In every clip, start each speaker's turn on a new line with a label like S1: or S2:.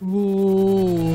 S1: Uh,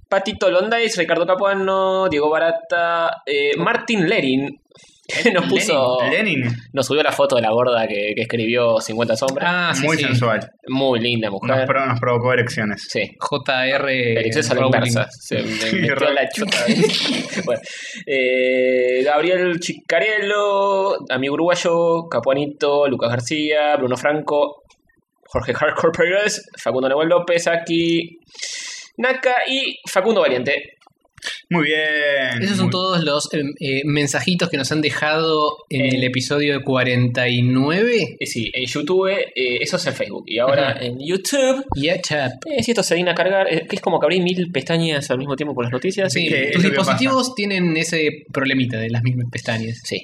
S2: Patito Londáis, Ricardo Capuano, Diego Barata, eh, Martín Lerin, que nos puso.
S3: Lenin.
S2: Nos subió la foto de la gorda que, que escribió 50 Sombras.
S4: Ah, sí,
S3: Muy
S4: sí.
S3: sensual.
S2: Muy linda
S3: Nos,
S2: mujer.
S3: pro- nos provocó erecciones.
S2: Sí.
S4: JR.
S2: El exceso a la
S4: Rowling.
S2: inversa. Se me
S3: Sí,
S2: metió
S3: re-
S2: la chuta. Bueno, eh, Gabriel Chicarello, amigo uruguayo, Capuanito, Lucas García, Bruno Franco, Jorge Hardcore Pérez, Facundo Nahuel López, Aki, Naka y Facundo Valiente.
S3: Muy bien.
S4: Esos son
S3: Muy-
S4: todos los eh, eh, mensajitos que nos han dejado en
S2: Eh.
S4: el episodio 49.
S2: Eh, sí, en YouTube, eh, eso es en Facebook. Y ahora
S4: Ujú.
S2: en YouTube,
S4: Yeah, chap.
S2: eh, si esto se viene a cargar, eh, que es como que abrí mil pestañas al mismo tiempo por las noticias.
S4: Sí,
S3: que
S4: tus
S3: es lo que
S4: dispositivos tienen ese problemita de las mismas pestañas.
S2: Sí.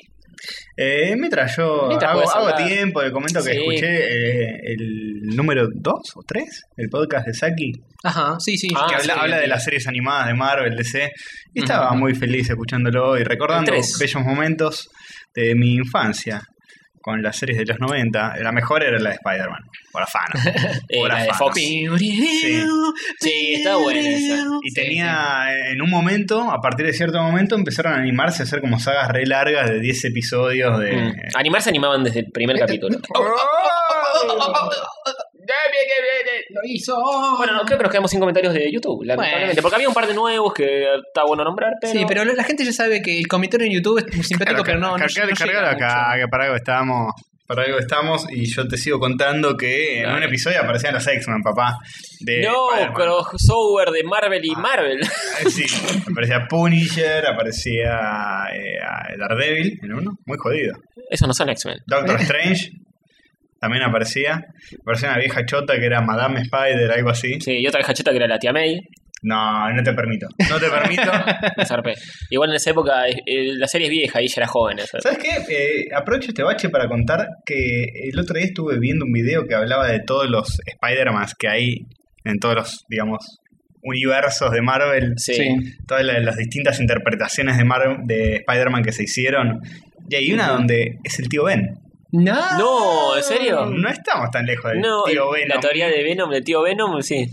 S3: Eh, mientras yo
S2: Mientras
S3: hago,
S2: podés
S3: hago
S2: hablar.
S3: tiempo, le comento que
S2: Sí.
S3: escuché eh, el número 2 o 3, el podcast de Saki,
S4: Ajá, sí, sí.
S2: Ah,
S3: que habla,
S2: sí,
S3: habla de
S2: sí.
S3: las series animadas de Marvel, DC. Y estaba
S4: Ujú.
S3: muy feliz escuchándolo y recordando
S2: El tres.
S3: bellos momentos de mi infancia con las series de los 90. La mejor era la de Spider-Man, por afano.
S2: Eh,
S3: Hola,
S2: la de
S3: fans.
S2: Fox. Sí, está buena esa.
S3: Y
S4: Sí,
S3: tenía eh, en un momento, a partir de cierto momento, empezaron a animarse a hacer como sagas re largas de 10 episodios de... Oh,
S2: Mm. Animar se animaban desde el primer capítulo.
S4: Lo hizo.
S2: Bueno, no, creo que nos quedamos sin comentarios de YouTube, lamentablemente. Porque había un par de nuevos que está bueno nombrar, pero.
S4: Sí, pero la gente ya sabe que el comentario en YouTube es muy simpático,
S3: Claro,
S4: pero no. no-
S3: cargar-
S4: no
S3: cargar
S4: llega
S3: acá,
S4: mucho.
S3: que para algo estamos. Para algo estamos, y yo te sigo contando que en
S2: Dale.
S3: un episodio aparecían los X-Men, papá. De
S2: No,
S3: Eh, Spider-Man.
S2: crossover de Marvel y Marvel.
S3: Eh, Sí, aparecía Punisher, aparecía eh, a Daredevil, en uno, muy jodido.
S2: Eso no son X-Men.
S3: Doctor Strange también aparecía. Aparecía una vieja chota que era Madame Spider, algo así.
S2: Sí, y otra cacheta que era la tía May.
S3: No, no te permito. No te permito.
S2: Me zarpé. Igual en esa época eh, eh, la serie es vieja y ella era joven. eso.
S3: ¿Sabes qué? Eh, aprovecho este bache para contar que el otro día estuve viendo un video que hablaba de todos los Spider-Man que hay en todos los, digamos, universos de Marvel.
S2: Sí.
S4: Sí.
S3: Todas la- las, distintas interpretaciones de, Mar- de Spider-Man que se hicieron. Y hay una donde es el tío Ben.
S4: No.
S2: No, ¿en serio?
S3: No estamos tan lejos del
S2: No,
S3: tío
S2: el-
S3: Ben.
S2: la teoría de Venom, del tío Venom, sí.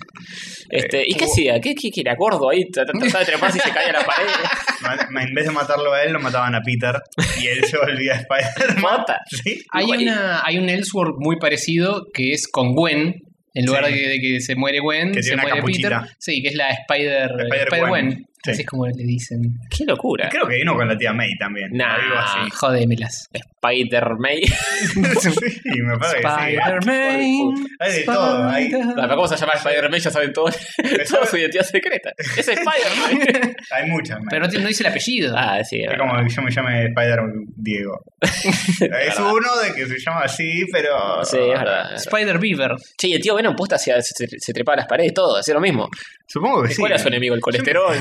S2: Este, ¿Y qué
S3: hubo-
S2: hacía? ¿Qué, qué, qué era gordo ahí? Trat- Trataba de treparse y se caía a la pared.
S3: Ma- ma- En vez de matarlo a él, lo mataban a Peter. Y él se volvía Spider-Man.
S2: Mata.
S3: ¿Sí?
S4: Hay,
S2: Igual-
S4: una, hay un Ellsworth muy parecido que es con Gwen. En lugar
S3: Sí.
S4: de, que, de que se muere Gwen,
S3: Que tiene
S4: se
S3: una
S4: muere
S3: capuchita.
S4: Peter. Sí, que es la Spider,
S3: La Spider
S4: Spider
S3: Gwen.
S4: Gwen.
S3: Sí.
S4: Así es como le dicen.
S2: Qué locura.
S3: Creo que hay uno con la tía May también.
S2: Nah.
S3: Algo
S4: Ah,
S3: así.
S4: Jodémelas.
S2: Spider-May.
S3: Sí, ah, me parece. que sí.
S4: Spider-Man.
S3: Hay de todo, hay-
S2: La vamos a llamar Spider-Man, ya saben todo, toda su identidad secreta. Es Spider-Man.
S3: Hay muchas May.
S4: Pero no, tiene- no dice el apellido.
S2: ah, sí.
S3: Es
S2: verdad.
S3: como que yo me llame Spider-Man Diego. es uno de que se llama así, pero.
S2: Sí, es verdad. es verdad.
S4: Spider-Beaver.
S2: Che, y el tío Venom posta se, se, se trepaba a las paredes, todo, hacía lo mismo.
S3: Supongo que sí. ¿eh?
S2: ¿Cuál era su enemigo? El colesterol.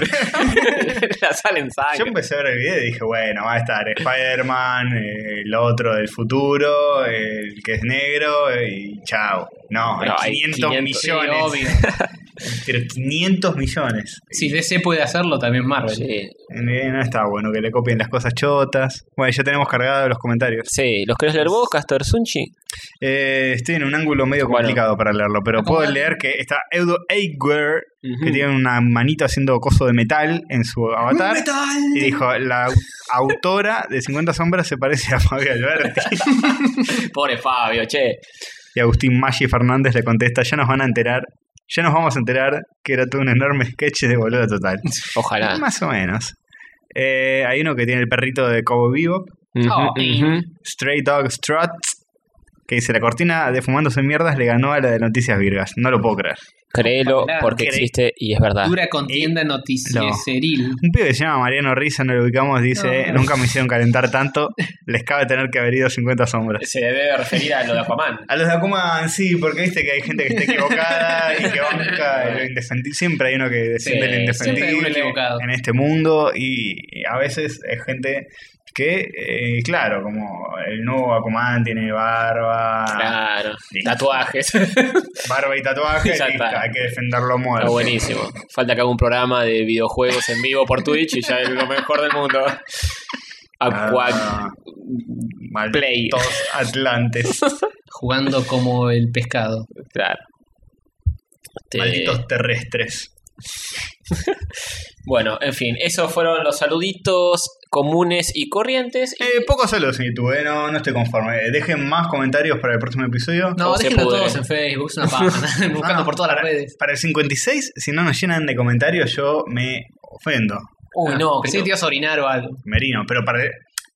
S2: la sal en
S3: Yo
S2: sangre.
S3: empecé a ver el video y dije, bueno, va a estar Spider-Man, eh, el otro del futuro, el que es negro eh, y chao. No, hay
S2: No, hay
S3: 500,
S2: 500,
S3: millones.
S4: Sí, obvio.
S3: Pero 500 millones.
S4: Si DC puede hacerlo, también Marvel.
S2: Sí,
S3: Eh, No está bueno que le copien las cosas chotas. Bueno, ya tenemos cargados los comentarios.
S2: sí. ¿Los querés leer vos, Castor Sunchi?
S3: Eh, estoy en un ángulo medio
S2: Bueno.
S3: complicado para leerlo, pero
S4: Acomodate.
S3: puedo leer que está Eudo Eiger, que tiene una manito haciendo coso de metal en su avatar. Y dijo, la autora de 50 sombras se parece a Fabio Alberti.
S2: Pobre Fabio, che.
S3: Y Agustín Maggi Fernández le contesta, ya nos van a enterar, ya nos vamos a enterar que era todo un enorme sketch de boludo total.
S2: Ojalá.
S3: Más o menos. Eh, hay uno que tiene el perrito de Cobo Bebop,
S2: Ujú,
S4: Oh,
S2: ujú.
S3: Stray Dog Strut, que dice, la cortina de Fumándose Mierdas le ganó a la de Noticias Virgas. No lo puedo creer.
S2: Créelo
S4: Ojalá.
S2: porque
S3: Cre-
S2: existe y es verdad.
S4: Dura contienda noticieril.
S3: Un pibe que se llama Mariano Risa, no lo ubicamos, dice,
S4: No.
S3: nunca me hicieron calentar tanto, les cabe tener que haber ido 50 sombras.
S2: Se debe referir a lo de Aquaman.
S3: A los de Akuman sí, porque viste que hay gente que está equivocada y que banca lo indefendible. Siempre hay uno que defiende
S2: Sí,
S3: lo
S4: siempre hay uno
S3: indefendible
S4: equivocado.
S3: en este mundo y a veces hay gente que, eh, claro, como el nuevo Akuman tiene barba,
S2: Claro.
S3: Sí.
S2: Tatuajes. Está
S3: barba y tatuaje,
S2: Ya
S3: listo,
S2: está.
S3: hay que defenderlo muerto.
S2: buenísimo. Falta que haga un programa de videojuegos en vivo por Twitch y ya es lo mejor del mundo. Aquac.
S3: Ah,
S2: Play.
S3: Malditos atlantes,
S4: Jugando como el pescado.
S2: Claro. Este,
S3: malditos terrestres.
S2: Bueno, en fin, esos fueron los saluditos comunes y corrientes.
S3: Eh, poco solo si tú, eh, no, no estoy conforme. Dejen más comentarios para el próximo episodio.
S4: No,
S2: O se
S4: déjenlo
S2: pudre.
S4: todos en Facebook, es una paja. Buscando
S3: Ah,
S4: por todas las
S3: para-
S4: redes.
S3: Para el 56, si no nos llenan de comentarios, yo me ofendo.
S2: Uy,
S4: Ah,
S2: no,
S4: Pensé que te ibas a orinar o algo.
S3: Merino, pero para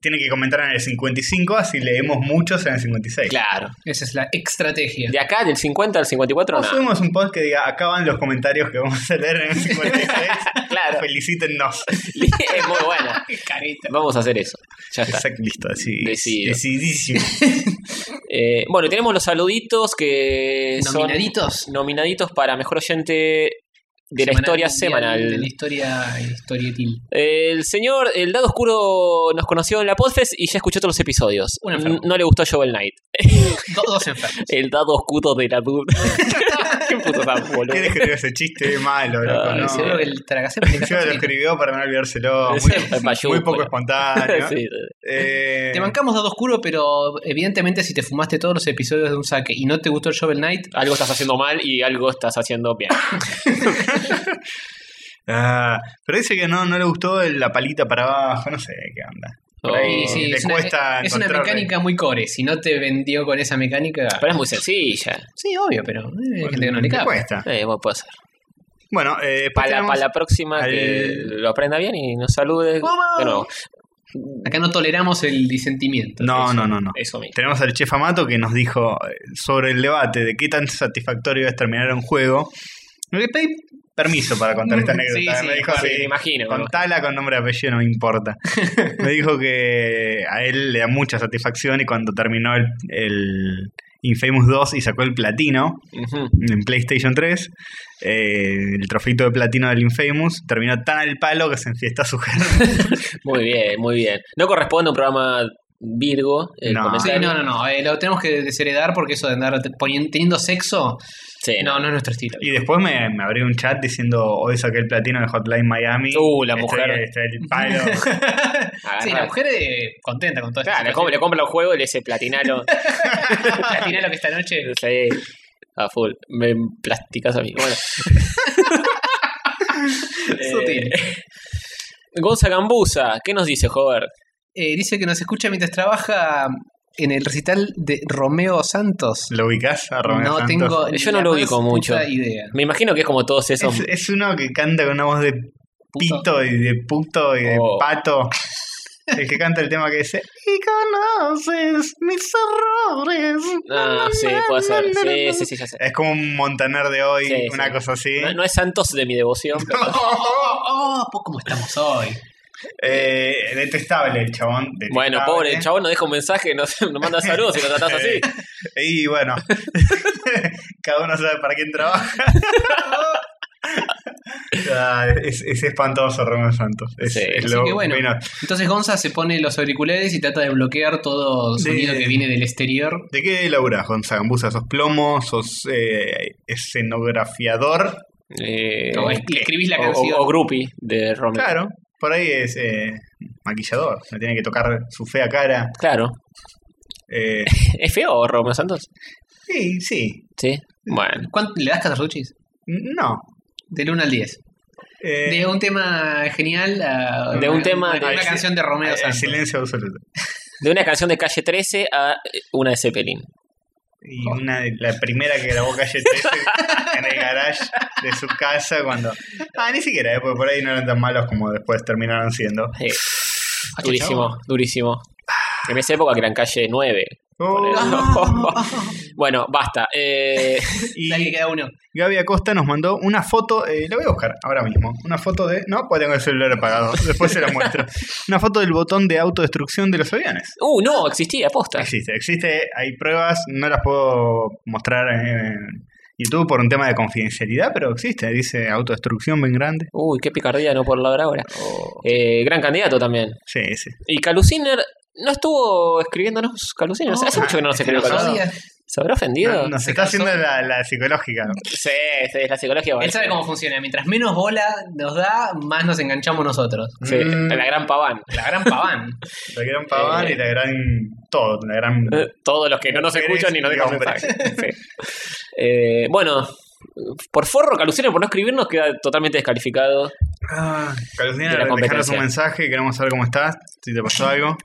S3: tienen que comentar en el 55, así leemos muchos en el 56.
S2: Claro.
S4: Esa es la estrategia.
S2: De acá, del 50 al 54,
S3: No
S2: nada.
S3: subimos un post que diga, acaban los comentarios que vamos a leer en el 56.
S2: Claro.
S3: Felicítennos.
S2: es muy buena. Vamos a hacer eso. Ya está.
S3: Exacto, listo, así.
S2: Decidido.
S3: Decidísimo.
S2: Eh, bueno, y tenemos los saluditos que son
S4: ¿Nominaditos?
S2: nominaditos para mejor oyente de la
S4: Semanal,
S2: historia
S4: mundial, De la
S2: semanal.
S4: historia historietil.
S2: El señor, el dado oscuro, nos conoció en la Podfest y ya escuchó todos los episodios.
S4: Un enfermo.
S2: No le gustó Joel Knight.
S4: Do- dos enfermos.
S2: El dado oscuro de la duda. ¿Quién puso esa boludo?
S3: ¿Quién escribió ese chiste malo, loco?
S2: Ah,
S3: no.
S2: sí.
S4: Seguro que el tragacete le
S3: Encima lo
S4: cayó solito.
S3: escribió para no olvidárselo. Muy,
S2: Sí, payú,
S3: muy poco
S2: pero-
S3: espontáneo.
S2: Sí.
S3: Eh,
S4: Te bancamos dado oscuro, pero evidentemente si te fumaste todos los episodios de un saque y no te gustó el Shovel Knight,
S2: Algo estás haciendo mal y algo estás haciendo bien.
S3: Ah, pero dice que no, no le gustó el- la palita para abajo, no sé qué onda. Por
S2: Oh.
S3: ahí
S2: Sí,
S3: le
S4: es una,
S3: cuesta
S4: es una
S3: encontrar-
S4: mecánica muy core. Si no te vendió con esa mecánica,
S2: Pero es muy sencilla.
S4: sí, obvio, pero eh, hay gente que no le
S3: le
S4: cabe.
S3: cuesta.
S2: Eh, bueno, puede ser.
S3: Bueno, eh, después
S2: Para, la-
S3: tenemos-
S2: para la próxima que
S3: al-
S2: lo aprenda bien y nos salude de nuevo.
S4: Acá no toleramos el disentimiento.
S3: No,
S4: Eso.
S3: no, no, no.
S2: Eso mismo.
S3: Tenemos al chef Amato que nos dijo eh, sobre el debate de qué tan satisfactorio es terminar un juego. Le pedí permiso para contar esta
S4: Mm,
S3: anécdota.
S4: sí,
S3: me
S4: sí,
S3: dijo,
S2: sí,
S3: sí,
S2: me imagino.
S3: Contala con nombre y apellido, no me importa. me dijo que a él le da mucha satisfacción y cuando terminó el, el Infamous 2 y sacó el platino,
S2: Ujú.
S3: en PlayStation 3, eh, el trofeito de platino del Infamous terminó tan al palo que se enfiesta su jefe.
S2: Muy bien, muy bien. No corresponde a un programa Virgo. El
S3: No.
S4: Sí,
S2: comentario.
S4: no, no, no. eh, lo tenemos que desheredar porque eso de andar te- poni- teniendo sexo,
S2: Sí, no.
S4: no, no es nuestro estilo.
S3: Y después me, me abrió un chat diciendo, hoy saqué el platino de Hotline Miami.
S2: Uh, la
S3: Estoy-
S2: mujer.
S3: estoy al palo.
S2: Agarra.
S4: Sí, la mujer eh, contenta con todo esto.
S2: Ah, Claro, le compra, le compra un juego y le dice platinalo.
S4: Platinalo que esta noche.
S2: Sí, a full. Me plasticas a mí. Bueno.
S4: Sutil.
S2: Eh, Gonza Gambusa, ¿qué nos dice, Jover?
S4: Eh, dice que nos escucha mientras trabaja en el recital de Romeo Santos.
S3: ¿Lo ubicás a Romeo
S4: no
S3: Santos?
S4: tengo ni
S2: Yo no
S4: la
S2: lo
S4: más
S2: ubico mucho.
S4: puta idea.
S2: Me imagino que es como todos esos.
S3: Es, es uno que canta con una voz de
S4: Puto.
S3: pito y de puto y de
S2: Oh.
S3: pato. El que canta el tema que dice Y conoces mis horrores
S2: Ah, sí, puede ser. Sí, sí, sí, ya sé.
S3: Es como un Montaner de hoy
S2: Sí,
S3: Una
S2: sí.
S3: cosa así
S2: No, no es Santos de mi devoción. pero-
S4: Eh. Oh, pues ¿cómo estamos hoy?
S3: Eh, detestable el chabón. detestable.
S2: Bueno, pobre,
S4: eh.
S2: el chabón nos deja un mensaje, nos, nos manda saludos y lo tratás así.
S3: Y bueno, cada uno sabe para quién trabaja. Ah, es, es espantoso Romeo Santos. Es,
S2: Sí.
S3: es
S4: Así
S3: lo
S4: que bueno,
S3: menos.
S4: Entonces Gonza se pone los auriculares y trata de bloquear todo
S3: Sí.
S4: sonido que viene del exterior.
S3: ¿De qué laburás, Gonzagambusa? ¿Sos plomo? ¿Sos eh, escenografiador?
S2: eh,
S4: O es- le escribís la
S2: o-
S4: canción.
S2: O, o groupie de Romero.
S3: Claro, por ahí es eh, maquillador. Me tiene que tocar su fea cara.
S2: Claro.
S3: Eh,
S2: ¿Es feo Romeo Santos?
S3: sí, sí.
S2: Sí. Bueno.
S4: ¿Cuánto le das Cazarruchis?
S3: No.
S4: Del 1 al 10.
S3: Eh,
S4: De un tema genial a.
S2: De un tema
S4: a
S2: de-
S4: una canción de Romeo
S3: eh,
S4: Santos.
S3: Silencio absoluto.
S2: De una canción de calle 13 a eh, una de Zeppelin.
S3: Y una de- la primera que grabó Calle 13 en el garage de su casa cuando... Ah, ni siquiera, eh, porque por ahí no eran tan malos como después terminaron siendo.
S2: Eh,
S4: Ah,
S2: durísimo, durísimo. En esa época que eran calle 9.
S3: Oh,
S2: Bueno, basta. Eh,
S3: y
S4: Ahí queda uno.
S3: Gaby Acosta nos mandó una foto, eh, la voy a buscar ahora mismo, una foto de... No, pues tengo el celular apagado, después se la muestro. Una foto del botón de autodestrucción de los aviones.
S2: uh, no, existía, posta.
S3: Existe, existe, hay pruebas, no las puedo mostrar en YouTube por un tema de confidencialidad, pero existe, dice autodestrucción bien grande.
S2: Uy, qué picardía no por hablar ahora.
S3: Oh.
S2: Eh, gran candidato también.
S3: Sí, sí.
S2: Y Caluciner no estuvo escribiéndonos. Caluciner,
S4: No.
S2: hace mucho que no nos
S3: Es que
S2: escribió
S3: nos
S2: Caluciner.
S3: odia.
S4: Odia.
S2: ¿Se habrá ofendido?
S3: No, nos
S4: se
S3: está
S4: cansó.
S3: haciendo la, la psicológica.
S2: Sí, sí, es la psicología.
S4: Él
S2: parece.
S4: sabe cómo funciona. Mientras menos bola nos da, más nos enganchamos nosotros.
S2: Sí,
S3: Mm.
S2: la gran paván.
S4: La gran paván.
S3: La gran paván
S2: Eh.
S3: y la gran... Todo, la gran...
S2: Eh, Todos los que no nos
S3: Mujeres
S2: escuchan ni nos
S3: y
S2: dejan
S3: hombres.
S2: mensaje. Sí. Eh, bueno, por forro, Caluciner, por no escribirnos, queda totalmente descalificado.
S3: Ah, Calucina,
S2: de la
S3: dejanos
S2: competencia.
S3: un mensaje, queremos saber cómo estás, si te pasó algo.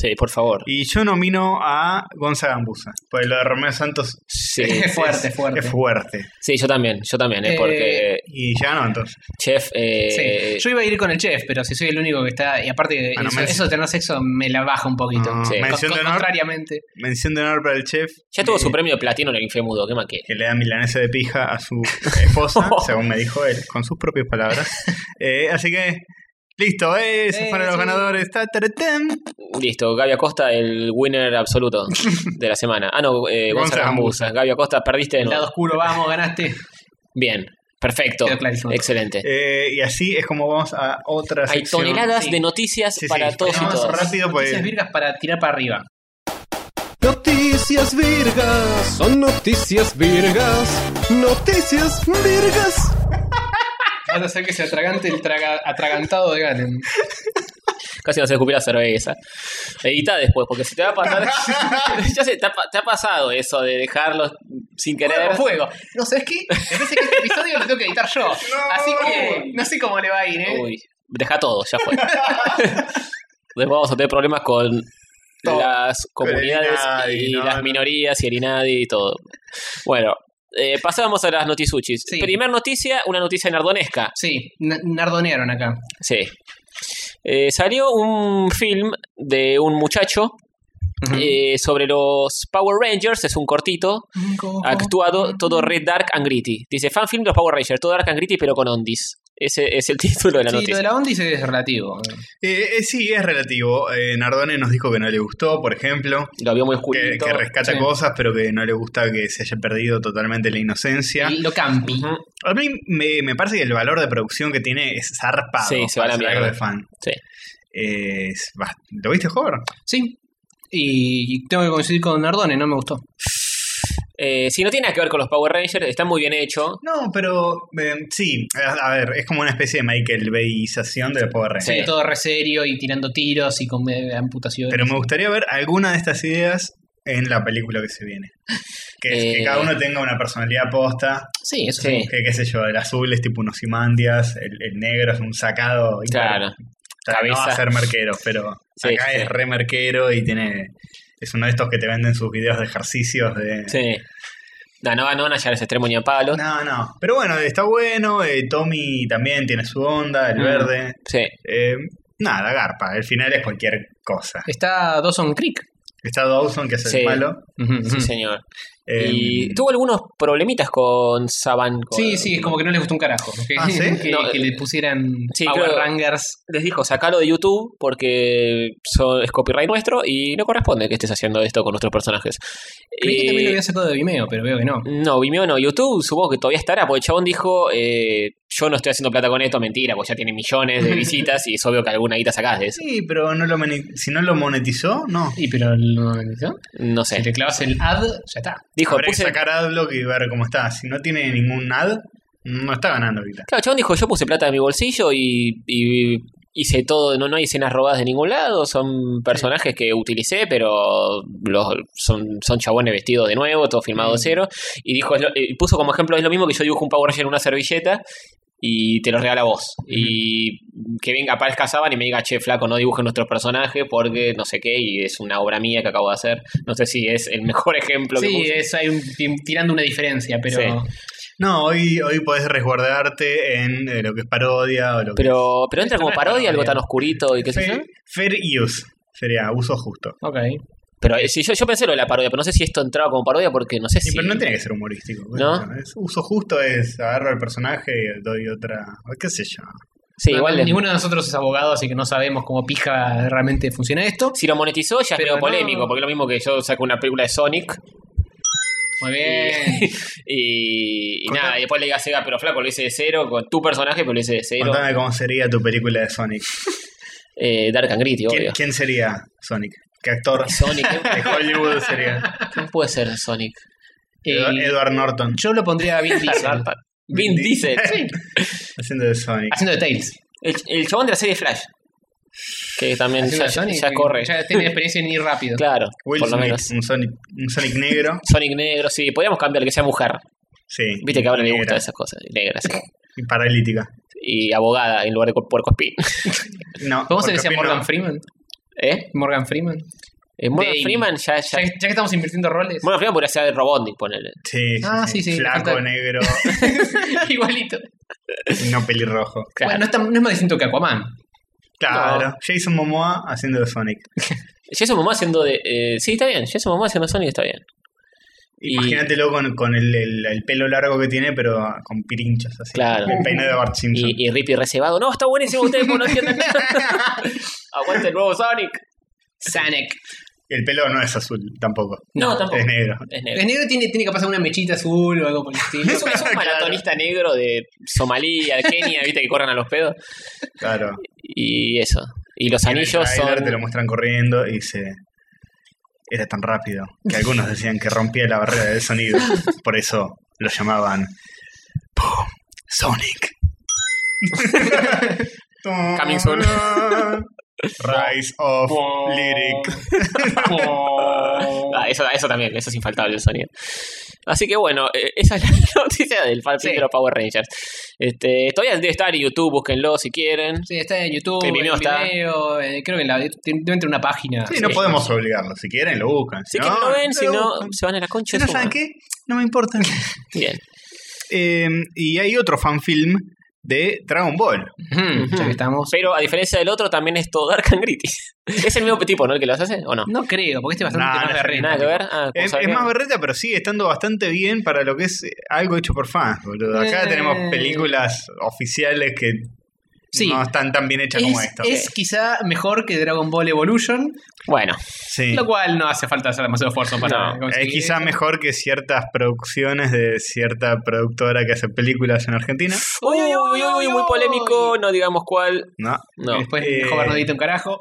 S2: Sí, por favor.
S3: Y yo nomino a Gonza Gambusa. Pues lo de Romeo Santos
S2: Sí,
S4: Es fuerte, fuerte.
S3: es fuerte.
S2: sí, yo también, yo también, eh,
S4: Eh,
S2: porque
S3: Y ya no, entonces.
S2: Chef... eh,
S4: Sí. Yo iba a ir con el chef, pero si soy el único que está. Y aparte,
S3: Ah, no,
S4: eso,
S3: me-
S4: eso de tener sexo me la baja un poquito.
S3: Ah,
S2: Sí.
S4: Con-
S3: Mención
S4: con-
S3: de honor.
S4: contrariamente.
S3: Mención de honor para el chef.
S2: Ya tuvo
S3: eh,
S2: su premio de platino en el infemudo, ¿qué más quiere?
S3: Que le da milanesa de pija a su esposa, según me dijo él, con sus propias palabras. Eh, así que, listo, eh, esos
S4: Eh,
S3: fueron los
S4: sí.
S3: ganadores. Ta, ta, ta, tam.
S2: Listo, Gaby Acosta, el winner absoluto de la semana. Ah, no, eh, Gonzalo
S3: Gonzalo
S2: Gambusa. Gaby Acosta, perdiste de
S4: El
S2: nuevo.
S4: lado oscuro, vamos, ganaste.
S2: Bien, perfecto.
S4: Quedó clarísimo.
S2: Excelente.
S3: Eh, y así es como vamos a otra
S2: Hay
S3: sección.
S2: toneladas
S4: Sí.
S2: de noticias
S3: Sí, sí,
S2: para todos y
S3: vamos
S2: todas.
S3: rápido, pues.
S4: Noticias virgas para tirar para arriba.
S1: Noticias virgas, son noticias virgas, noticias virgas.
S4: Vas a hacer que se atragante el traga- atragantado de Ganem.
S2: Casi no se escupir la cerveza. Edita después, porque si te va a pasar. ya sé, te ha, pa- te ha pasado eso de dejarlos sin querer.
S4: Fuego, fuego. No, ¿sabes qué? Me parece que este episodio lo tengo que editar yo. Así que no sé cómo le va a ir, ¿eh?
S2: Uy, deja todo, ya fue. Después vamos a tener problemas con
S4: Todo.
S2: las comunidades
S3: el Inadi,
S2: y
S3: no,
S2: las
S3: no.
S2: minorías y el Inadi y todo. Bueno, eh, pasamos a las notisuchis.
S4: Sí.
S2: Primer noticia, una noticia nardonesca.
S4: Sí, na- nardonearon acá.
S2: Sí. Eh, salió un film de un muchacho eh, sobre los Power Rangers, es un cortito, actuado todo red dark and gritty. Dice, fan film de los Power Rangers, todo dark and gritty pero con ondis. Ese es el título de la
S4: sí,
S2: noticia.
S4: lo de la ondis es relativo.
S3: Eh, eh, sí, es relativo. Eh, Nardone nos dijo que no le gustó, por ejemplo.
S2: Lo vio muy
S3: Que,
S2: oscurito.
S3: que rescata
S4: sí.
S3: cosas, pero que no le gusta que se haya perdido totalmente la inocencia.
S4: Y Lo campi.
S2: Ujú.
S3: A mí me, me parece que el valor de producción que tiene es zarpado.
S2: Sí, se va
S3: para
S2: a la
S3: ser algo
S2: mierda.
S3: de fan.
S2: Sí.
S3: Eh, es bast- ¿Lo viste, Jorge?
S4: Sí. Y tengo que coincidir con Nardone, no me gustó.
S2: Eh, si no tiene nada que ver con los Power Rangers, está muy bien hecho.
S3: No, pero eh, sí. A, a ver, es como una especie de Michael Bayización de la Power Rangers.
S2: Sí.
S4: Sí, todo re serio y tirando tiros y con eh, amputaciones.
S3: Pero me gustaría ver alguna de estas ideas en la película que se viene. Que, es que
S2: Eh.
S3: cada uno tenga una personalidad posta.
S4: Sí, eso
S2: Sí.
S4: sí.
S3: Que qué sé yo, el azul es tipo unos imandias, el, el negro es un sacado. hiper-
S2: Claro.
S3: O sea, No va a
S2: Cabeza.
S3: ser merquero, pero
S2: Sí,
S3: acá
S2: sí, sí.
S3: es re merquero y tiene. Es uno de estos que te venden sus videos de ejercicios de.
S2: Sí. No, no, no van a llegar a ese extremo ni a palo.
S3: No, no. Pero bueno, está bueno. eh, Tommy también tiene su onda, el
S2: Mm.
S3: verde.
S2: Sí.
S3: Eh, nada, garpa. El final es cualquier cosa.
S4: Está Dawson Creek.
S3: Está Dawson, que es el
S2: Sí.
S3: malo.
S2: Sí, señor.
S3: eh,
S2: y tuvo algunos problemitas con Saban. con-
S4: Sí, sí, es como que no les gustó un carajo. Que,
S3: Ah, ¿sí?
S4: que,
S2: No,
S4: que le pusieran
S2: sí,
S4: Power
S2: creo-
S4: Rangers.
S2: Les dijo, sacalo de YouTube porque so- es copyright nuestro y no corresponde que estés haciendo esto con nuestros personajes.
S4: Creí que
S2: Eh,
S4: también lo había sacado de Vimeo, pero veo que no.
S2: No, Vimeo no, YouTube supongo que todavía estará, porque el chabón dijo, eh, yo no estoy haciendo plata con esto, mentira, porque ya tiene millones de visitas y es obvio que alguna guita sacás de eso.
S3: Sí, pero no lo moni- si no lo monetizó, no.
S4: Y pero no, ¿no?
S2: No sé.
S4: si le clavas el ad, ya está.
S2: Dijo,
S3: Habrá que
S2: puse,
S3: sacar AdBlock y ver cómo está. Si no tiene ningún ad, No está ganando ahorita.
S2: Claro, Chabón dijo, yo puse plata de mi bolsillo y, y hice todo, no, no hay escenas robadas de ningún lado, son personajes que utilicé, pero los, son, son chabones vestidos de nuevo, todo filmado
S4: Mm.
S2: de cero. Y dijo, es lo- eh, puso como ejemplo, es lo mismo que yo dibujo un Power Ranger en una servilleta y te lo regala vos. Y que venga Paz Casaban y me diga, che, flaco, no dibujes nuestros personajes porque no sé qué, y es una obra mía que acabo de hacer. No sé si es el mejor ejemplo que
S4: Sí,
S2: puse.
S4: es, hay un- ti- tirando una diferencia, pero
S3: No, hoy, hoy podés resguardarte en eh, lo que es parodia o lo que
S2: Pero, pero entra
S4: Esto
S2: como
S4: no es
S2: parodia algo
S4: parodia.
S2: tan oscurito y qué
S3: es.
S2: sé yo.
S3: Fair, fair use. Sería uso justo.
S4: ok.
S2: Pero eh, sí, yo, yo pensé lo de la parodia, pero no sé si esto entraba como parodia porque no sé
S3: Sí,
S2: si.
S3: Pero no tiene que ser humorístico. qué sé
S2: ¿No?
S3: yo, es- uso justo es agarro al personaje y doy otra. ¿Qué sé yo?
S2: Sí,
S4: No,
S2: igual.
S4: no, ninguno de nosotros es abogado, así que no sabemos cómo pija realmente funciona esto.
S2: Si lo monetizó ya es
S4: Pero
S2: medio polémico,
S4: no.
S2: porque es lo mismo que yo saco una película de Sonic
S4: Muy bien.
S2: y, y
S3: Contame.
S2: nada, y después le diga a Sega, pero flaco, lo hice de cero, con tu personaje, pero lo hice de cero.
S3: Contame cómo sería tu película de Sonic.
S2: Eh, Dark and Gritty,
S3: ¿Quién,
S2: obvio.
S3: quién sería Sonic? ¿Qué actor
S2: Sonic,
S3: de Hollywood sería?
S2: ¿quién puede ser Sonic?
S3: Edu-
S4: Eh,
S3: Edward Norton
S4: yo lo pondría a Vin Diesel
S3: Vin
S2: Vin Diesel.
S3: haciendo de Sonic.
S4: haciendo de Tails.
S2: El, el chabón de la serie Flash. Que también
S4: Haciendo
S2: ya,
S4: de Sonic,
S2: ya corre.
S4: Ya tiene experiencia en ir rápido.
S2: Claro,
S3: Will
S2: por lo
S3: Smith,
S2: menos.
S3: Un, Sonic, un Sonic negro.
S2: Sonic negro, sí. Podríamos cambiar que sea mujer.
S3: Sí.
S2: Viste que ahora le
S3: Negra.
S2: gustan esas cosas. Negra, sí.
S3: Y paralítica.
S2: y abogada en lugar de cor- puerco espín.
S3: No,
S4: ¿Cómo se
S3: porque
S4: decía
S3: opino-
S4: Morgan Freeman?
S2: ¿Eh?
S4: Morgan Freeman.
S2: Eh, Morgan
S4: Baby.
S2: Freeman ya,
S4: Ya,
S2: ya.
S4: que- ya que estamos invirtiendo roles,
S2: Morgan Freeman podría ser de Robotnik, ponele.
S3: Sí, sí,
S4: Ah, sí, sí,
S3: Flaco,
S4: falta-
S3: negro,
S4: igualito.
S3: y no pelirrojo.
S2: Claro.
S4: Bueno, no es, tan- no es más distinto que Aquaman.
S3: Claro. Jason Momoa haciendo de Sonic.
S2: Jason Momoa haciendo de. eh, sí, está bien. Jason Momoa haciendo Sonic está bien. Y-
S3: Imagínatelo con, con el, el- el pelo largo que tiene, pero con pirinchos así.
S2: Claro.
S3: El peinado de Bart Simpson.
S2: Y, y Rippy reservado. No, está buenísimo ustedes porque no entienden nada. Aguante el nuevo Sonic.
S4: Sonic.
S3: El pelo no es azul tampoco.
S2: No, tampoco.
S3: Es negro.
S2: Es
S4: El
S2: negro.
S4: negro tiene, tiene que pasar una mechita azul o algo por el estilo.
S2: Es un, es un maratonista negro de Somalia, de Kenia, viste que corran a los pedos.
S3: Claro.
S2: Y eso. Y los
S3: En el
S2: anillos
S3: tráiler
S2: son.
S3: te lo muestran corriendo y se. Era tan rápido que algunos decían que rompía la barrera del sonido. Por eso lo llamaban. ¡Pum! Sonic.
S2: Coming soon.
S3: Rise of Lyric.
S4: Oh.
S2: Ah, eso, eso también, eso es infaltable el sonido. Así que bueno, eh, esa es la noticia del fanfic
S4: Sí.
S2: de los Power Rangers. Este, todavía debe estar en YouTube, búsquenlo si quieren.
S4: Sí, está en YouTube,
S2: El
S4: en
S2: Vimeo
S4: video,
S2: está.
S4: eh, creo que en la, deben tener una página.
S3: Sí, no podemos obligarlos. Si quieren, lo buscan.
S2: Si que no ven, si
S3: lo
S2: no,
S3: buscan.
S2: se van a la concha.
S3: Si no
S2: de su
S3: saben
S2: madre.
S3: qué, no me importa.
S2: Bien.
S3: Eh, y hay otro fanfilm de Dragon Ball.
S4: Ujú, ya que estamos.
S2: Pero a diferencia del otro, también es todo Dark and Gritty. ¿Es el mismo tipo, no? El que los hace, ¿o no?
S4: No creo, porque este es bastante
S3: Nah,
S4: más
S3: no es
S4: berreta.
S2: Nada que ver. Ah, ¿cómo
S3: Es,
S2: sabes
S3: es
S2: que-
S3: más berreta, pero sigue estando bastante bien para lo que es eh, algo hecho por fans, boludo. Acá
S4: Eh.
S3: tenemos películas oficiales que
S4: Sí.
S3: no están tan bien hechas como
S4: Es,
S3: esta.
S4: es quizá mejor que Dragon Ball Evolution,
S2: Bueno,
S3: Sí.
S4: lo cual no hace falta hacer demasiado esfuerzo para
S2: No,
S3: Es
S4: conseguir.
S3: quizá mejor que ciertas producciones de cierta productora que hace películas en Argentina.
S2: uy, uy, uy, uy, uy, muy polémico, no digamos cuál.
S3: No.
S2: No.
S4: Y después
S3: Eh,
S4: Hover no edita un carajo.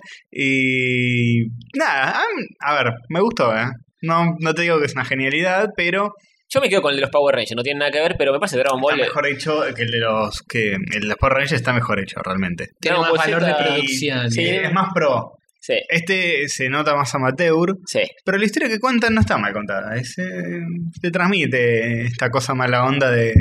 S3: Y nada, a- a ver, me gustó, ¿eh? No, no te digo que es una genialidad, pero
S2: Yo me quedo con el de los Power Rangers, no tiene nada que ver, pero me parece Dragon Ball.
S3: está mejor hecho que el de los que el de los Power Rangers está mejor hecho realmente.
S4: Tiene más
S2: Ball
S4: valor de
S2: Z-
S4: producción.
S2: Sí.
S3: Es más pro.
S2: Sí,
S3: Este se nota más amateur,
S2: sí.
S3: pero la historia que cuentan no está mal contada. Es, eh, te transmite esta cosa mala onda de,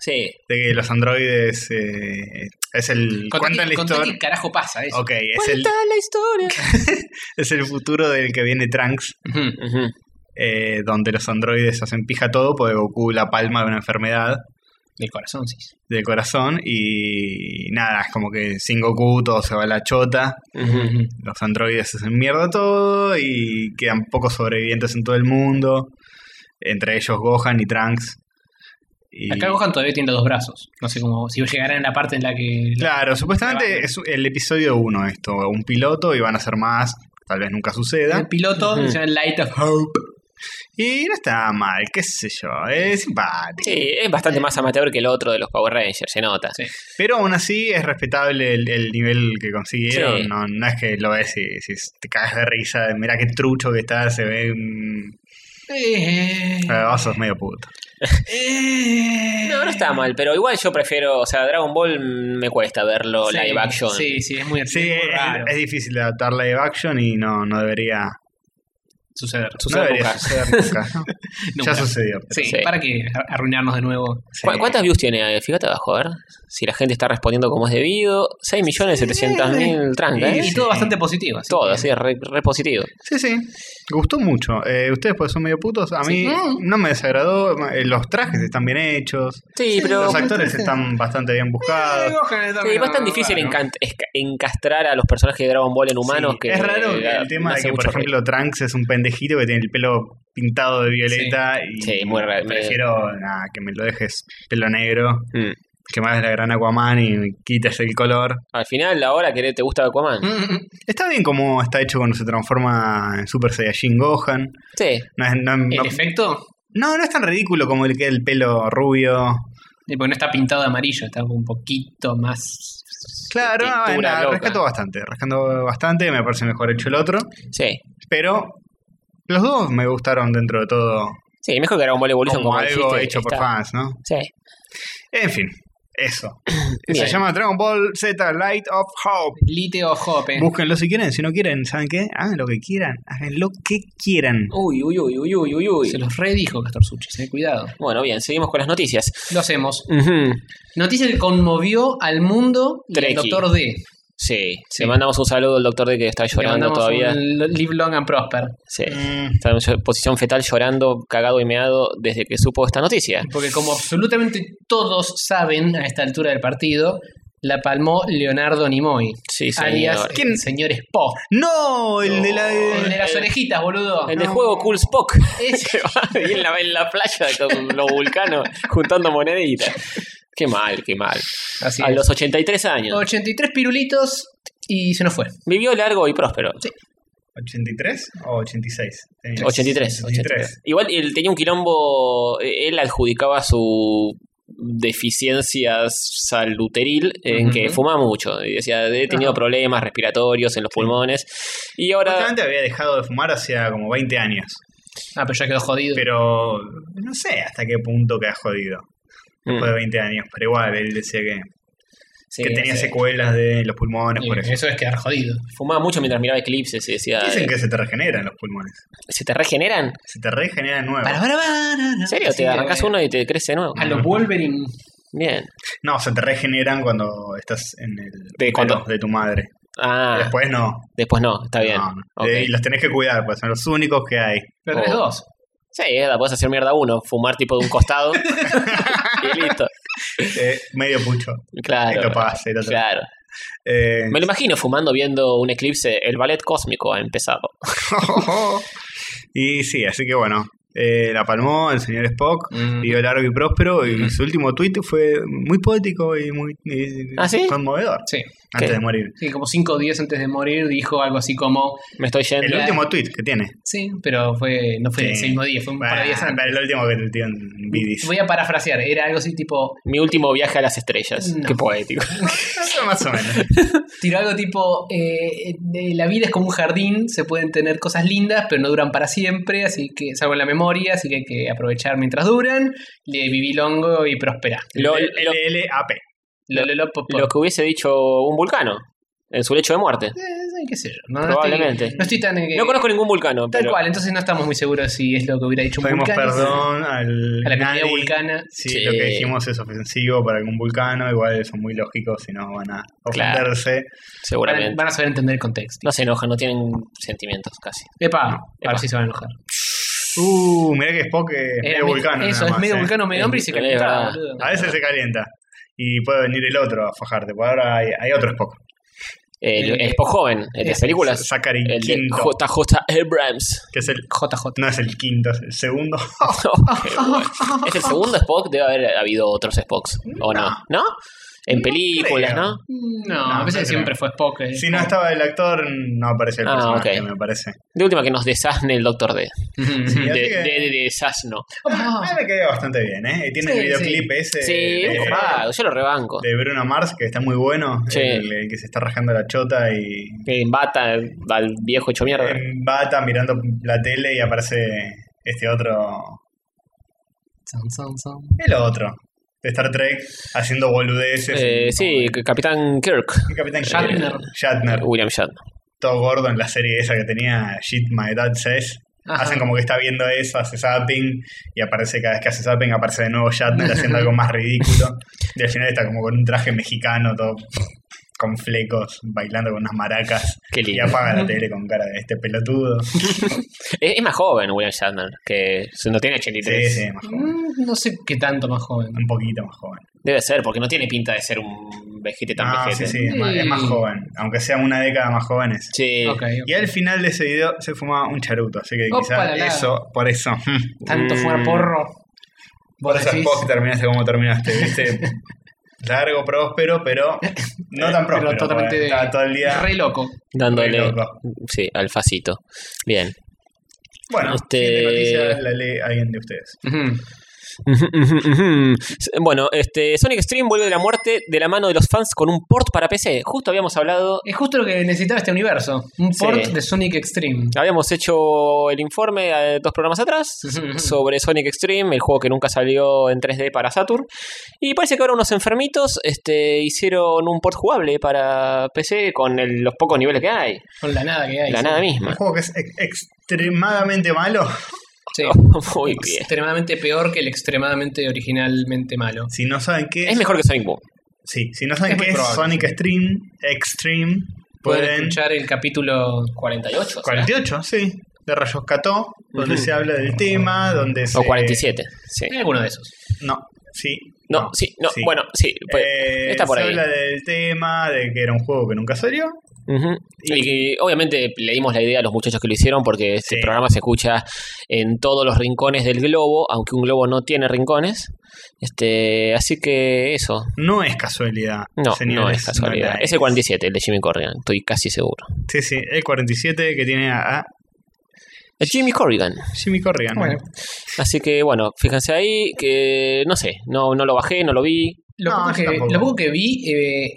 S2: Sí,
S3: de que los androides eh, es el
S4: Contá
S3: cuentan
S4: qué-
S3: la
S4: contá
S3: historia.
S4: qué carajo pasa eso.
S3: Ok, es el,
S2: la historia.
S3: es el futuro del que viene Trunks,
S4: Ujú.
S3: eh, donde los androides hacen pija todo porque Goku la palma de una enfermedad
S4: Del corazón, sí.
S3: del corazón y nada, es como que sin Goku todo se va a la chota.
S4: Ujú.
S3: los androides hacen mierda todo y quedan pocos sobrevivientes en todo el mundo. Entre ellos Gohan y Trunks. Y-
S4: Acá Gohan todavía tiene los dos brazos. No sé cómo. Si llegarán en la parte en la que.
S3: Claro, supuestamente
S4: Trabajan.
S3: es el episodio 1 esto, un piloto y van a hacer más, tal vez nunca suceda.
S4: El piloto
S2: Ujú.
S4: se llama Light of Hope.
S3: Y no está mal, qué sé yo, es simpático.
S2: Sí, es bastante más amateur que el otro de los Power Rangers, se nota.
S4: Sí.
S3: Pero aún así es respetable el, el nivel que consiguieron,
S2: Sí.
S3: no, no es que lo ves y, si te cagas de risa, de, mirá qué trucho que está, se ve... mm,
S4: Eh, eh.
S3: ah, vos sos medio puto.
S4: Eh.
S2: No, no está mal, pero igual yo prefiero, o sea, Dragon Ball me cuesta verlo
S4: Sí,
S2: live action.
S4: Sí, sí, es muy,
S3: Sí,
S4: es
S3: es,
S4: muy raro.
S3: es difícil adaptar live action y no, no debería
S4: suceder.
S3: no
S2: Sucede
S3: debería
S2: nunca.
S3: suceder nunca.
S4: Nunca.
S3: ya sucedió. pero
S4: Sí,
S2: Sí.
S4: ¿para qué ar- arruinarnos de nuevo?
S2: ¿Cu- ¿Cuántas views tiene? Eh, Fíjate abajo, a ver. Si la gente está respondiendo como es debido. 6.700.000 tranca, ¿eh?
S4: Y
S3: sí.
S4: todo bastante positivo. así
S2: Todo,
S4: que-
S2: así, re, re positivo.
S3: Sí, sí. Gustó mucho. Eh, ustedes pues son medio putos. A mí no me desagradó. Eh, Los trajes están bien hechos.
S2: Sí, pero.
S3: Los actores están bastante bien buscados.
S2: Sí, es bastante difícil encan- esca- encastrar a los personajes de Dragon Ball en humanos.
S3: Sí,
S2: que
S3: es raro
S2: eh,
S3: el tema de
S2: me
S3: que,
S2: hace
S3: por
S2: mucho reír.
S3: ejemplo, Trunks es un pendejito que tiene el pelo pintado de violeta. Y
S2: Sí, muy raro. eh.
S3: Prefiero nada, que me lo dejes pelo negro,
S2: Mm.
S3: que me hagas la gran Aquaman y me quites el color.
S2: Al final, ahora que te gusta Aquaman.
S4: Mm,
S3: Está bien como está hecho cuando se transforma en Super Saiyajin Gohan.
S2: Sí.
S3: No es, no,
S4: El
S3: no-
S4: efecto,
S3: no, no es tan ridículo como el que el pelo rubio.
S4: eh, porque no está pintado de amarillo, está un poquito más.
S3: Claro,
S2: Pintura
S3: ah, nada,
S2: loca.
S3: rescató bastante, rescató bastante, me parece mejor hecho el otro,
S2: Sí.
S3: pero los dos me gustaron dentro de todo
S2: Sí, mejor que Dragon Ball Evolution
S3: como
S2: como,
S3: algo
S2: dijiste,
S3: hecho por
S2: está.
S3: fans, ¿no?
S2: Sí.
S3: En fin, eso. Se
S2: Bien.
S3: llama Dragon Ball Z Light of Hope.
S4: Lite o Hope.
S3: Búsquenlo si quieren, si no quieren, ¿saben qué? Hagan lo que quieran, hagan lo que quieran.
S2: Uy, uy, uy, uy, uy, uy,
S4: Se
S2: uy.
S4: los redijo Castor Suches, eh, cuidado.
S2: Bueno, bien, seguimos con las noticias.
S4: Lo hacemos.
S2: Ujú.
S4: Noticia que conmovió al mundo y al
S2: Treki.
S4: doctor D.
S2: Sí,
S4: Sí.
S2: le mandamos un saludo al doctor de que está
S4: Le
S2: llorando
S4: mandamos
S2: todavía.
S4: un lo- Live Long and Prosper.
S2: Sí.
S3: Mm,
S2: Está en su posición fetal llorando, cagado y meado desde que supo esta noticia.
S4: Porque como absolutamente todos saben a esta altura del partido, la palmó Leonardo Nimoy.
S2: Sí, señor.
S4: alias el
S3: ¿Quién?
S4: señor Spock.
S3: No, el de la...
S4: El de las orejitas, boludo.
S2: El del juego Cool Spock.
S4: Ese.
S2: y en la, en la playa con los vulcanos juntando moneditas. Qué mal, qué mal.
S4: Así
S2: A
S4: es.
S2: los 83 años.
S4: 83 pirulitos y se nos fue.
S2: Vivió largo y próspero.
S3: ¿83 o 86? Tenía-
S2: 83, 83. Igual él tenía un quilombo, eh, él adjudicaba su deficiencia saluteril en
S4: Ujú.
S2: que fumaba mucho y decía he tenido
S4: Ajá.
S2: problemas respiratorios en los pulmones y ahora
S3: Justamente había dejado de fumar hacía como 20 años.
S4: Ah, pero ya quedó jodido.
S3: Pero no sé hasta qué punto queda jodido.
S2: Mm,
S3: Después de 20 años. Pero igual, él decía que,
S2: sí,
S3: que tenía
S2: sí.
S3: secuelas de los pulmones,
S4: Y
S3: por eso.
S4: eso es quedar jodido.
S2: fumaba mucho mientras miraba eclipses y decía
S3: Dicen
S2: eh,
S3: que se te regeneran los pulmones.
S2: se te regeneran
S3: Se te regeneran nuevos.
S4: Para, para, para,
S2: en serio
S4: Así
S2: te arrancas
S4: de-
S2: uno y te crece de nuevo
S4: A los Wolverine.
S2: bien
S3: No, se te regeneran cuando estás en el
S2: ¿De
S3: pelo
S2: cuándo?
S3: de tu madre.
S2: ah después,
S3: Después no.
S2: no está bien
S3: No, no.
S2: Ok.
S3: Eh, Y los tenés que cuidar, pues son los únicos que hay.
S4: Pero tenés
S2: Oh.
S4: dos.
S2: sí eh, la puedes hacer mierda a uno fumar tipo de un costado y listo
S3: Eh, medio pucho.
S2: claro
S3: Esto pasa, el otro-
S2: claro
S3: Eh,
S2: Me lo imagino fumando viendo un eclipse. El ballet cósmico ha empezado.
S3: y sí, así que bueno. eh, la palmó el señor Spock,
S4: Mm.
S3: vivió largo y próspero. Y su último tuit fue muy poético y muy eh,
S2: ¿Ah, sí?
S3: conmovedor
S4: Sí.
S3: antes
S2: ¿Qué?
S3: de morir.
S4: Sí, como 5 o 10 antes de morir dijo algo así como.
S2: Me estoy yendo.
S3: El último tuit que tiene.
S4: Sí, pero fue no fue
S3: Sí.
S4: el mismo día, fue un par de
S3: Bah,
S4: días
S3: bah,
S4: antes.
S3: el último que tuiteó en Bidis.
S4: Voy a parafrasear. Era algo así tipo.
S2: Mi último viaje a las estrellas.
S4: No.
S2: Qué poético.
S3: Eso más o menos.
S4: Tiró algo tipo, eh, eh, la vida es como un jardín, se pueden tener cosas lindas, pero no duran para siempre, así que salvo en la memoria, así que hay que aprovechar mientras duran, le viví longo y prospera.
S2: Lo, lo-
S3: LLAP.
S4: Lo, lo, lo, po, po.
S2: lo que hubiese dicho un vulcano en su lecho de muerte.
S4: Eh, sí, qué sé yo, no, no
S2: Probablemente.
S4: estoy, no estoy tan... eh,
S2: No conozco ningún vulcano.
S4: Tal
S2: pero-
S4: cual, entonces no estamos muy seguros si es lo que hubiera dicho un
S3: Pedimos
S4: vulcano.
S3: perdón al.
S4: A la comunidad
S3: Nadi.
S4: vulcana.
S3: Sí,
S2: Sí.
S3: lo que dijimos es ofensivo para algún vulcano. Igual son muy lógicos y no van a
S2: Claro.
S3: ofenderse.
S4: Van, a-
S2: Seguramente.
S4: van a saber entender el contexto.
S2: No se enojan, no tienen sentimientos casi.
S4: Epa, ahora
S2: Epa.
S4: sí se van a enojar.
S3: Uh, mirá que Spock es
S4: Era
S3: medio
S4: mi-
S3: vulcano.
S4: Eso,
S3: nada
S4: es
S3: más,
S4: medio
S3: eh.
S4: vulcano, medio hombre y
S2: Es-
S4: se
S2: es
S4: calentaba,
S2: verdad. Ah.
S4: boludo.
S3: A veces se calienta. Y puede venir el otro a fajarte. Porque ahora hay, hay otro Spock.
S2: El,
S4: Eh,
S2: es post joven, el de las
S4: ese,
S2: películas.
S3: Zachary
S2: El de
S3: Quinto.
S2: JJ Abrams.
S3: Que es el.
S4: JJ.
S3: No es el quinto, es el segundo.
S4: Oh.
S3: Oh,
S2: Qué bueno. ¿Es el segundo Spock? Debe haber habido otros Spocks. ¿O no? ¿No? En películas,
S3: creo.
S2: ¿no?
S4: No,
S3: No,
S4: a veces
S3: no creo.
S4: siempre fue Spock. eh.
S3: si no estaba el actor, no aparece el
S2: Ah,
S3: personaje,
S2: ok.
S3: me parece.
S2: De última que nos desasne el Doctor D.
S4: Ujú.
S2: De,
S3: así que-
S2: de, de desasno.
S3: Ah, A mí me quedó bastante bien, ¿eh? Tiene
S4: Sí,
S3: el videoclip ese.
S2: Sí,
S3: de-
S2: un copado, yo lo rebanco.
S3: de Bruno Mars, que está muy bueno.
S2: Sí.
S3: El, el que se está rajando la chota y
S2: Que embata al viejo hecho mierda. Eh,
S3: en bata mirando la tele y aparece este otro
S4: Son, son, son.
S3: El otro. De Star Trek haciendo boludeces.
S2: Eh, sí, Capitán Kirk.
S3: El Capitán
S4: Shatner.
S3: Kirk. Shatner.
S2: William Shatner.
S3: Todo gordo en la serie esa que tenía Shit My Dad Says.
S4: Ajá.
S3: Hacen como que está viendo eso, hace zapping y aparece cada vez que hace zapping, aparece de nuevo Shatner haciendo algo más ridículo. Y al final está como con un traje mexicano, todo con flecos, bailando con unas maracas.
S2: Qué
S3: Y
S2: lindo.
S3: apaga la tele con cara de este pelotudo. Sí,
S2: Es, es más joven William Shatner, que se- no tiene 83.
S3: sí, más joven.
S4: Mm, No sé qué tanto más joven.
S3: Un poquito más joven.
S2: Debe ser, porque no tiene pinta de ser un vejete tan
S3: No, Ah, sí,
S2: vejete.
S3: sí, es más, es más
S4: Mm.
S3: joven. Aunque sea una década más jóvenes.
S2: Sí.
S4: Ok, ok.
S3: Y al final de ese video se fumaba un charuto, así que
S4: Opa,
S3: quizás
S4: la, la.
S3: eso, por eso.
S4: Tanto fumar
S2: Mm.
S4: porro.
S3: Por
S4: Vos
S3: eso
S4: decís,
S3: Spock terminaste como terminaste, ¿viste? Largo, próspero, pero no tan próspero.
S4: pero totalmente
S3: porque
S4: de-
S3: estaba todo el día.
S4: re loco.
S2: Dándole.
S3: Re loco.
S2: Sí, al facito. Bien.
S3: Bueno,
S2: Este-
S3: siguiente noticia la lee alguien de ustedes.
S4: Ujú.
S2: Ujú, ujú, ujú. Bueno, este Sonic Stream vuelve de la muerte de la mano de los fans con un port para PC. Justo habíamos hablado,
S4: Es justo lo que necesitaba este universo. Un
S2: Sí.
S4: port de Sonic Extreme.
S2: habíamos hecho el informe eh, dos programas atrás
S4: Ujú, ujú.
S2: sobre Sonic Extreme, el juego que nunca salió en 3D para Saturn. Y parece que ahora unos enfermitos este, hicieron un port jugable para PC con el- los pocos niveles que hay,
S4: Con la nada que hay.
S2: la
S4: sí.
S2: nada
S3: Un
S2: misma.
S3: juego que es ex- extremadamente malo,
S4: Sí.
S2: Muy bien.
S4: Extremadamente peor que el extremadamente originalmente malo.
S3: si no saben qué es.
S2: Es mejor que Sonic Boom.
S3: Sí, si no saben
S4: Es
S3: qué
S4: muy
S3: es
S4: probable,
S3: Sonic Stream, Extreme,
S4: Pueden
S3: pueden.
S4: escuchar el capítulo
S2: 48. ¿será?
S3: 48, sí, de Rayos Cató, donde
S2: Ujú.
S3: se habla del tema, donde se.
S2: O 47. Sí. Eh,
S4: Hay alguno de esos.
S3: No, sí.
S2: No, sí, no, bueno, sí. pues,
S3: Eh,
S2: está por
S3: se
S2: ahí.
S3: habla del tema, de que era un juego que nunca salió.
S2: Ujú. Y que obviamente le dimos la idea a los muchachos que lo hicieron porque este
S3: Sí.
S2: programa se escucha en todos los rincones del globo, aunque un globo no tiene rincones. Este, así que eso.
S3: No es casualidad.
S2: No,
S3: señores,
S2: no es casualidad.
S3: la
S2: es el 47, el de Jimmy Corrigan, estoy casi seguro.
S3: Sí, sí, el 47 que tiene a a
S2: Es Jimmy Corrigan.
S3: Jimmy Corrigan. ¿no?
S4: Bueno.
S2: Así que bueno, fíjense ahí que no sé, no, no lo bajé, no lo vi.
S4: Lo,
S3: No,
S4: poco,
S3: yo
S4: que,
S3: tampoco.
S4: lo poco que vi, eh,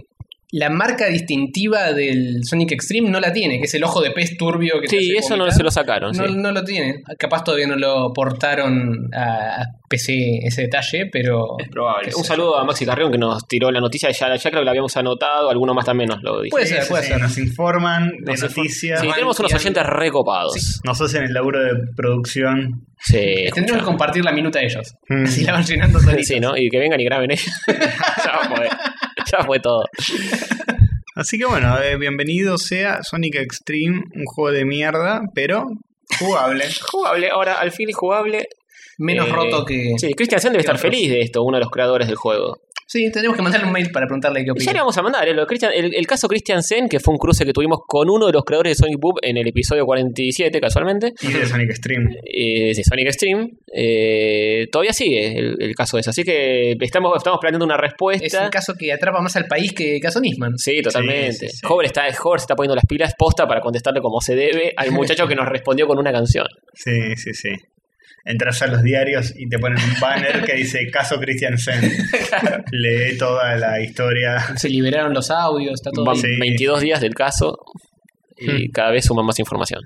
S4: la marca distintiva del Sonic Extreme no la tiene, que es el ojo de pez turbio que te
S2: Sí,
S4: hace
S2: eso no
S4: vomitar.
S2: se lo sacaron.
S4: No,
S2: sí.
S4: no lo tiene. Capaz todavía no lo portaron a a PC ese detalle, pero.
S2: Probable. Un saludo a Maxi Carrión que nos tiró la noticia, ya, ya creo que la habíamos anotado, alguno más también nos lo dijo.
S4: Puede
S3: Sí,
S4: ser,
S3: sí,
S4: puede
S3: sí,
S4: ser.
S3: Nos informan de
S2: Nos inform-
S3: noticias.
S2: Sí,
S4: Van
S2: tenemos unos
S4: tirando.
S2: oyentes recopados. Sí.
S3: Nos hacen el laburo de producción.
S4: Tendremos eh, que compartir la minuta a ellos.
S3: Mm.
S4: Así la van llenando solitos.
S2: Sí, ¿no? Y que vengan y graben ellos. ya fue. Ya fue todo.
S3: Así que bueno, eh, bienvenido sea Sonic Extreme, un juego de mierda, pero jugable.
S2: Jugable, ahora al fin jugable.
S4: Menos
S2: Eh,
S4: roto que. Sí.
S2: Sí, Christian Sen debe
S4: que
S2: estar
S4: otros.
S2: feliz de esto, uno de los creadores del juego.
S4: tenemos que mandarle un mail para preguntarle qué
S2: Y ya le
S4: opina.
S2: vamos a mandar, ¿eh? Lo de Christian- el, el caso Christian Sen, que fue un cruce que tuvimos con uno de los creadores de Sonic Boom en el episodio 47, casualmente.
S3: Y de Sonic Extreme.
S2: eh, de Sonic Extreme, eh, todavía sigue el, el caso ese. Así que estamos, estamos planeando una
S4: Es
S2: respuesta.
S4: un caso que atrapa más al país que caso Nisman.
S2: Sí, totalmente.
S3: Sí, sí, sí.
S2: Hover está, Hover se está poniendo las pilas posta para contestarle como se debe al muchacho que nos respondió con una canción.
S3: Sí, sí, sí. Entras a los diarios y te ponen un banner que dice Caso Christian Sen. Lee toda la historia.
S4: Se liberaron los audios, está todo. Hmm.
S2: Van
S3: Sí.
S2: 22 días del caso y cada vez suman más información.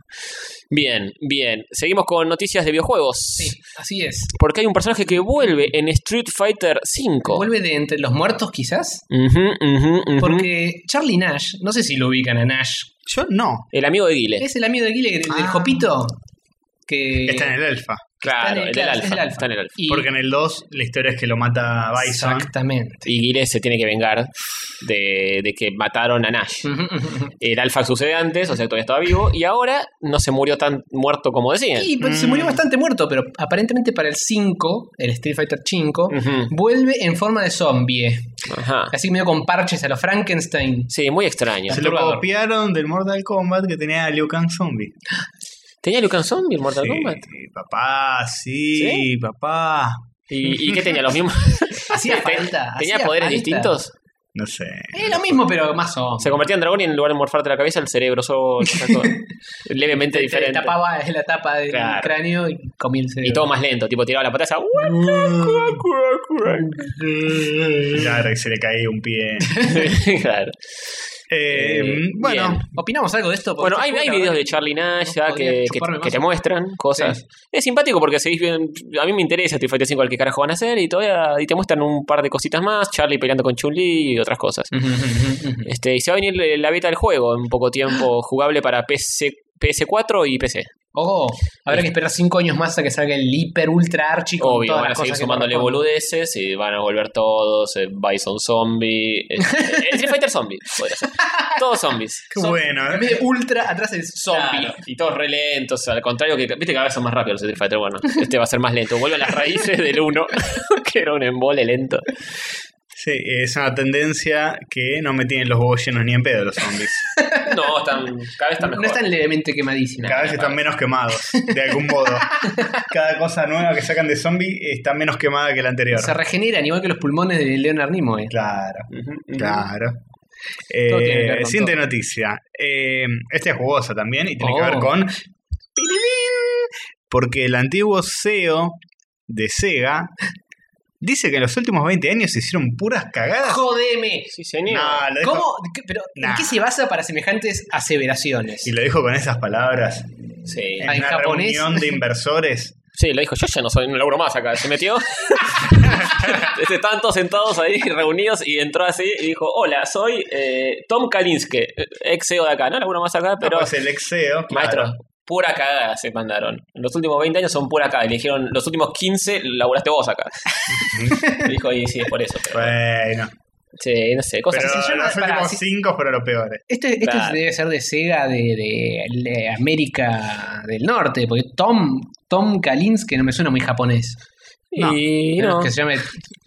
S2: Bien, bien. Seguimos con noticias de videojuegos.
S4: Sí, así es.
S2: Porque hay un personaje que vuelve en Street Fighter V.
S4: Vuelve de entre los muertos, quizás.
S2: Ujú, ujú, Oh. ujú. Eh.
S4: Porque Charlie Nash, no sé si lo ubican a Nash.
S3: Yo no.
S2: El amigo de Guile.
S4: Es el amigo de Guile del
S3: Ah.
S4: Jopito. Que
S3: Está en el Elfa.
S2: claro, el, del
S4: claro,
S2: alfa,
S4: es el alfa.
S2: Está en el alfa.
S4: Y-
S3: Porque en el 2 la historia es que lo mata Bison.
S4: Exactamente.
S2: Y Guile se tiene que vengar de, de que mataron a Nash.
S4: Ujú, ujú, ujú.
S2: El alfa sucede antes, o sea, todavía estaba vivo. Y ahora no se murió tan muerto como decían.
S4: Y pues, se murió
S3: Mm.
S4: bastante muerto, pero aparentemente para el 5, el Street Fighter 5,
S2: Ujú.
S4: vuelve en forma de zombie.
S2: Ajá.
S4: Así medio con parches a los Frankenstein.
S2: Sí, muy extraño.
S3: Se lo
S4: Perturbador.
S3: copiaron del Mortal Kombat que tenía Liu Kang Zombie.
S2: ¿Tenía Lucan Zombie en Mortal
S3: Sí,
S2: Kombat?
S3: papá, sí,
S2: ¿Sí?
S3: papá.
S2: ¿Y, y qué tenía? ¿Los mismos?
S4: Hacía
S2: Te-
S4: falta.
S2: ¿Tenía
S4: hacía
S2: poderes
S4: falta.
S2: distintos?
S3: No sé.
S4: Es lo mismo, pero más o
S2: Se convertía en dragón y en lugar de morfarte la cabeza, el cerebro solo. o sea, todo levemente
S4: Te- te
S2: diferente.
S4: tapaba la tapa del
S2: Claro.
S4: cráneo y comía el cerebro.
S2: Y todo más lento, tipo tiraba la pataza.
S3: Claro, que se le caía un pie.
S2: claro.
S3: Eh,
S4: Eh,
S3: bueno,
S4: bien. opinamos algo de esto. Porque
S2: Bueno,
S4: este
S2: hay,
S4: juego,
S2: hay
S4: la
S2: videos
S4: verdad
S2: de Charlie Nash ya
S4: podría
S2: que, que-
S4: chuparme
S2: que
S4: más.
S2: te muestran cosas.
S4: Sí.
S2: Es simpático porque seguís bien. A mí me interesa Street Fighter 5 al que carajo van a hacer y todavía y te muestran un par de cositas más. Charlie peleando con Chun-Li y otras cosas.
S4: que- Ujú, ujú, ujú.
S2: Este, y se va a venir eh, la beta del juego en poco tiempo, jugable para PC, PS4 y PC.
S4: Ojo, habrá que esperar cinco años más a que salga el hiper ultra archi con
S2: Obvio,
S4: todas
S2: van a
S4: las
S2: seguir
S4: cosas que
S2: sumándole
S4: corresponden.
S2: boludeces y van a volver todos. eh, Bison Zombie. eh, Street Fighter Zombie. podría ser. Todos zombies.
S3: qué
S4: Son-
S3: bueno. ¿eh?
S4: En vez de ultra, atrás es zombie.
S2: zombie y todos re lentos. Al contrario, que viste que cada vez son más rápidos los Street Fighter. Bueno, este va a ser más lento. Vuelve a las raíces del 1, que era un embole lento.
S3: Sí, es una tendencia que no me tienen los huevos llenos ni en pedo los zombies.
S2: No, están, cada vez están mejor.
S4: No están levemente quemadísimos.
S3: Cada vez
S2: me
S3: están menos quemados, de algún modo. Cada cosa nueva que sacan de zombie está menos quemada que la anterior.
S4: Se regeneran igual que los pulmones de Leonard Nimoy.
S3: Claro,
S2: Ujú, ujú.
S3: claro.
S4: Todo tiene que ver
S3: Eh,
S4: con
S3: siguiente
S4: todo.
S3: noticia. Eh, esta es jugosa también y tiene que ver
S4: Oh.
S3: con. ¡Pirilín! Porque el antiguo CEO de Sega dice que en los últimos 20 años se hicieron puras cagadas.
S4: ¡Jodeme!
S2: Sí, señor.
S3: No, lo dijo-
S4: ¿Cómo? ¿Qué- ¿Pero
S3: Nah.
S4: en qué se basa para semejantes aseveraciones?
S3: Y lo dijo con esas palabras.
S2: Sí.
S3: En
S4: Al
S3: una
S4: japonés.
S3: reunión de inversores.
S2: Sí, lo dijo, yo ya no soy, no laburo más acá. Se metió. Este, Estaban todos sentados ahí, reunidos, y entró así y dijo, hola, soy eh, Tom Kalinske, ex CEO de acá. No laburo más acá, pero...
S3: Pero es el ex CEO. claro.
S2: Maestro, pura cagada se mandaron. Los últimos 20 años son pura cagada. Y le dijeron, los últimos 15 laburaste vos acá. Y Dijo, y sí, es por eso. pero-
S3: Bueno.
S2: sí, no sé, cosas
S3: Pero
S2: así.
S4: se llama-
S3: los
S4: pará,
S3: últimos
S4: si-
S3: cinco fueron los peores.
S4: Este, este
S2: Claro.
S4: debe ser de Sega de, de- de América del Norte, porque Tom, Tom Kalinske no me suena muy japonés.
S2: Y
S4: Menos
S2: no,
S4: Que se llame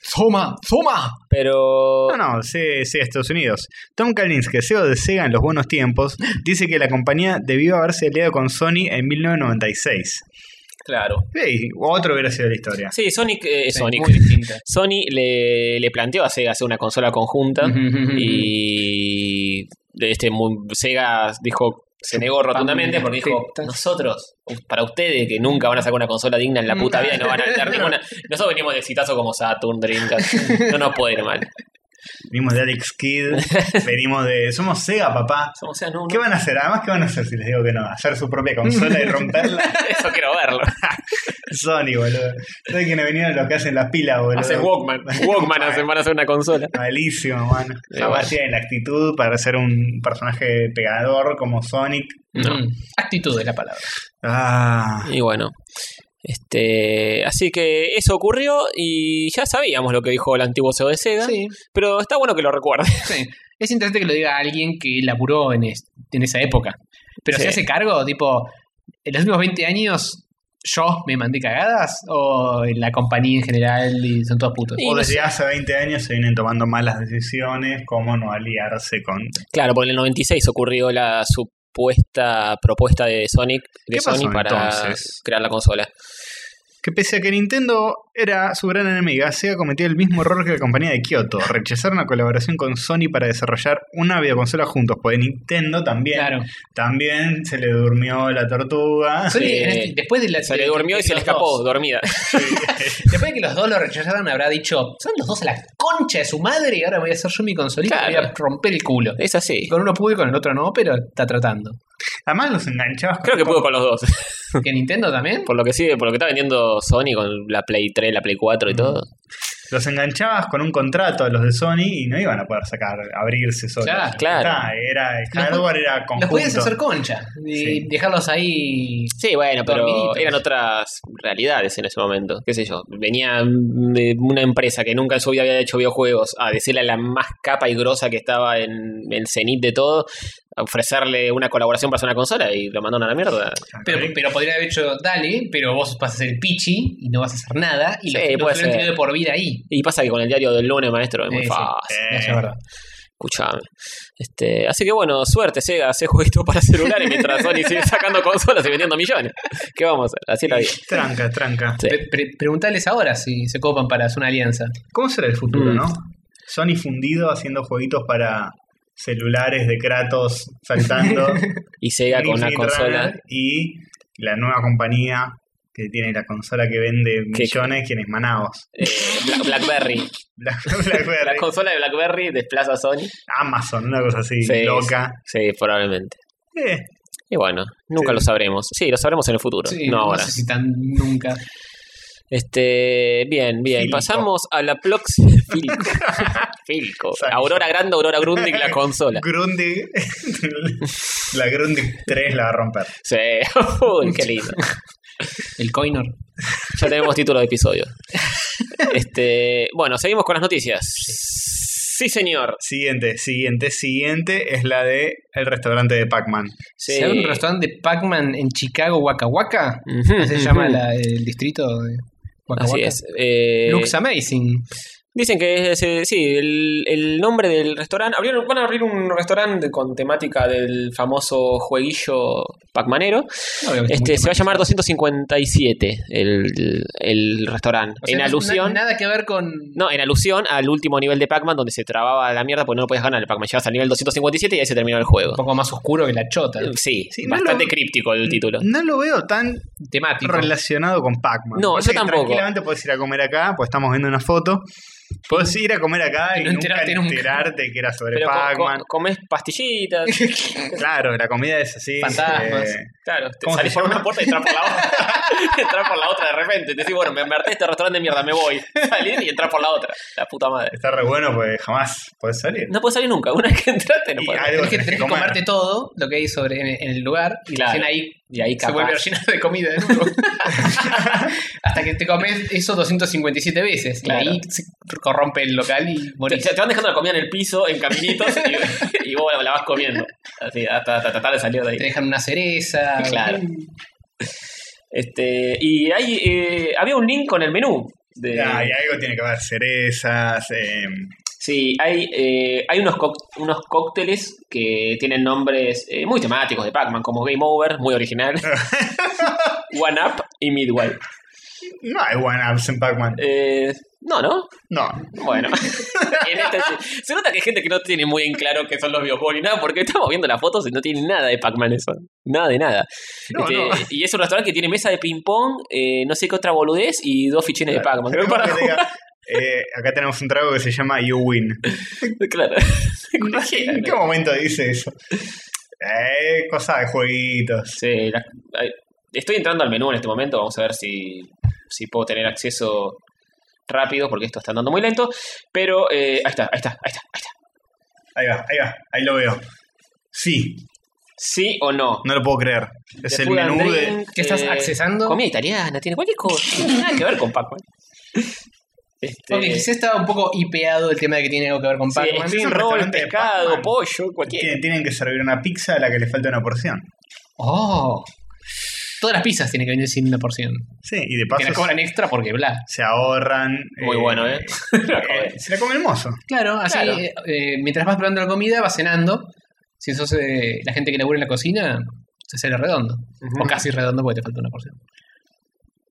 S4: Soma, Soma.
S2: pero...
S3: No, no, sí, sí, Estados Unidos. Tom Kalinske, CEO de Sega en los buenos tiempos, dice que la compañía debió haberse aliado con Sony en 1996.
S2: Claro.
S3: Sí, otro hubiera sido la historia.
S2: Sí, Sonic... eh,
S4: Sí,
S2: Sonic.
S4: muy distinta.
S2: Sony le, le planteó a Sega hacer una consola conjunta
S4: Ujú, ujú, ujú.
S2: y este mu- Sega dijo se negó rotundamente porque dijo
S4: tetas.
S2: nosotros para ustedes que nunca van a sacar una consola digna en la puta vida y no van a tener ninguna nosotros venimos de exitazo como Saturn Dreamcast no nos puede ir mal
S3: Venimos de Alex Kidd, venimos de. Somos Sega, papá.
S2: o sea no, no.
S3: ¿Qué van a hacer? Además, ¿qué van a hacer si les digo que no? ¿Hacer su propia consola y romperla?
S2: eso quiero verlo
S3: Sony, boludo. ¿Sabes quiénes vinieron los que hacen las pilas, boludo?
S2: hacen Walkman Walkman hacen, van a hacer una consola
S3: Malísimo, mano.
S2: Eh,
S3: Jamás
S2: bueno.
S3: tienen la actitud para ser un personaje pegador como Sonic.
S2: No.
S4: Mm. Actitud es la palabra.
S3: Ah.
S2: Y bueno. Este, así que eso ocurrió y ya sabíamos lo que dijo el antiguo CEO de Sega,
S4: Sí,
S2: pero está bueno que lo recuerde.
S4: sí. Es interesante que lo diga alguien que laburó en, es- en esa época. Pero
S2: Sí.
S4: se hace cargo, tipo, en los últimos 20 años yo me mandé cagadas o en la compañía en general y son todos putos.
S2: Y
S3: O
S2: no
S3: desde
S2: sé.
S3: hace 20 años se vienen tomando malas decisiones, como no aliarse con...
S2: Claro, porque en el 96 ocurrió la supuesta propuesta de Sonic de
S3: ¿Qué pasó
S2: Sony para
S3: entonces?
S2: crear la consola.
S3: Que pese a que Nintendo era su gran enemiga, Sega cometió el mismo error que la compañía de Kyoto, rechazar una colaboración con Sony para desarrollar una videoconsola juntos, pues Nintendo también,
S4: Claro.
S3: también se le durmió la tortuga.
S4: Sony,
S2: Sí.
S4: en este- después de la,
S2: Se
S4: de-
S2: le durmió y
S4: de
S2: se le
S4: los
S2: escapó
S4: dos.
S2: dormida.
S4: Después de que los dos lo rechazaron, habrá dicho: Son los dos a la concha de su madre y ahora me voy a hacer yo mi consolita y
S2: Claro.
S4: voy a romper el culo.
S2: Es así.
S4: Y con uno pude y con el otro no, pero está tratando.
S3: Además los enganchabas
S2: Creo que pudo con los dos.
S4: ¿Que Nintendo también?
S2: Por lo que sigue, por lo que está vendiendo Sony con la Play 3, la Play 4 y todo.
S3: los enganchabas con un contrato a los de Sony y no iban a poder sacar, abrirse solos.
S4: Claro,
S2: claro.
S3: Ah, era, el
S4: Los
S3: hardware era conjunto.
S4: Los podías hacer concha y
S3: Sí.
S4: dejarlos ahí.
S2: Sí, bueno, pero
S4: Dormiditos.
S2: eran otras realidades en ese momento. ¿Qué sé yo? Venía mm, de una empresa que nunca en su vida había hecho videojuegos a decirle a la más capa y grosa que estaba en el cenit de todo, a ofrecerle una colaboración para hacer una consola y lo mandaron a la mierda.
S4: Pero,
S3: ¿eh?
S4: pero podría haber hecho, dale, pero vos vas a ser pichi y no vas a hacer nada. Y los,
S2: Sí,
S4: los
S2: puede
S4: hubieran
S2: ser.
S4: tenido de por vida ahí.
S2: Y pasa que con el diario del lunes, maestro, es muy
S4: Eh, sí.
S2: fácil.
S3: Eh.
S4: Eso es verdad.
S2: Escuchame. Este, así que bueno, suerte, Sega, hace jueguitos para celulares mientras Sony sigue sacando consolas y vendiendo millones. ¿Qué vamos a hacer? Así es la vida.
S3: Tranca, tranca.
S2: Sí.
S4: Pre- pre- preguntales ahora si se copan para hacer una alianza.
S3: ¿Cómo será el futuro,
S2: Mm.
S3: no? Sony fundido haciendo jueguitos para celulares de Kratos saltando.
S2: Y Sega con una
S3: Infinite
S2: consola.
S3: Runner y la nueva compañía que tiene la consola que vende
S2: ¿Qué?
S3: millones, quien es Manaos.
S2: Eh, Bla- Blackberry.
S3: Black-
S2: La
S3: Blackberry,
S2: consola de Blackberry desplaza a Sony.
S3: Amazon, una cosa así,
S2: Sí,
S3: loca.
S2: Sí, probablemente.
S3: Eh,
S2: Y bueno, nunca
S3: Sí.
S2: lo sabremos. Sí, lo sabremos en el futuro.
S4: Sí,
S2: no
S4: no,
S2: ahora.
S4: sé si tan nunca.
S2: Este, bien, bien.
S3: Filco.
S2: Pasamos a la próxima. Filco. Filco.
S3: Salió.
S2: Aurora Grande, Aurora Grundig, la consola.
S3: Grundy. la Grundy 3 la va a romper.
S2: Sí. Uy, qué lindo.
S4: El Coinor.
S2: Ya tenemos título de episodio. Este, bueno, seguimos con las noticias. Sí, señor.
S3: Siguiente, siguiente, siguiente es la de el restaurante de Pac-Man.
S2: Sí.
S4: ¿Se abre un restaurante de Pac-Man en Chicago, Waka Waka?
S2: Ujú,
S4: ¿Así se
S2: ujú.
S4: llama la- el distrito de Waka
S2: Mm. Así
S4: Waka?
S2: es. Eh,
S4: Looks amazing.
S2: Dicen que es, eh, sí, el, el nombre del restaurante. abrieron- van a abrir un restaurante con temática del famoso jueguillo Pacmanero.
S4: Obviamente,
S2: Este,
S4: muy
S2: se va a
S4: temático.
S2: llamar 257 el, el restaurante.
S4: O sea,
S2: en
S4: no es
S2: alusión.
S4: na- nada que ver con.
S2: No, en alusión al último nivel de Pac-Man donde se trababa la mierda porque no lo podías ganar. El Pac-Man llegabas al nivel 257 y ahí se terminó el juego.
S4: Un poco más oscuro que la chota.
S2: Sí,
S3: Sí, no
S2: bastante
S3: lo-
S2: críptico el título.
S3: No lo veo tan
S4: Temático.
S3: relacionado con Pac-Man. Me
S2: No,
S3: parece
S2: yo
S3: que
S2: tampoco.
S3: Tranquilamente puedes ir a comer acá, pues estamos viendo una foto. Puedes ir a comer acá
S4: Y
S3: y
S4: no
S3: nunca
S4: enterarte nunca.
S3: enterarte que era sobre
S2: Pero co- co-
S3: Pac-Man.
S2: comes pastillitas.
S3: Claro, la comida es así.
S4: Fantasmas.
S3: eh,
S2: Claro, te
S3: ¿Cómo
S2: salís
S3: se
S2: por
S3: llama?
S2: una puerta y entras por la otra. entras por la otra de repente. Te decís, bueno, me harté de este restaurante de mierda, me voy. Salís y entras por la otra. La puta madre.
S3: está re bueno, pues jamás puedes salir.
S2: No puedes salir nunca. Una vez que entraste, no
S3: Y
S2: puedes.
S3: algo
S4: Tenés
S3: tenés
S4: que,
S3: que
S4: tenés que
S3: comer.
S4: comerte todo lo que hay sobre en, en el lugar y
S2: Claro.
S4: recién ahí
S2: Y ahí
S4: se vuelve
S2: capaz.
S4: a llenar de comida de nuevo. Hasta que te comes eso 257 veces. Y
S2: Claro.
S4: ahí se corrompe el local y
S2: Te,
S4: morís.
S2: te- te van dejando la comida en el piso, en caminitos, y, y vos la, la vas comiendo. Así, hasta, hasta tratar de salir de ahí.
S4: Te dejan una cereza. Mm.
S2: Claro. Este, y hay, eh, había un link con el menú. De,
S3: Ah, y algo tiene que ver, cerezas. eh,
S2: Sí, hay, eh, hay unos, cóc- unos cócteles que tienen nombres eh, muy temáticos de Pac-Man, como Game Over, muy original, One Up y Midway.
S3: no hay one-ups en Pac-Man.
S2: Eh, no, ¿no?
S3: No,
S2: Bueno, En este sí. se nota que hay gente que no tiene muy en claro qué son los videojuegos ni nada, porque estamos viendo las fotos y no tiene nada de Pac-Man eso. Nada de nada.
S3: No,
S2: Este,
S3: no.
S2: Y es un restaurante que tiene mesa de ping-pong, eh, no sé qué otra boludez y dos fichines de Pac-Man.
S3: Tenemos
S2: Para
S3: que
S2: jugar.
S3: diga, eh, acá tenemos un trago que se llama You Win.
S2: Claro.
S3: ¿En qué momento dice eso? Eh, cosa de jueguitos.
S2: Sí, la- ay, estoy entrando al menú en este momento, vamos a ver si, si puedo tener acceso rápido, porque esto está andando muy lento. Pero eh, ahí está, ahí está, ahí está, ahí está.
S3: Ahí va, ahí va, ahí lo veo. Sí,
S2: ¿Sí o no?
S3: no lo puedo creer. Es
S2: The
S3: el
S2: food and
S3: menú de.
S2: drink,
S4: ¿Qué estás accesando?
S2: eh, Comida italiana, tiene cualquier cosa. Nada que ver con Pac-Man. Este,
S4: Porque quizás estaba un poco hipeado el tema de que tiene algo que ver con
S2: sí,
S4: Pac-Man.
S2: spring
S3: Es un
S2: roll,
S3: restaurante de
S2: pescado,
S3: Pac-Man.
S2: pollo, cualquier.
S3: Tienen, tienen que servir una pizza a la que le falta una porción.
S4: Oh. Todas las pizzas tienen que venir sin una porción.
S3: Sí, y de
S4: Que
S3: paso
S4: las cobran extra porque bla.
S3: se ahorran.
S2: Muy bueno, ¿eh?
S3: eh, se la come el mozo.
S4: Claro, así
S2: Claro.
S4: eh, eh, mientras vas probando la comida, vas cenando. Si sos eh, la gente que labura en la cocina, se sale redondo.
S2: Ujú.
S4: O casi redondo porque te falta una porción.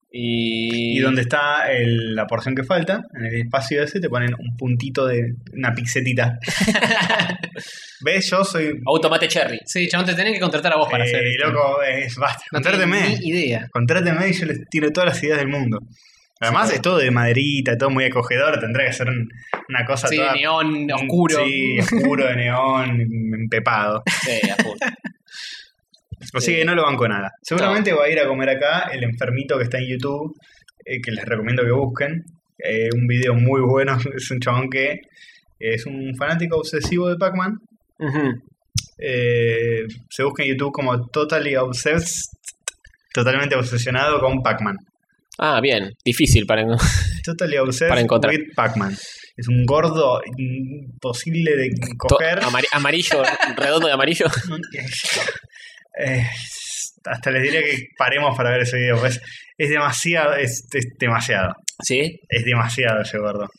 S2: Y,
S3: Y donde está el- la porción que falta, en el espacio ese, te ponen un puntito de una pixetita. ¿Ves? Yo soy.
S2: Automate Cherry.
S4: Sí, chabón, te tenés que contratar a vos para
S3: eh,
S4: hacer esto.
S3: loco, es, basta.
S4: No tenés
S3: Contráteme.
S4: ni idea.
S3: Contráteme y yo les tiro todas las ideas del mundo. Además, es todo de maderita, todo muy acogedor. Tendrá que ser un- una cosa
S4: Sí,
S3: toda.
S4: neón, oscuro.
S3: Mm, Sí, oscuro, de neón, empepado.
S2: Sí, a full.
S3: Así que no lo banco nada. Seguramente va a ir a comer acá el enfermito que está en YouTube, eh, que les recomiendo que busquen. Eh, un video muy bueno. Es un chabón que es un fanático obsesivo de Pac-Man.
S2: Ujú.
S3: Eh, se busca en YouTube como Totally Obsessed, totalmente obsesionado con Pac-Man.
S2: Ah, bien. Difícil para...
S3: Totally Obsessed
S2: Para encontrar.
S3: with Pac-Man. Es un gordo imposible de
S2: To-
S3: coger.
S2: amari- amarillo, redondo de amarillo.
S3: Eh, hasta les diría que paremos para ver ese video. pues. es demasiado, es, es demasiado.
S2: Sí.
S3: Es demasiado ese gordo.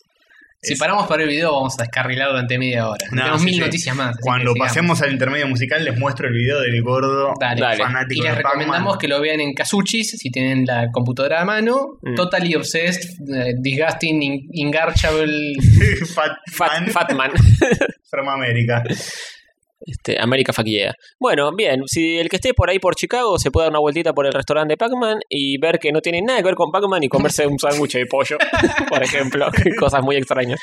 S4: Si
S3: Es-
S4: paramos para el video, vamos a descarrilar durante media hora.
S3: No,
S4: Tenemos
S3: sí,
S4: mil
S3: sí.
S4: noticias más. así
S3: Cuando
S4: que sigamos.
S3: pasemos al intermedio musical les muestro el video del gordo
S4: Dale.
S2: Dale.
S3: fanático
S4: Y
S3: de
S4: les
S3: Pac-Man.
S4: recomendamos que lo vean en Casuchis, si tienen la computadora a mano.
S2: Mm.
S4: Totally Obsessed, eh, Disgusting, in- Ingarchable.
S3: Fat,
S2: Fat,
S3: Man
S2: Fatman.
S3: from America.
S2: Este, América Faquillea. Bueno, bien, si el que esté por ahí por Chicago se puede dar una vueltita por el restaurante de Pac-Man y ver que no tiene nada que ver con Pac-Man y comerse un sándwich de pollo, por ejemplo, cosas muy extrañas.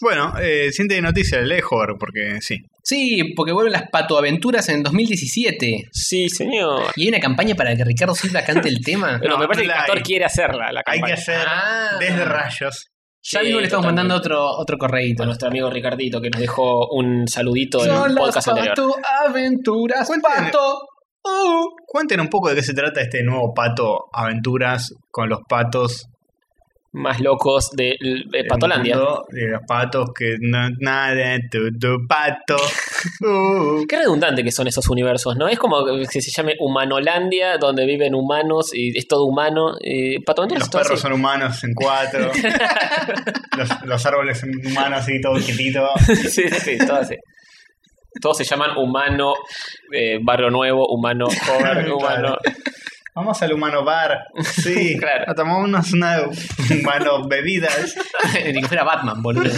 S3: Bueno, eh, siguiente noticia, el Ejor, porque sí.
S4: Sí, porque vuelven las patoaventuras en 2017.
S2: Sí, señor.
S4: Y hay una campaña para que Ricardo Silva cante el tema.
S2: Pero
S3: No,
S2: me parece
S3: no
S2: que
S3: la
S2: Castor
S3: hay.
S2: quiere hacerla, la
S3: Hay
S2: campaña.
S3: que hacer
S4: Ah.
S3: desde rayos.
S4: Ya
S2: Sí,
S4: mismo le estamos
S2: totalmente.
S4: mandando otro, otro
S2: A
S4: correíto.
S2: nuestro amigo Ricardito que nos dejó un saludito en
S4: Son
S2: un
S4: las
S2: podcast anterior.
S4: patoaventuras.
S3: Cuéntame.
S4: Pato. Uh.
S3: Cuenten un poco de qué se trata este nuevo pato aventuras con los patos.
S2: Más locos de, de
S3: del
S2: Patolandia.
S3: mundo, De los patos que no nada, tu, tu pato. Uh.
S2: Qué redundante que son esos universos, ¿no? Es como que se llame Humanolandia, donde viven humanos y es todo humano. Eh, Patoaventuras
S3: Los
S2: es todo
S3: perros
S2: así.
S3: son humanos en cuatro. los, los árboles son humanos así, todo quietito.
S2: sí, sí, sí, todo así. Todos se llaman humano, eh, barrio nuevo, humano, joven,
S3: Claro.
S2: humano.
S3: Vamos al humano bar. Sí,
S2: Claro.
S3: A tomarnos una humano bebidas.
S4: Ni que fuera Batman, boludo.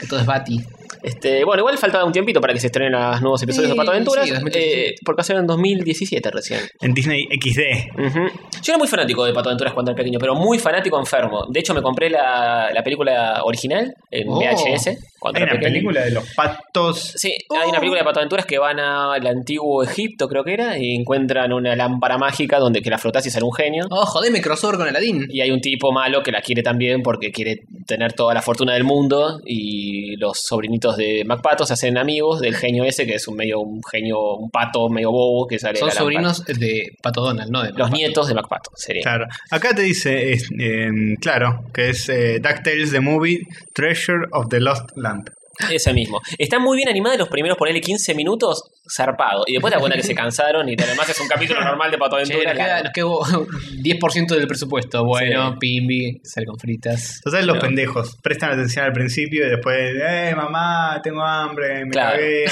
S4: Entonces Bati.
S2: Este, bueno, igual faltaba un tiempito para que se estrenen los nuevos episodios
S4: Sí,
S2: de Patoaventuras.
S4: sí, 2017.
S2: eh, porque hace en 2017 recién.
S3: En Disney XD.
S2: Ujú. Yo era muy fanático de Pato Aventuras cuando era pequeño, pero muy fanático enfermo. De hecho, me compré la, la película original en
S4: Oh.
S2: VHS. Cuando
S3: Hay
S2: era
S3: una
S2: pequeño.
S3: película de los patos.
S2: Sí, hay una película de
S4: Oh.
S2: Pato Aventuras que van al antiguo Egipto, creo que era, y encuentran una lámpara mágica donde que la flotás y sale un genio.
S4: Oh, jodeme crossover con Aladdin.
S2: Y hay un tipo malo que la quiere también porque quiere tener toda la fortuna del mundo. Y los sobrinitos de MacPato se hacen amigos del genio ese, que es un medio un genio, un pato medio bobo que sale de
S4: Son
S2: la lámpara.
S4: sobrinos de Pato Donald, ¿no? De
S2: Los
S4: Pato.
S2: nietos de MacPato, sería.
S3: Claro. Acá te dice, es, em, claro, que es eh, DuckTales The Movie Treasure of the Lost Land.
S2: Ese mismo. Está muy bien animada los primeros, ponele 15 minutos, zarpado. Y después te das cuenta que se cansaron y además es un capítulo normal de Pato
S4: Che,
S2: Aventura.
S4: nos queda, nos queda 10% del presupuesto. Bueno,
S2: Sí.
S4: Pimbi, sal con fritas.
S3: Entonces los
S2: No.
S3: pendejos prestan atención al principio y después, eh, mamá, tengo hambre, me
S2: Claro.
S3: cagué.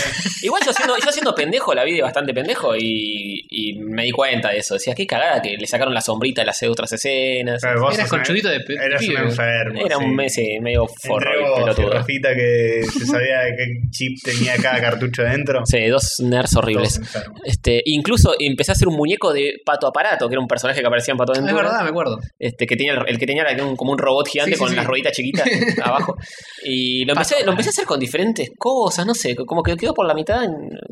S2: Igual yo siendo, yo siendo pendejo, la vida bastante pendejo y, y me di cuenta de eso. Decía, qué cagada que le sacaron la sombrita a las otras escenas.
S3: Claro, vos
S4: Eras
S3: sos
S4: conchudito de pe-
S3: Eras un
S4: pibe.
S3: enfermo.
S2: Era un
S3: sí.
S2: mes eh, medio forro
S3: Entre
S2: y
S3: vos y
S2: pelotudo.
S3: Rafita que se sabía qué chip tenía cada cartucho adentro.
S2: Sí, dos nerds horribles.
S3: Todos enfermos.
S2: Este, incluso empecé a hacer un muñeco de Pato Aparato, que era un personaje que aparecía en Pato
S4: Es
S2: Aventura.
S4: verdad, me acuerdo.
S2: Este, que tenía el, el que tenía era un- como un robot gigante
S4: Sí, sí,
S2: con
S4: sí.
S2: las rueditas chiquitas abajo. Y lo empecé, lo empecé a hacer con diferentes cosas, no sé, como que quedó por la mitad.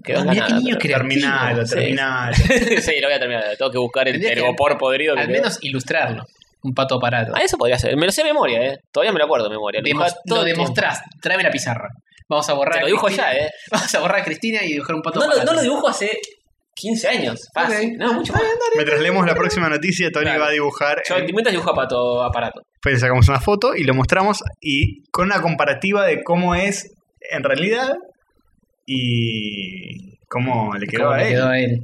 S2: Quedó en la
S4: Mirá Ah, qué
S2: nada,
S4: niño creativo.
S2: pero-
S3: Terminalo,
S2: sí.
S3: terminalo.
S2: Sí, lo voy a terminar. Tengo que buscar el
S4: Tendría que-
S2: ergopor podrido. Que
S4: Al
S2: quedó.
S4: menos ilustrarlo. Un pato aparato.
S2: Ah, eso podría ser. Me lo sé de memoria, ¿eh? Todavía me lo acuerdo de memoria.
S4: Demo-
S2: dibujaba todo
S4: lo
S2: el tiempo.
S4: demostrás. Tráeme la pizarra. Vamos a borrar.
S2: Te
S4: a
S2: lo dibujo
S4: Cristina.
S2: ya, ¿eh?
S4: Vamos a borrar a Cristina y dibujar un pato
S2: No lo,
S4: aparato.
S2: no lo dibujo hace 15 años. Fácil.
S4: Ok. Ah,
S2: No, mucho más.
S3: Mientras leemos la próxima noticia, Tony
S2: Claro.
S3: va a dibujar.
S2: Yo
S3: eh,
S2: mientras dibujo a Pato Aparato.
S3: Después le sacamos una foto y lo mostramos y con una comparativa de cómo es en realidad y cómo le quedó
S4: ¿Cómo
S3: a
S4: le
S3: él.
S4: quedó a él?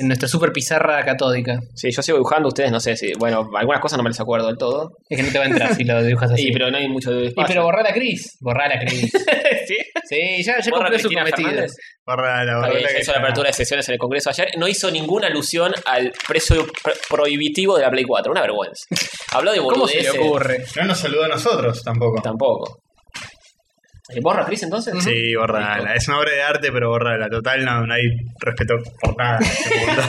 S4: En nuestra super pizarra catódica.
S2: Sí, yo sigo dibujando, ustedes no sé si. Bueno, algunas cosas no me las acuerdo del todo.
S4: Es que no te va a entrar si lo dibujas así.
S2: Sí, pero no hay mucho de
S4: Ah, Y pero borrar a Cris. Borrar a Cris.
S2: sí.
S4: Sí, ya, ya
S2: Borra
S4: cumplió su
S2: Cristina
S4: cometido.
S2: Fernández.
S3: Barra la-
S2: Está bien,
S3: barra que-
S2: hizo la apertura de sesiones en el Congreso ayer. No hizo ninguna alusión al precio pro- prohibitivo de la Play 4. Una vergüenza. Habló de
S4: ¿Cómo se
S2: boludeces.
S4: le ocurre?
S3: No nos saludó a nosotros tampoco.
S2: Tampoco. ¿Eh, ¿Borra Cris entonces?
S3: Sí, borrala. Es una obra de arte, pero borrala. Total, no, no hay respeto por nada. en este mundo.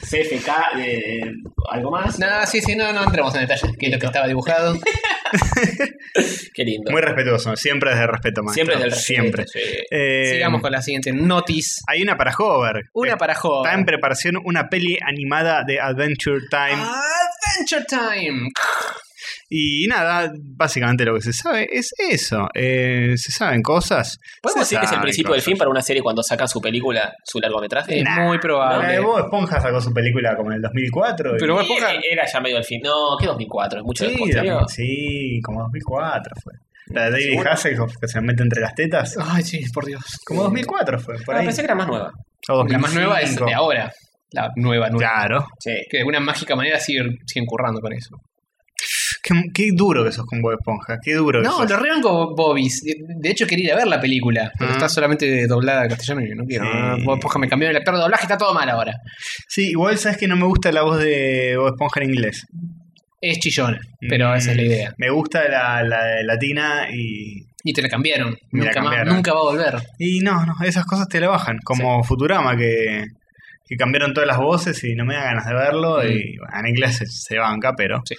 S2: CFK, eh, eh, algo más.
S4: No, sí, sí, no, no entremos en detalles. Que es lo que estaba dibujado.
S2: Qué lindo.
S3: Muy respetuoso. Siempre es de respeto, maestro.
S2: Siempre es del respeto,
S3: Siempre.
S2: sí.
S3: Eh,
S4: Sigamos con la siguiente notice.
S3: Hay una para Hover.
S4: Una
S3: Está
S4: para
S3: Está en
S4: joven.
S3: preparación una peli animada de Adventure Time.
S4: Ah, Adventure Time.
S3: Y nada, básicamente lo que se sabe es eso. Eh, se saben cosas.
S2: ¿Podemos
S3: Se
S2: decir que es el
S3: saben
S2: principio del
S3: cosas.
S2: fin para una serie cuando sacan su película, su largometraje?
S4: Es muy
S3: La de
S4: probable.
S3: Bob Esponja sacó su película como en el 2004. y-
S4: Pero Bob Esponja-
S2: Eh, Era ya medio el fin. No, que 2004, es mucho
S3: sí,
S2: después. ¿no?
S3: también- sí, como 2004 fue. La de David
S2: ¿Seguro?
S3: Hasselhoff que se mete entre las tetas.
S4: Ay, sí, por Dios.
S3: Como 2004 fue, por
S2: Ah,
S3: ahí.
S2: pensé que era más nueva.
S3: O
S4: La más nueva es
S3: 2005.
S4: de ahora. La nueva, nueva.
S3: Claro.
S2: Sí.
S4: Que de alguna mágica manera siguen, siguen currando con eso.
S3: Qué, qué duro que sos con Bob Esponja. Qué duro que
S4: No,
S3: sos.
S4: lo rebanco Bobis. De- De hecho, quería ir a ver la película, pero
S3: Ah.
S4: está solamente doblada al castellano y no quiero.
S3: Sí.
S4: Ah, Bob Esponja me cambió el actor de doblaje, está todo mal ahora.
S3: Sí, igual sabes que no me gusta la voz de Bob Esponja en inglés. Mm.
S4: Es chillona, pero esa es la idea.
S3: Me gusta la, la de latina y.
S4: Y te la cambiaron.
S3: Me la
S4: nunca, más-
S3: cambiaron.
S4: nunca va a volver.
S3: Y no, no, esas cosas te la bajan. Como Futurama, que, que cambiaron todas las voces y no me da ganas de verlo. Y bueno, en inglés se, se banca, pero.
S4: Mm. Sí.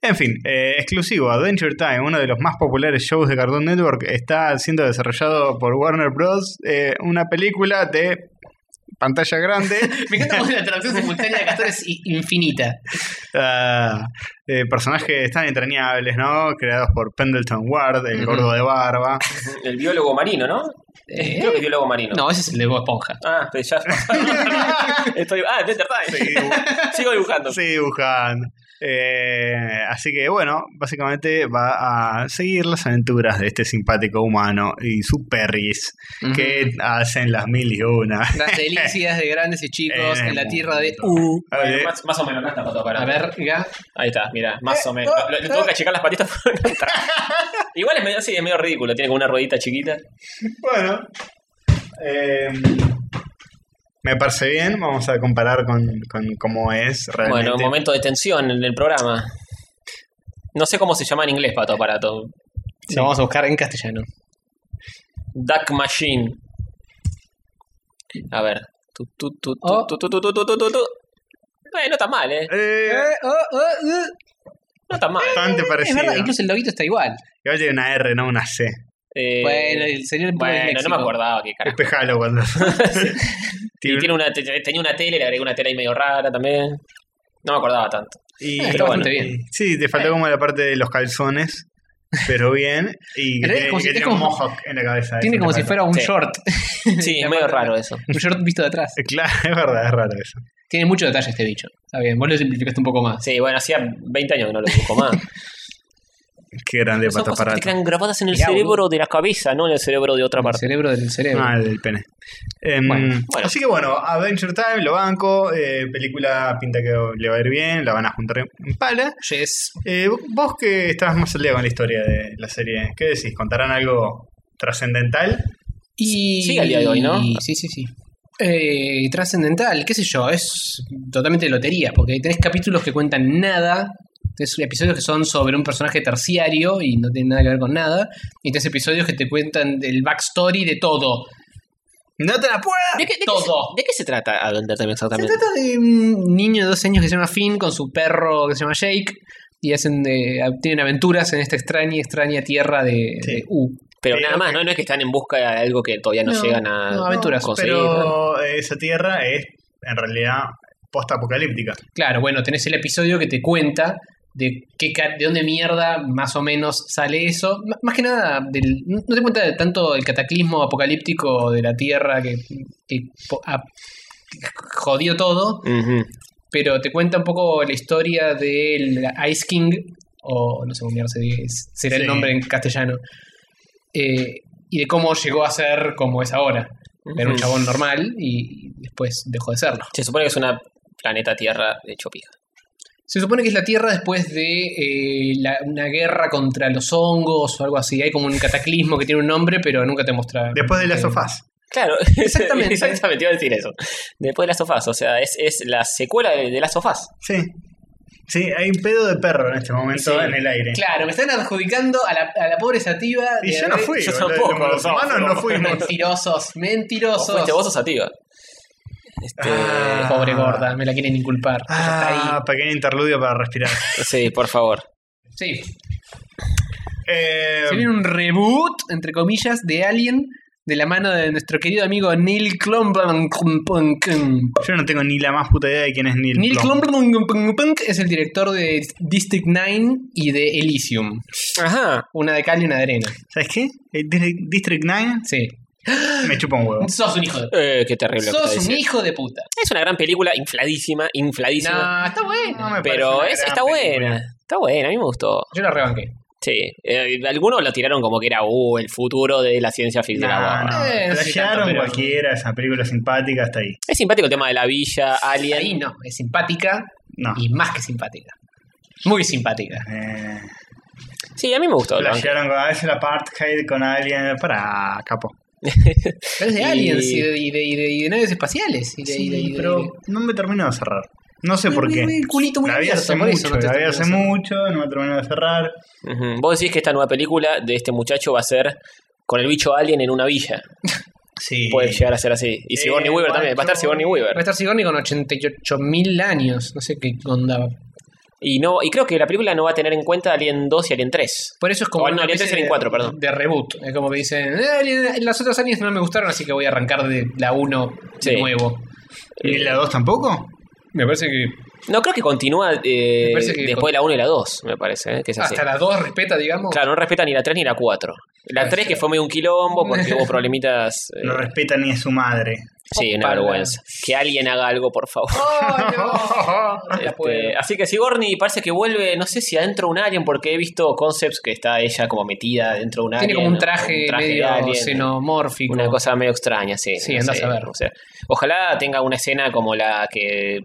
S3: En fin, eh, exclusivo, Adventure Time, uno de los más populares shows de Cartoon Network, está siendo desarrollado por Warner Bros. eh, una película de pantalla grande.
S4: Me encanta cómo la traducción simultánea de Castor es i- infinita.
S3: Ah, eh, personajes tan entrañables, ¿no? Creados por Pendleton Ward, el
S4: Ujú.
S3: gordo de barba.
S2: El biólogo marino, ¿no?
S4: Eh,
S2: Creo que es biólogo marino.
S4: No, ese es el de Bob Esponja.
S2: Ah, pues ya. Estoy. Ah, Adventure Time.
S3: Sí, bu-
S2: Sigo dibujando.
S3: Sí, dibujan. Eh, así que bueno, básicamente va a seguir las aventuras de este simpático humano y su perris que hacen las mil y una.
S4: Las delicias de grandes y chicos
S3: En
S4: en,
S3: el
S4: la tierra de
S3: mundo.
S4: U.
S2: Bueno,
S3: Eh,
S2: más, más o menos, acá está Pato, pará.
S4: A ver, ya.
S2: Ahí está, mira, más o menos. Lo- Le tengo que achicar las patitas. porque no entra. Igual es medio, sí, es medio ridículo. Tiene como una ruedita chiquita.
S3: bueno, eh,
S2: em,
S3: me parece bien. Vamos a comparar con, con cómo es realmente.
S2: Bueno, un momento de tensión en el programa. No sé cómo se llama en inglés, Pato Aparato.
S4: Lo vamos a buscar en castellano.
S2: Duck Machine. A ver. Tu, tu, tu, tu,
S4: Oh.
S2: tu, tu, tu, tu, tu, tu, tu, tu. Eh, no está mal, ¿eh?
S3: Eh,
S2: No está mal.
S3: bastante
S4: es
S3: parecido.
S4: verdad, incluso el loguito está igual.
S3: Igual tiene una R, no una C.
S2: Eh,
S4: bueno, el señor
S2: bueno, no me acordaba qué carajo.
S3: Espejalo cuando.
S2: Y tiene una, te- te- tenía una tele, le agregué una tele ahí medio rara también. No me acordaba tanto.
S3: Y-
S4: Está bastante
S2: bueno.
S4: bien. Eh.
S3: Sí, te faltó como la parte de los calzones, pero bien. Y que
S4: Pero es
S3: tiene,
S4: como
S3: que
S4: si- es
S3: tiene
S4: como-
S3: un mohawk en la cabeza.
S4: Tiene
S3: eso
S4: como
S3: te
S4: si
S3: faltó.
S4: fuera un
S2: Sí.
S4: short.
S2: Sí, es medio raro eso.
S4: Un short visto de atrás.
S3: Eh, Claro, es verdad, es raro eso.
S4: Tiene mucho detalle este bicho. Está bien, vos lo simplificaste un poco más.
S2: Sí, bueno, hacía 20 años que no lo busco más.
S3: Qué grande
S2: Son
S3: pato
S2: cosas que te
S3: aparato.
S2: quedan grabadas en el
S4: Mirá,
S2: cerebro de la cabeza, no en el cerebro de otra
S4: El
S2: parte.
S4: cerebro del cerebro.
S3: Ah, el del pene. Em,
S2: Bueno, bueno.
S3: Así que bueno, Adventure Time, lo banco, eh, película pinta que le va a ir bien, la van a juntar en pala.
S4: Yes.
S3: Eh, vos que estás más al día con la historia de la serie, ¿qué decís? ¿Contarán algo trascendental?
S4: Y...
S2: Sigue al día de hoy, ¿no?
S4: Sí, sí, sí. Eh, trascendental, qué sé yo, es totalmente lotería, porque tenés capítulos que cuentan nada, tenés episodios que son sobre un personaje terciario y no tienen nada que ver con nada, y tenés episodios que te cuentan el backstory de todo.
S3: ¡No te la puedo!
S2: ¿De qué, de qué
S4: Todo.
S2: se- de qué se trata Adventure Time
S4: Se
S2: exactamente?
S4: trata de un niño de 12 años que se llama Finn con su perro que se llama Jake, y hacen de, tienen aventuras en esta extraña, extraña tierra de,
S3: Sí.
S4: de U.
S2: Pero
S3: Pero
S2: nada más, ¿no? No es que están en busca de algo que todavía no,
S4: No,
S2: llegan a
S4: no, aventuras.
S2: conseguir.
S3: Pero esa tierra es en realidad post-apocalíptica.
S4: Claro, bueno, tenés el episodio que te cuenta de qué ca- de dónde mierda más o menos sale eso. M- más que nada, del- no te cuenta de tanto el cataclismo apocalíptico de la Tierra que, que po- a- jodió todo,
S2: Ujú.
S4: pero te cuenta un poco la historia del Ice King, o no sé cómo mierda se diga, es- será
S3: Sí.
S4: el nombre en castellano, eh, y de cómo llegó a ser como es ahora. Era un
S2: Ujú.
S4: chabón normal y después dejó de serlo.
S2: Se supone que es una planeta Tierra de Chopija.
S4: Se supone que es la Tierra después de eh, la- una guerra contra los hongos o algo así. Hay como un cataclismo que tiene un nombre, pero nunca te muestra.
S3: Después de las
S4: Eh,
S3: sofás.
S2: Claro,
S4: Exactamente.
S2: exactamente, iba a decir eso. Después de las sofás, o sea, es, es la secuela de, de las sofás.
S3: Sí. Sí, hay un pedo de perro en este momento
S2: Sí,
S3: en el aire.
S4: Claro, me están adjudicando a la, a la pobre sativa.
S3: Y
S4: de
S3: yo no
S4: haber-
S3: fui,
S2: yo
S3: boludo.
S2: tampoco,
S3: Los
S2: no,
S3: humanos no
S2: no.
S3: fuimos.
S4: Mentirosos,
S2: O
S4: mentirosos.
S2: fuiste vos o Sativa. Este,
S3: Ah.
S4: Pobre gorda, me la quieren inculpar.
S3: Ah, pequeño interludio para respirar.
S2: Sí, por favor.
S4: Está ahí. Sí,
S3: Eh,
S4: se viene un reboot, entre comillas, de Alien de la mano de nuestro querido amigo Neil Klomban.
S3: yo no tengo ni la más puta idea de quién es Neil.
S4: Neil
S3: Blom.
S4: Klomban es el director de District 9 y de Elysium.
S2: Ajá.
S4: Una de cal y una de arena.
S3: ¿Sabes qué? El District, District 9
S4: Sí.
S3: me chupa un huevo.
S4: Sos un hijo de puta.
S2: Eh, qué terrible. lo que está
S4: Sos un
S2: diciendo.
S4: hijo de puta.
S2: Es una gran película, infladísima, infladísima.
S4: No, está
S3: No
S4: bueno.
S3: me parece
S2: pero
S3: una
S2: es,
S3: gran
S2: está
S3: película.
S2: buena. Está buena, a mí me gustó.
S4: Yo la rebanqué.
S2: Sí. Eh, algunos lo tiraron como que era uh, el futuro de la ciencia ficción.
S3: No, no.
S4: Eh, no sé
S3: Plagiaron
S4: tanto, pero-
S3: cualquiera, esa película simpática hasta ahí.
S2: Es simpático el tema de la villa,
S4: Y
S2: Alien.
S4: ahí no, es simpática
S3: No.
S4: y más que simpática. Muy simpática.
S3: Eh,
S2: Sí, a mí me gustó. la banca.
S3: plagiaron con a veces el apartheid con alguien. Para, capo.
S4: Pero es de
S2: Y-
S4: aliens y de, y de- y de- y de naves espaciales. Y de, y de- y
S3: Sí,
S4: de-
S3: pero no me termino de cerrar. No sé por
S4: Uy,
S3: qué.
S4: uy, uy, el culito muy
S3: la vi
S4: abierto,
S3: hace
S4: por eso
S3: mucho,
S4: no te
S3: la vi
S4: terminó
S3: hace
S4: de cerrar.
S3: mucho, no me terminó de cerrar.
S2: Ujú. Vos decís que esta nueva película de este muchacho va a ser con el bicho alien en una villa.
S3: Sí.
S2: Puede llegar a ser así. Y
S3: Eh,
S2: Sigourney Weaver también. Va a estar
S3: macho.
S2: Sigourney Weaver.
S4: Va a estar Sigourney con 88.000 años. No sé qué onda.
S2: Y no y creo que la película no va a tener en cuenta Alien 2 y Alien 3.
S4: Por eso es como.
S2: O, no,
S4: una
S2: Alien
S4: especie
S2: 3 y Alien
S4: de-
S2: 4, perdón.
S4: De reboot. Es como que dicen. "Eh, Alien- las otras aliens no me gustaron, así que voy a arrancar de la 1
S2: Sí.
S4: de nuevo.
S3: ¿Y la 2 tampoco?
S4: Me parece que.
S2: No, creo que continúa eh,
S4: Me parece que
S2: después
S4: con-
S2: de la 1 y la 2, me parece. eh, que es así.
S4: Hasta las 2 respeta, digamos.
S2: Claro, no respeta ni la 3 ni la 4. La
S4: Puede
S2: 3 que fue medio un quilombo porque hubo problemitas. eh,
S3: No respeta ni a su madre.
S4: Eh,
S2: sí, una
S4: Opala.
S2: vergüenza. Que alguien haga algo, por favor.
S4: Ah, ¡Ay, no! No la
S2: Este,
S4: puedo.
S2: así que Sigourney parece que vuelve, no sé si adentro de un alien, porque he visto concepts que está ella como metida dentro de un alien.
S4: Tiene como un
S2: o
S4: traje,
S2: de
S4: medio
S2: alien.
S4: xenomórfico.
S2: Una cosa medio extraña, sí.
S4: Sí, andás
S2: sé,
S4: a ver.
S2: o sea, ojalá tenga una escena como la que.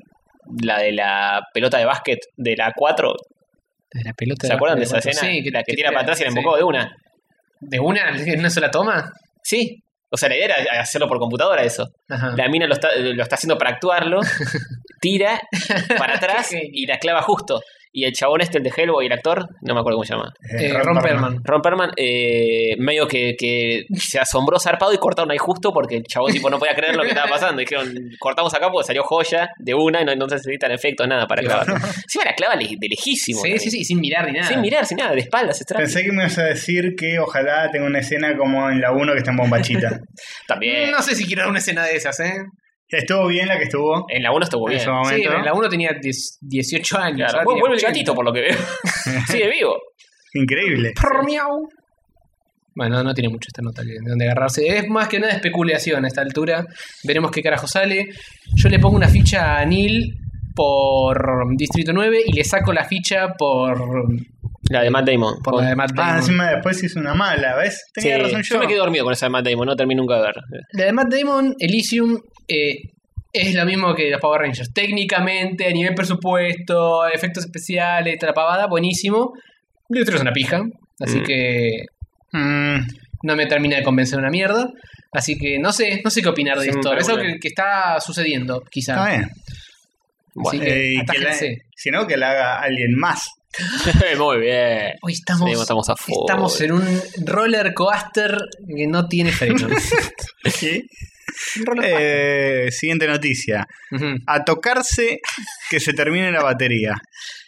S2: La de la pelota de básquet de la 4.
S4: De la pelota.
S2: ¿Se acuerdan de esa
S4: cuatro.
S2: escena?
S4: Sí,
S2: la que tira para atrás y la embocó
S4: sí.
S2: de una.
S4: ¿De una? ¿En una sola toma?
S2: Sí. O sea, la idea era hacerlo por computadora, eso.
S4: Ajá.
S2: La mina lo está, eh, lo está haciendo para actuarlo, tira para atrás
S4: Qué genio.
S2: y la clava justo. Y el chabón este, el de Hellboy, el actor, no me acuerdo cómo se llama.
S3: Eh,
S4: Eh,
S3: Ron
S4: Ron
S3: Perlman.
S4: Perlman.
S2: Ron Perlman, eh, medio que, que se asombró zarpado y cortaron ahí justo porque el chabón tipo no podía creer lo que estaba pasando. Dijeron, cortamos acá porque salió joya de una y no, no se necesitan efectos, nada para
S4: Qué
S2: clavar. Encima la clava le- de lejísimo.
S4: Sí,
S2: la
S4: sí,
S2: mina.
S4: sí, sin mirar ni nada.
S2: Sin mirar, sin nada, de espaldas, extraño.
S3: Pensé que me ibas a decir que ojalá tenga una escena como en la 1 que está en bombachita.
S2: También.
S4: Eh, No sé si quiero una escena de esas, ¿eh?
S3: estuvo bien la que estuvo.
S2: En la 1 estuvo
S3: En
S2: bien.
S3: ese momento.
S4: Sí, en la 1 tenía 10 18 años.
S2: Claro,
S4: ahora
S2: vu-
S4: tiene
S2: vuelve el
S4: 80.
S2: gatito por lo que veo. Sigue vivo.
S3: Increíble.
S4: Prr, miau. Bueno, no tiene mucho esta nota que- de donde agarrarse. Es más que nada especulación a esta altura. Veremos qué carajo sale. Yo le pongo una ficha a Neil por Distrito 9 y le saco la ficha por,
S2: La de Matt Damon.
S4: por la de Matt
S3: Ah,
S4: Damon.
S3: encima después hizo una mala, ¿ves? Tenía
S2: Sí,
S3: razón yo.
S2: me quedé dormido con esa de Matt Damon, no terminé nunca de ver.
S4: La de Matt Damon, Elysium, eh, es lo mismo que los Power Rangers. Técnicamente, a nivel presupuesto, efectos especiales, toda la pavada, buenísimo. Le otro es una pija. Así
S2: Mm.
S4: que
S3: Mm,
S4: no me termina de convencer una mierda. Así que no sé, no sé qué opinar de
S2: Sí,
S4: esto.
S2: pero
S4: Es algo
S2: bueno.
S4: que, que está sucediendo,
S3: está
S4: quizá.
S3: bien.
S2: Bueno,
S4: Sí. que
S3: Eh, y que la-
S4: atájense.
S3: si no, que la haga alguien más.
S2: muy bien.
S4: Hoy estamos,
S2: Sí, estamos a full.
S4: estamos en un roller coaster que no tiene freno.
S3: ¿Sí? Eh, siguiente noticia.
S4: Ujú.
S3: A tocarse que se termine la batería.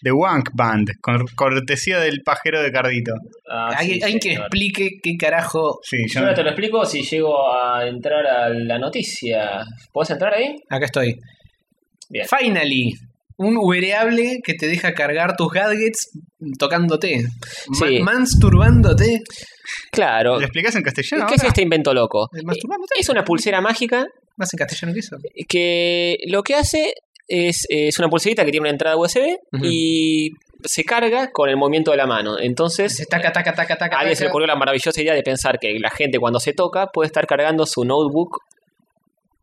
S3: The Wank Band, con cortesía del pajero de Cardito.
S2: Ah, sí,
S4: Alguien, alguien que
S2: señor.
S4: explique qué carajo.
S3: Sí, yo
S2: Yo no te lo explico si llego a entrar a la noticia. ¿Puedes entrar ahí?
S4: Acá estoy.
S2: Bien.
S4: Finally, un ubereable que te deja cargar tus gadgets tocándote, Ma-
S2: Sí.
S4: masturbándote. Eh,
S2: Claro.
S3: ¿Lo explicás en castellano?
S2: ¿Qué es
S3: ahora?
S2: este invento loco?
S4: El masturbándote.
S2: Es una pulsera mágica
S4: Más en castellano que eso.
S2: que lo que hace es, es una pulserita que tiene una entrada USB
S4: Ujú.
S2: y se carga con el movimiento de la mano.
S4: Se
S2: Entonces,
S4: taca, taca, taca, taca.
S2: a alguien se le
S4: taca.
S2: ocurrió la maravillosa idea de pensar que la gente cuando se toca puede estar cargando su notebook,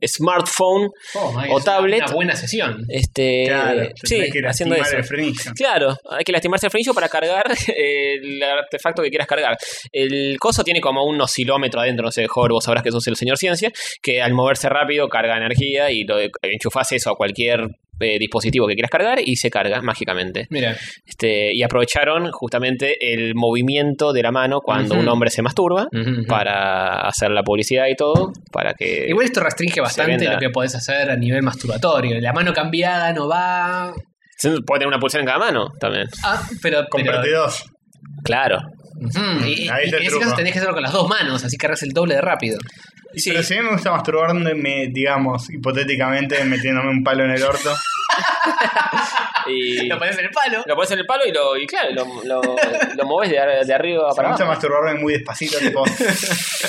S2: smartphone,
S4: Oh, my
S2: o
S4: God,
S2: tablet.
S4: Una buena sesión.
S2: este,
S3: Claro,
S2: sí,
S3: tendrás que
S2: haciendo
S3: lastimar
S2: eso.
S3: el frenillo.
S2: Claro, hay que lastimarse el frenillo para cargar eh, el artefacto que quieras cargar. El coso tiene como un oscilómetro adentro, no sé, Jorge, vos sabrás que sos el señor ciencia, que al moverse rápido carga energía y lo enchufás eso a cualquier eh, dispositivo que quieras cargar y se carga mágicamente.
S4: Mira,
S2: Este, y aprovecharon justamente el movimiento de la mano cuando
S4: Ujú.
S2: un hombre se masturba
S4: Ujú.
S2: para hacer la publicidad y todo, para que...
S4: igual esto restringe bastante
S2: venda.
S4: lo que podés hacer a nivel masturbatorio. La mano cambiada no va.
S2: Puede tener una pulsera en cada mano también.
S4: Ah, pero. pero
S3: Comprate dos.
S2: Claro.
S4: Ujú, y- y-
S3: Ahí está el
S4: en ese
S3: truco.
S4: caso tenés que hacerlo con las dos manos, así cargas el doble de rápido.
S2: Sí.
S3: Pero si a mí me gusta masturbarme, digamos, hipotéticamente, metiéndome un palo en el
S2: Ah,
S3: orto.
S2: Y-
S4: Lo pones en el palo.
S2: Lo pones en el palo y lo, y claro, lo, lo, lo movés de, ar- de arriba
S3: Me
S2: para
S3: gusta
S2: abajo.
S3: masturbarme muy despacito, tipo, se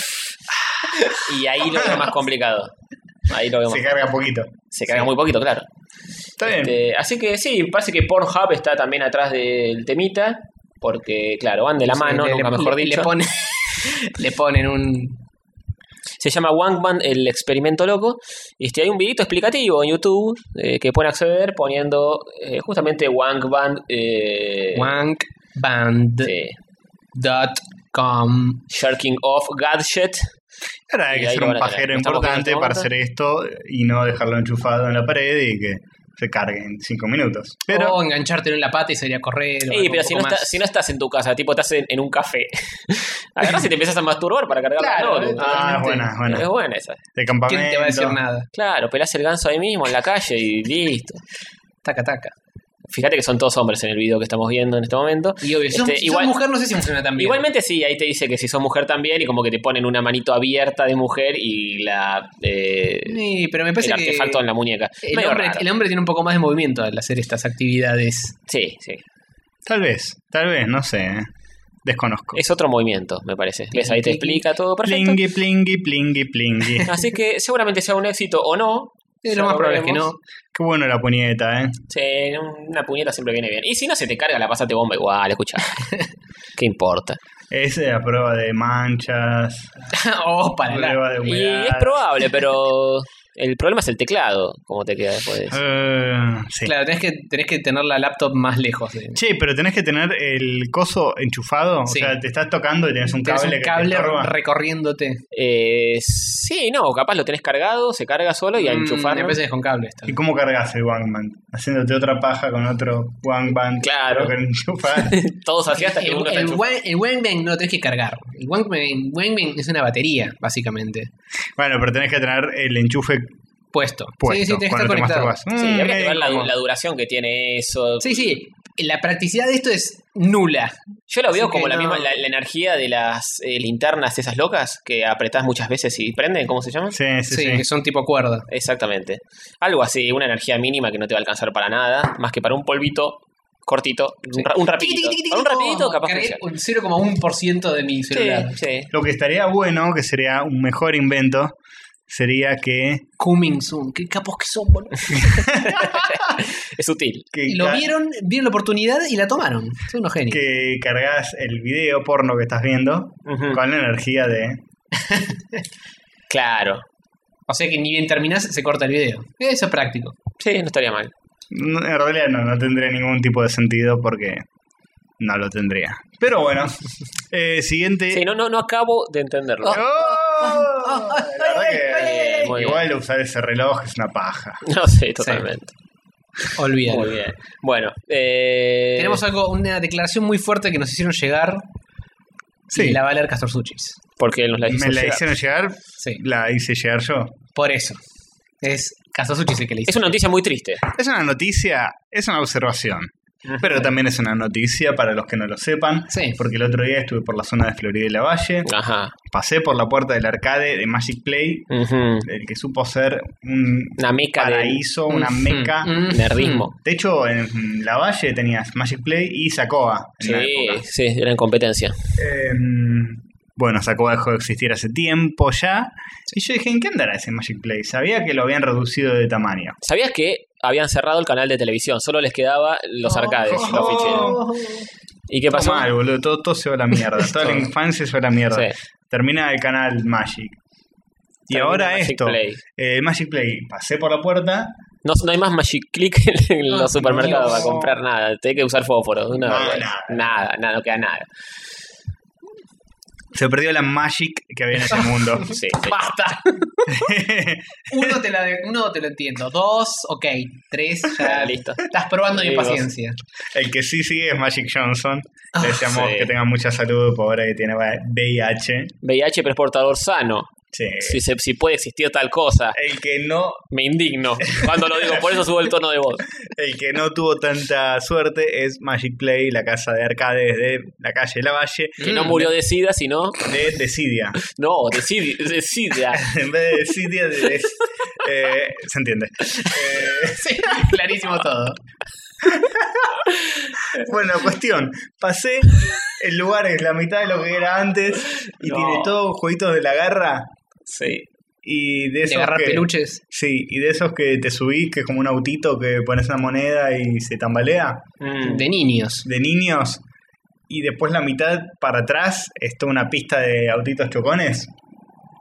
S2: Y ahí lo veo más complicado. Ahí lo veo más.
S3: carga poquito.
S2: Se carga muy poquito, claro.
S3: Está bien.
S2: Este, así que sí, parece que Pornhub está también atrás del temita. Porque, claro, van de la mano,
S4: le,
S2: nunca
S4: le-
S2: mejor
S4: le
S2: dicho.
S4: pone- le ponen un.
S2: Se llama Wankman el experimento loco. Y este, hay un videito explicativo en YouTube eh, que pueden acceder poniendo eh, justamente Wankman. Eh,
S4: wankband.com.
S2: sí, Sharking off Gadget.
S3: Ahora hay
S2: y
S3: que
S2: ahí
S3: ser
S2: lo
S3: un
S2: van a tener.
S3: pajero
S2: Estamos
S3: importante
S2: viendo esta
S3: para
S2: nota.
S3: hacer esto y no dejarlo enchufado en la pared y que se cargue en 5 minutos. Pero
S4: o engancharte en la pata y salir a correr. o
S2: Ey,
S4: algo
S2: pero
S4: un
S2: si no,
S4: poco
S2: está-
S4: más.
S2: si no estás en tu casa, tipo estás en, en un café, agarrás y te empiezas a masturbar para cargar
S4: Claro,
S2: la notebook.
S3: Ah, es
S4: totalmente.
S3: buena, es buena.
S2: Es buena esa.
S3: De campamento.
S4: ¿Quién te va a decir nada?
S2: Claro, pelás el ganso ahí mismo en la calle y listo.
S4: Taca, taca.
S2: Fíjate que son todos hombres en el video que estamos viendo en este momento.
S4: Y obvio, si sos-
S2: Este,
S4: si sos
S2: igual-
S4: mujer no sé si funciona tan bien.
S2: Igualmente sí, ahí te dice que si sos mujer también y como que te ponen una manito abierta de mujer y la eh,
S4: Sí, pero me
S2: el
S4: parece que
S2: artefacto en la muñeca.
S4: el
S2: Medio
S4: hombre,
S2: raro.
S4: el hombre tiene un poco más de movimiento al hacer estas actividades.
S2: Sí, sí.
S3: Tal vez, tal vez, no sé. eh. Desconozco.
S2: Es otro movimiento, me parece. ¿Ves? Ahí te explica todo perfecto.
S3: Plingui, plingui, plingui, plingui.
S2: Así que seguramente sea un éxito o no.
S4: Eh,
S2: Ya
S4: lo más probable es que
S2: veremos.
S4: no.
S3: Qué bueno la puñeta, ¿eh?
S2: Sí, una puñeta siempre viene bien. Y si no se te carga, la pasate bomba igual, escucha. ¿Qué importa?
S3: Es la prueba de manchas,
S4: oh, para la-
S3: prueba de
S2: Y
S3: humedad.
S2: es probable, pero el problema es el teclado, cómo te queda después de eso.
S3: Eh, sí.
S4: Claro, tenés que, tenés que tener la laptop más lejos. de-
S3: Che, pero tenés que tener el coso enchufado.
S4: Sí.
S3: O sea, te estás tocando y tenés un
S4: tenés
S3: cable
S4: un
S3: que
S4: cable
S3: te estorba.
S4: recorriéndote.
S2: Eh, sí, no, capaz lo tenés cargado, se carga solo y a
S4: Mm,
S2: enchufarlo.
S4: Me parece que es con cable esto.
S3: ¿Y cómo cargas el Wangband? Haciéndote otra paja con otro Wangband.
S2: Claro.
S3: Pero con enchufar.
S2: Todos así hasta que
S4: El,
S2: uno
S4: el,
S2: está enchufado.
S4: Wan- el Wangbang no lo tenés que cargar. El Wangbang, Wangbang es una batería, básicamente.
S3: bueno, pero tenés que tener el enchufe
S4: Puesto.
S3: puesto
S4: sí, sí, tenés que estar
S3: cuando te
S4: conectado.
S3: masturbas.
S2: Sí,
S3: Mm,
S2: habría que ver la,
S3: medio
S2: la duración que tiene eso.
S4: Sí, sí. La practicidad de esto es nula.
S2: Yo lo veo
S4: Así
S2: como
S4: que
S2: la
S4: no.
S2: misma la, la energía de las eh, linternas esas locas que apretás muchas veces y prenden, ¿cómo se llaman?
S3: Sí, sí,
S4: Sí,
S3: sí.
S4: que son tipo cuerda.
S2: Exactamente. Algo así, una energía mínima que no te va a alcanzar para nada, más que para un polvito cortito,
S4: Sí.
S2: un, ra- un
S4: Tiqui,
S2: rapidito.
S4: tiqui, tiqui,
S2: Para un
S4: tiqui,
S2: rapidito
S4: como
S2: capaz
S4: cargué
S2: funciona.
S4: un 0,1% de mi celular.
S2: Sí, sí.
S3: Lo que estaría bueno, que sería un mejor invento, sería que...
S4: Coming soon. Qué capos que son, boludo.
S2: Es sutil.
S3: que
S4: Lo
S3: ca-
S4: vieron, vieron la oportunidad y la tomaron. Son unos genios.
S3: Que cargas el video porno que estás viendo
S2: Ujú.
S3: con la energía de...
S2: Claro.
S4: O sea que ni bien terminás, se corta el video. Eso es práctico.
S2: Sí, no estaría mal.
S3: No, En realidad no, no tendría ningún tipo de sentido porque no lo tendría. Pero bueno, eh, siguiente...
S2: Sí, no, no, no acabo de entenderlo.
S3: ¡Oh! La verdad
S4: ay,
S3: que-
S4: ay,
S2: ay, ay. Muy
S3: Igual usar ese reloj es una paja.
S2: No sé, totalmente.
S4: Olvídalo.
S2: Muy bien. Bueno, eh,
S4: Tenemos algo, una declaración muy fuerte que nos hicieron llegar.
S3: Sí.
S4: Y la va a leer Castor Suchis.
S2: porque nos la hizo
S3: Me la
S2: llegar.
S3: hicieron llegar,
S4: Sí.
S3: la hice llegar yo.
S4: Por eso. Es Castor Suchis el que le hizo.
S2: Es una noticia muy triste.
S3: Es una noticia, es una observación.
S2: Ujú.
S3: Pero también es una noticia para los que no lo sepan.
S4: Sí.
S3: Porque el otro día estuve por la zona de Florida y la Valle.
S2: Ajá.
S3: Pasé por la puerta del arcade de Magic Play,
S2: Ujú.
S3: el que supo ser un
S2: Una meca de
S3: paraíso, una
S4: Mm,
S3: meca.
S4: mm, mm.
S2: nerdismo.
S3: De hecho, en la Valle tenías Magic Play y Sacoa. en
S2: Sí,
S3: la época.
S2: sí, gran competencia.
S3: Em, bueno, Sacoa dejó de existir hace tiempo ya. Y yo dije, ¿en qué andará ese Magic Play? Sabía que lo habían reducido de tamaño.
S2: ¿Sabías que habían cerrado el canal de televisión? Solo les quedaba los arcades,
S3: oh,
S2: los ficheros.
S3: oh.
S2: ¿Y qué pasó?
S3: Todo mal, boludo. Todo, todo se va a la mierda. Toda la
S2: Todo.
S3: infancia se va a la mierda.
S2: Sí.
S3: Termina el canal Magic. Y
S2: Termina
S3: ahora
S2: Magic
S3: esto.
S2: Play.
S3: Eh, Magic Play. Pasé por la puerta.
S2: No, no hay más Magic Click en los
S4: Ah,
S2: supermercados
S3: Dios.
S2: para comprar nada. Tenés que usar fósforos. Una
S3: No,
S2: vergüenza. nada, nada, no queda nada.
S3: Se perdió la Magic que había en ese mundo.
S2: Sí, sí.
S4: Basta. Uno te, la, uno te lo entiendo. Dos, ok. Tres, ya
S2: Ah, Listo.
S4: Estás probando mi
S2: Sí, dos.
S4: paciencia.
S3: El que sí sigue es Magic Johnson. Le deseamos
S2: sí.
S3: que tenga mucha salud, pobre que tiene VIH.
S2: VIH, pero es portador sano.
S3: Sí.
S2: Si, se- si puede existir tal cosa.
S3: El que no,
S2: Me indigno cuando lo digo, por eso subo el tono de voz.
S3: el que no tuvo tanta suerte es Magic Play, la casa de arcades de la calle Lavalle,
S2: Que no murió de sida, sino.
S3: de Decidia.
S2: No, ah, de sida. De sida.
S3: En vez de Decidia, de Des- eh, se entiende. Eh,
S4: Sí, clarísimo todo.
S3: bueno, cuestión. Pasé el lugar, es la mitad de lo que era antes, y
S2: No.
S3: tiene todos jueguitos de la garra.
S2: Sí.
S3: Y de
S4: De
S3: esos
S4: agarrar
S3: que-
S4: peluches.
S3: Sí, y de esos que te subís, que es como un autito que pones una moneda y se tambalea,
S2: Mm.
S4: De niños.
S3: de niños, y después la mitad para atrás es toda una pista de autitos chocones.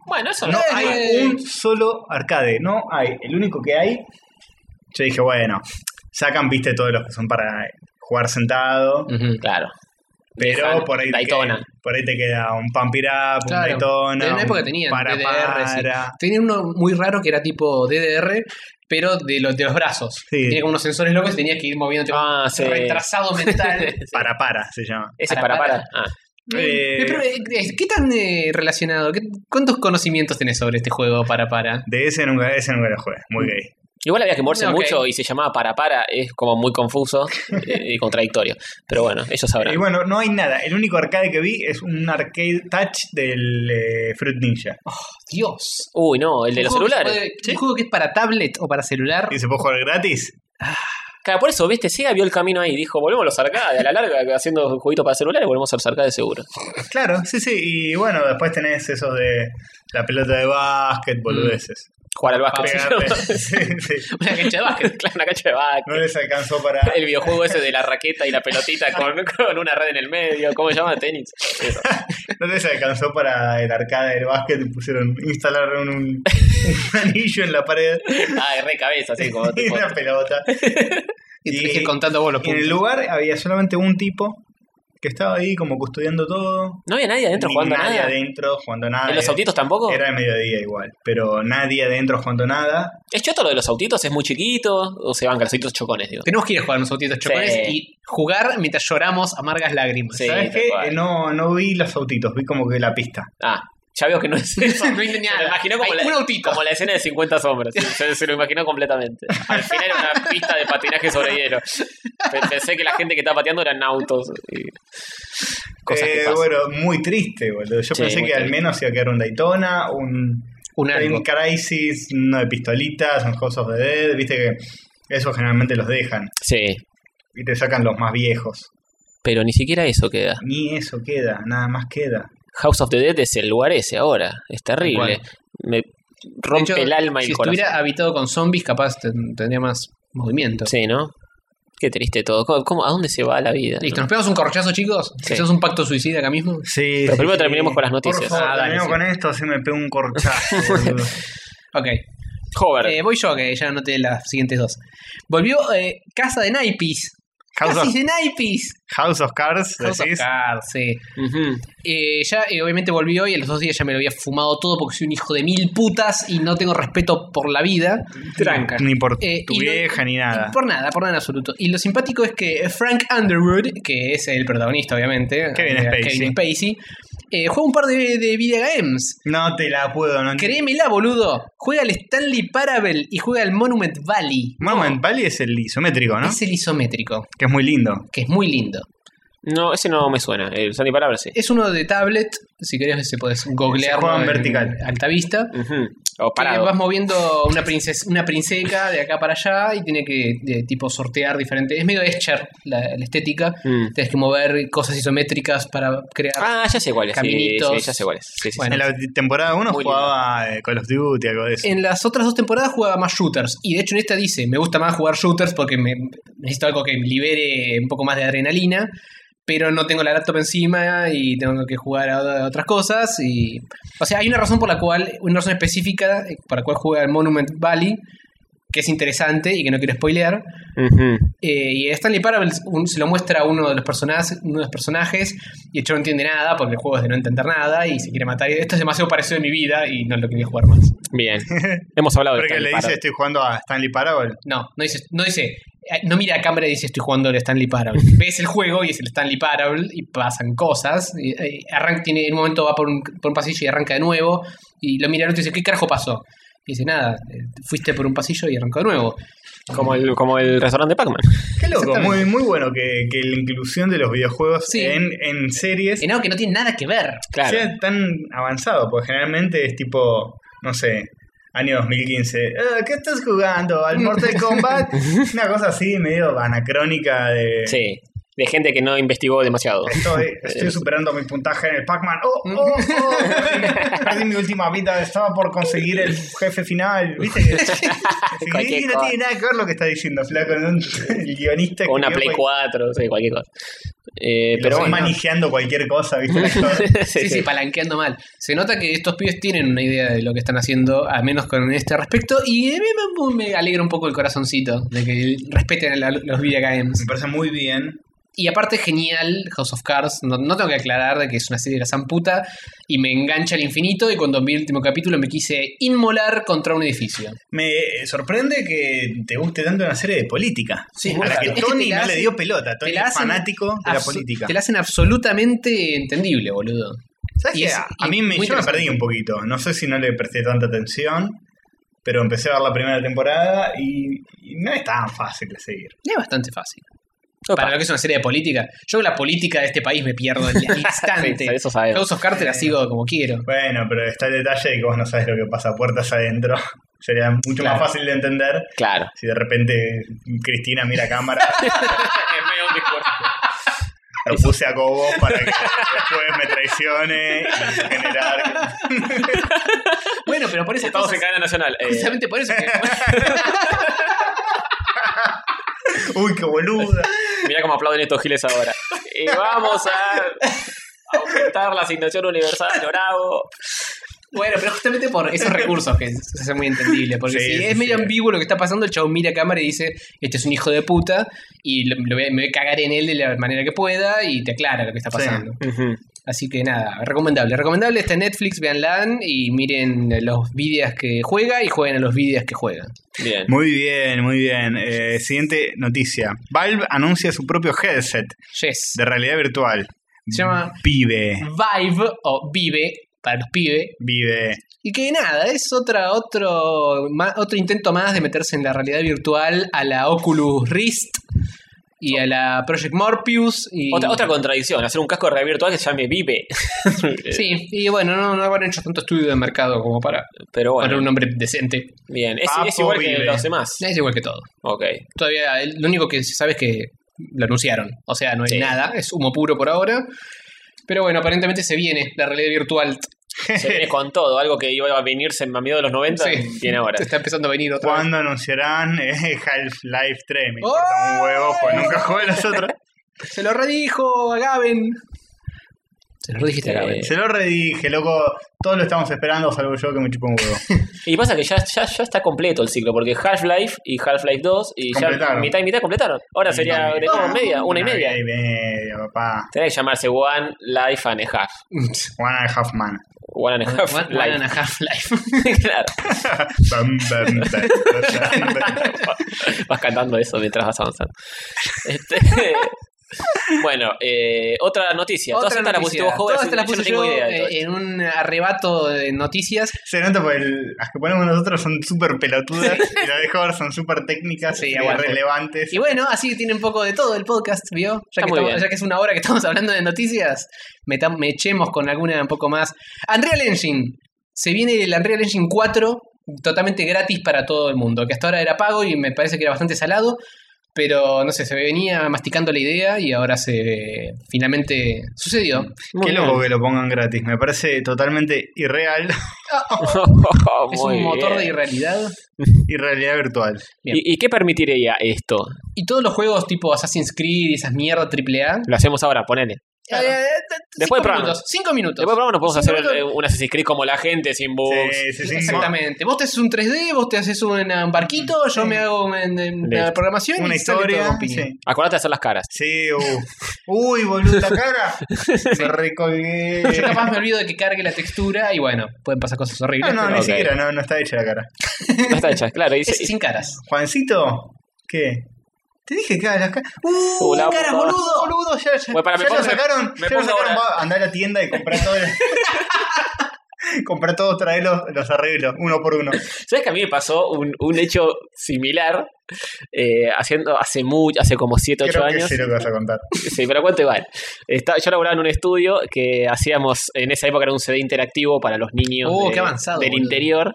S2: Bueno, eso
S3: No
S2: no.
S3: hay un solo arcade, no hay. El único que hay, yo
S4: Mm,
S3: dije, bueno, sacan, viste, todos los que son para jugar sentado,
S4: Ujú.
S2: Claro.
S3: Pero
S2: Lejano.
S3: por ahí, te-
S2: Daytona.
S3: por ahí te queda un Pump It Up,
S4: Claro.
S3: un Daytona.
S4: en una época
S3: un
S4: tenían
S3: para,
S4: DDR. sí.
S3: para.
S4: Tenían uno muy raro que era tipo DDR, pero de, los de los brazos.
S3: Sí.
S4: Tenía como unos sensores locos y tenías que ir moviéndote.
S2: Ah, sí.
S4: Retrasado mental.
S3: Para para se llama.
S2: Ese
S4: Para,
S2: para para.
S4: para.
S2: Ah.
S3: Eh,
S4: Eh, pero, eh, eh, ¿Qué tan eh, relacionado? ¿Qué- ¿Cuántos conocimientos tenés sobre este juego para para?
S3: De ese nunca, ese nunca lo jugué,
S4: Mm,
S3: muy gay.
S2: Igual había que moverse
S4: Ok.
S2: mucho y se llamaba para para. Es como muy confuso eh, y contradictorio. Pero bueno, ellos
S3: Y
S2: sabrán.
S3: bueno, no hay nada. El único arcade que vi es un arcade touch del eh, Fruit Ninja.
S4: Dios.
S2: Uy, no, el de
S4: Un
S2: los
S4: juego que se
S2: celulares.
S4: puede- Un juego que es para tablet o para celular.
S3: ¿Y se puede jugar gratis?
S2: Claro, por eso, viste, Sega vio el camino ahí. Dijo, volvemos a los arcades. A la larga, haciendo un jueguito para celulares, volvemos a los arcades seguro.
S3: Claro, sí, sí. Y bueno, después tenés esos de la pelota de básquet, boludeces.
S2: Jugar al básquet.
S3: Pegarte. Sí, sí.
S4: Una cancha de básquet.
S2: Claro, una cancha de básquet.
S3: No les alcanzó para.
S2: El videojuego ese de la raqueta y la pelotita con, con una red en el medio, ¿cómo se llama? Tenis. Eso.
S3: No les alcanzó para el arcade del básquet y pusieron, instalaron un, un anillo en la pared
S2: Ah, de re cabeza, así como
S3: y
S2: tipo-
S3: una pelota.
S4: Y te dije contando vos los
S3: y en el
S4: puntos.
S3: lugar había solamente un tipo que estaba ahí como custodiando todo.
S2: No había nadie adentro
S3: Ni
S2: jugando a
S3: nadie
S2: nada.
S3: adentro jugando nada. Eh,
S2: ¿En los autitos tampoco?
S3: Era de mediodía igual, pero nadie adentro jugando nada.
S2: ¿Es choto lo de los autitos? ¿Es muy chiquito? ¿O se van con los autitos chocones, digo?
S4: Tenemos que ir a jugar unos autitos chocones
S2: Sí.
S4: y jugar mientras lloramos amargas lágrimas.
S2: Sí,
S3: ¿Sabes
S2: tal
S3: qué?
S2: cual.
S3: Eh, No, no vi los autitos, vi como que la pista.
S2: Ah, ya veo que no es eso.
S4: No hay nada.
S2: Se lo imaginó como,
S4: Hay
S2: la,
S4: un autito.
S2: como la escena de 50 sombras. sí, Se, se lo imaginó completamente. Al final era una pista de patinaje sobre hielo. Pe- Pensé que la gente que estaba pateando eran autos. y Cosas que
S3: Eh,
S2: pasan.
S3: bueno, muy triste, boludo. Yo
S2: Sí,
S3: pensé que
S2: muy
S3: al
S2: triste.
S3: menos iba a quedar un Daytona, un
S4: Un algo.
S3: Time Crisis, uno de pistolitas, un House of the Dead, viste que esos generalmente los dejan
S2: Sí,
S3: y te sacan los más viejos.
S2: pero ni siquiera eso queda.
S3: Ni eso queda, nada más queda.
S2: House of the Dead es el lugar ese ahora. Es terrible. Me
S4: De
S2: rompe
S4: hecho,
S2: el alma y
S4: si
S2: el corazón.
S4: estuviera habitado con zombies, capaz ten- tendría más movimiento.
S2: Sí, ¿no? Qué triste todo. ¿Cómo, cómo- a dónde se va la vida?
S4: Listo,
S2: no?
S4: nos pegamos un corchazo, chicos.
S2: Sí.
S4: Hacemos un pacto suicida acá mismo.
S3: Sí,
S2: Pero primero terminemos con las
S3: Por
S2: noticias.
S3: favor,
S2: Ah, dale,
S3: terminemos
S2: sí.
S3: con esto, se me pegó un corchazo. boludo.
S4: Ok.
S2: Hover.
S4: Eh, voy yo, que ya anoté las siguientes dos. Volvió eh, Casa de Naipis.
S3: House,
S4: Casas
S3: of,
S4: de Naipis.
S3: House of Cards,
S4: House of
S3: decís.
S4: Cards, sí.
S2: Ujú.
S4: Eh, ya eh, obviamente volvió y a los dos días ya me lo había fumado todo porque soy un hijo de mil putas y no tengo respeto por la vida. Tranca.
S3: Ni por
S4: Eh,
S3: tu
S4: y lo-
S3: vieja ni nada.
S4: Por nada, por nada en absoluto. Y lo simpático es que Frank Underwood, que es el protagonista, obviamente,
S3: Kevin
S4: eh,
S3: Spacey.
S4: Kevin Spacey, eh, juega un par de, de video games.
S3: No te la puedo,
S4: Mm.
S3: no
S4: Créemela, boludo. Juega al Stanley Parable y juega al Monument Valley.
S3: Moment Valley es el isométrico, ¿no?
S4: Es el isométrico,
S3: Que es muy lindo.
S4: que es muy lindo.
S2: No, ese no me suena. El Sandy Palabra sí.
S4: Es uno de tablet, si querés se podés googlear.
S3: juega en vertical.
S4: Alta vista.
S2: Ujú. O
S4: Que
S2: parado.
S4: eh, vas moviendo una princesa, una princeca de acá para allá y tiene que de tipo sortear diferentes. Es medio Escher la, la estética.
S2: Mm.
S4: Tienes que mover cosas isométricas para crear.
S2: Ah, ya sé cuál es. Sí,
S4: Caminitos.
S2: sí, ya sé cuál es. Sí, sí,
S4: Bueno.
S2: sí.
S3: en la temporada 1
S2: Muy
S3: jugaba eh, Call of Duty, algo de eso.
S4: En las otras dos temporadas jugaba más shooters. Y de hecho en esta dice, me gusta más jugar shooters porque me, necesito algo que me libere un poco más de adrenalina. Pero no tengo la laptop encima y tengo que jugar a a otras cosas. Y... O sea, hay una razón por la cual, una razón específica eh, por la cual juega el Monument Valley, que es interesante y que no quiero spoilear.
S2: Ujú.
S4: Eh, y Stanley Parable un- se lo muestra a uno de los personajes, uno de los personajes y el chavo no entiende nada porque el juego es de no entender nada y se quiere matar. Y esto es demasiado parecido a mi vida y no lo quería jugar más.
S2: Bien. Hemos hablado de
S3: Porque le
S2: Stanley
S3: dice
S2: Parable.
S3: estoy jugando a Stanley Parable.
S4: No, no dice, no dice, eh, no mira a cámara y dice estoy jugando al Stanley Parable. Ves el juego y es el Stanley Parable y pasan cosas. Y, eh, arranca, tiene, en un momento va por un, por un pasillo y arranca de nuevo y lo mira al otro y dice, ¿qué carajo pasó? Y dice, nada, eh, fuiste por un pasillo y arrancó de nuevo.
S2: Como el, como el restaurante de Pac-Man.
S3: Qué loco, muy,
S4: Exactamente.
S3: muy bueno que, que la inclusión de los videojuegos
S4: Sí.
S3: en, en series
S4: En algo que no tiene nada que ver.
S2: Claro.
S3: sea tan avanzado, porque generalmente es tipo, no sé, año 2015. "Eh, ¿Qué estás jugando? ¿Al Mortal Kombat? Una cosa así, medio anacrónica de...
S2: Sí. De gente que no investigó demasiado.
S3: Estoy, estoy superando mi puntaje en el Pac-Man. ¡Oh, oh, oh! Perdí mi última vida. Estaba por conseguir el jefe final. ¿Viste?
S2: Cualquier
S3: Sí, no
S2: cosa.
S3: tiene nada que ver lo que está diciendo, flaco. ¿no? El guionista.
S2: O una
S3: escribió
S2: Play
S3: cual-
S2: 4, sí, cualquier cosa. Eh,
S3: Pero
S2: pero
S3: estoy
S2: bueno.
S3: manejando cualquier cosa, ¿viste? El actor.
S2: Sí,
S4: Sí, sí,
S2: sí.
S4: palanqueando mal. Se nota que estos pibes tienen una idea de lo que están haciendo, al menos con este respecto, y a mí me, me alegra un poco el corazoncito de que respeten a la- los video games.
S3: Me parece muy bien
S4: Y aparte, genial, House of Cards. No, no tengo que aclarar de que es una serie de la zamputa. Y me engancha al infinito. Y cuando vi el último capítulo me quise inmolar contra un edificio.
S3: Me sorprende que te guste tanto una serie de política.
S4: Sí,
S3: a
S4: bueno,
S3: la
S4: es
S3: que
S4: que
S3: Tony
S4: te la
S3: no
S4: hacen-
S3: le dio pelota. Tony
S4: te la
S3: es
S4: hacen
S3: fanático de la
S4: Absu-
S3: política.
S4: Te la hacen absolutamente entendible, boludo.
S3: ¿Sabes
S4: y
S3: qué?
S4: es-
S3: a
S4: y
S3: a mí me,
S4: muy
S3: yo me
S4: interesante.
S3: perdí un poquito. No sé si no le presté tanta atención. Pero empecé a ver la primera temporada y, y no es tan fácil de seguir.
S4: Es bastante fácil.
S2: Opa.
S4: Para lo que es una serie de política. Yo la política de este país me pierdo en el instante.
S2: Sí, eso sabemos.
S4: House of Cards te la sigo como quiero.
S3: Bueno, pero está el detalle de que vos no sabes lo que pasa puertas adentro. Sería mucho
S4: Claro.
S3: más fácil de entender
S2: Claro.
S3: si de repente Cristina mira a cámara. Lo puse a Cobo para que después me traicione y generar.
S4: Bueno, pero por esas
S2: Estamos
S4: cosas...
S2: en cadena nacional. eh,
S4: Precisamente por eso que...
S3: Uy, qué boluda.
S2: Mirá cómo aplauden estos giles ahora. Y vamos a aumentar la asignación universal de Bravo.
S4: Bueno, pero justamente por esos recursos que se hace muy entendible. Porque
S3: Sí,
S4: si
S3: sí,
S4: es medio
S3: sí.
S4: ambiguo lo que está pasando, el chavo mira a cámara y dice: Este es un hijo de puta. Y lo- lo voy a- me voy a cagar en él de la manera que pueda. Y te aclara lo que está
S3: Sí.
S4: pasando. Así que nada, recomendable. Recomendable está en Netflix, véanla y miren los vídeos que juega y jueguen a los vídeos que juegan.
S2: Bien.
S3: Muy bien, muy bien. Eh, siguiente noticia. Valve anuncia su propio headset
S4: Yes.
S3: de realidad virtual.
S4: Se llama-
S3: Vive.
S4: Vive o Vive para los pibes.
S3: Vive.
S4: Y que nada, es otra, otro, ma- otro intento más de meterse en la realidad virtual a la Oculus Rift y a la Project Morpheus. Y,
S2: Otra, otra contradicción, hacer un casco de realidad virtual que se llame Vive.
S4: Sí, y bueno, no, no habrán hecho tanto estudio de mercado como para
S2: Pero
S4: poner un
S2: bueno,
S4: nombre decente.
S2: bien. Es,
S3: Papo
S2: es igual que
S3: Vive.
S2: los demás.
S4: Es igual que todo.
S2: Ok.
S4: Todavía, el- lo único que se sabe es que lo anunciaron. O sea, no hay
S2: Sí.
S4: nada, es humo puro por ahora. Pero bueno, aparentemente se viene la realidad virtual.
S2: Se viene con todo, algo que iba a venirse en medio de los 90,
S4: Sí.
S2: viene ahora.
S4: Está empezando a venir otra vez.
S3: ¿Cuándo anunciarán eh, Half-Life 3? Me importa un huevo, pues nunca jugué los otros.
S4: Se lo redijo a Gaben. Se lo redijiste a Gaben.
S2: Eh,
S3: Se lo redije, loco. Todos lo estamos esperando, salvo yo que me chupó un huevo.
S2: Y pasa que ya, ya, ya está completo el ciclo, porque Half-Life y Half-Life 2 y ya
S3: Completaron.
S2: mitad y mitad completaron. Ahora sería
S3: Mitad y
S2: de
S3: mitad.
S2: nuevo media, una y media.
S3: Una y media, papá.
S2: Tendría que llamarse One Life and a Half.
S4: Eh,
S3: One and a half man.
S2: One and a Half
S4: One- One
S2: Life.
S4: and a half life.
S2: claro.
S3: Bam, bam, bam, bam.
S2: Vas cantando eso mientras vas avanzando. Este, bueno, eh, otra noticia. Todas
S4: Otra
S2: estas las
S4: noticia.
S2: pusiste vos, joven,
S4: Todas
S2: así
S4: te las
S2: que yo no
S4: puse
S2: tengo
S4: yo,
S2: idea de todo
S4: eh, en un arrebato de noticias.
S3: Se nota porque el- las que ponemos nosotros son súper pelotudas y las de Jorge son súper técnicas
S4: Sí,
S3: y
S4: aguante.
S3: relevantes.
S4: Y bueno, así que tiene un poco de todo el podcast, ¿vio? Ya
S2: Está
S4: que,
S2: muy
S4: estamos-
S2: bien.
S4: ya que es una hora que estamos hablando de noticias, metam- mechemos con alguna un poco más. Unreal Engine. Se viene el Unreal Engine 4 totalmente gratis para todo el mundo, que hasta ahora era pago y me parece que era bastante salado, pero no sé, se venía masticando la idea y ahora se finalmente sucedió.
S2: Muy
S3: Qué
S2: bien.
S3: loco que lo pongan gratis. Me parece totalmente irreal
S4: es
S2: Oh, Muy
S4: un motor
S2: bien.
S4: de irrealidad.
S3: y realidad virtual.
S4: Bien.
S2: ¿Y, y qué permitiría esto?
S4: Y todos los juegos tipo Assassin's Creed y esas mierdas AAA.
S2: Lo hacemos ahora, ponele.
S4: Eh, eh,
S2: Después del
S4: cinco
S2: programa.
S4: minutos. Cinco minutos.
S2: Después vamos, nos podemos
S4: Cinco
S2: hacer
S4: minutos.
S2: eh, un Assassin's Creed como la gente, sin bugs.
S3: Sí, sí, sí.
S4: Exactamente. Vos te haces un 3D, vos te haces un ah, barquito, yo me hago un- en- en
S2: Listo.
S4: una programación
S3: Mm. Una
S4: y sale todo
S3: historia.
S4: con piña.
S3: Sí,
S2: Acordate de hacer las caras.
S3: sí uh. uy, boludo, la cara. Me recolgué.
S4: Yo capaz me olvido de que cargue la textura y bueno, pueden pasar cosas horribles.
S3: No, no,
S4: pero
S3: ni
S2: Ok.
S3: siquiera, no, no está hecha la cara.
S2: No está hecha, claro. Y,
S4: es sin caras.
S3: Juancito, ¿qué? Te dije que hagas las caras. ¡Uh!
S2: Hola,
S3: caras,
S2: puta.
S3: boludo, boludo, ya, ya,
S2: Bueno, para, me
S3: ya lo
S2: pongo-
S3: sacaron.
S2: me
S3: ya lo
S2: pongo
S3: sacaron.
S2: ahora.
S3: Va, andá a la tienda y comprá todo. comprá todo, trae los, los arreglos, uno por uno.
S2: ¿Sabes que a mí me pasó un, un hecho similar? eh, haciendo hace mucho, hace como 7, 8
S3: Creo que
S2: años.
S3: sé lo que vas a contar.
S2: Sí, pero cuento igual. Está- yo laboraba en un estudio que hacíamos, en esa época era un CD interactivo para los niños
S4: Oh,
S2: de-
S4: qué avanzado,
S2: del
S4: boludo.
S2: interior,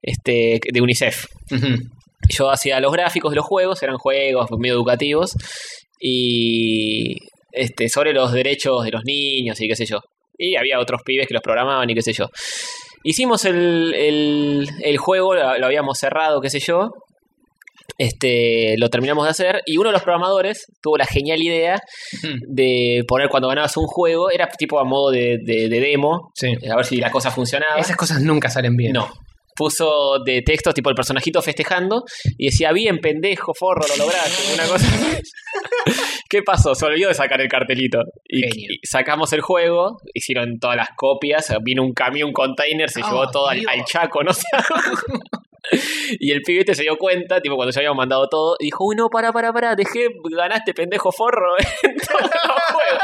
S2: este, de UNICEF. Yo hacía los gráficos de los juegos, eran juegos medio educativos, y este, sobre los derechos de los niños y qué sé yo. Y había otros pibes que los programaban y qué sé yo. Hicimos el, el- el juego, lo, lo habíamos cerrado, qué sé yo. Este, lo terminamos de hacer y uno de los programadores tuvo la genial idea de poner cuando ganabas un juego, era tipo a modo de, de- de demo,
S4: Sí.
S2: a ver si la cosa funcionaba.
S4: Esas cosas nunca salen bien.
S2: No. puso de textos tipo el personajito festejando y decía, bien, pendejo, forro, lo lograste. Una cosa así. ¿Qué pasó? Se olvidó de sacar el cartelito. Y,
S4: Genio.
S2: y sacamos el juego, hicieron todas las copias, vino un camión, un container, se
S4: Oh,
S2: llevó todo al,
S4: Dios.
S2: al chaco, no sé. Y el pibete se dio cuenta, tipo cuando ya habíamos mandado todo, y dijo, uy, no, para, para, para, dejé, ganaste pendejo forro en todos los juegos.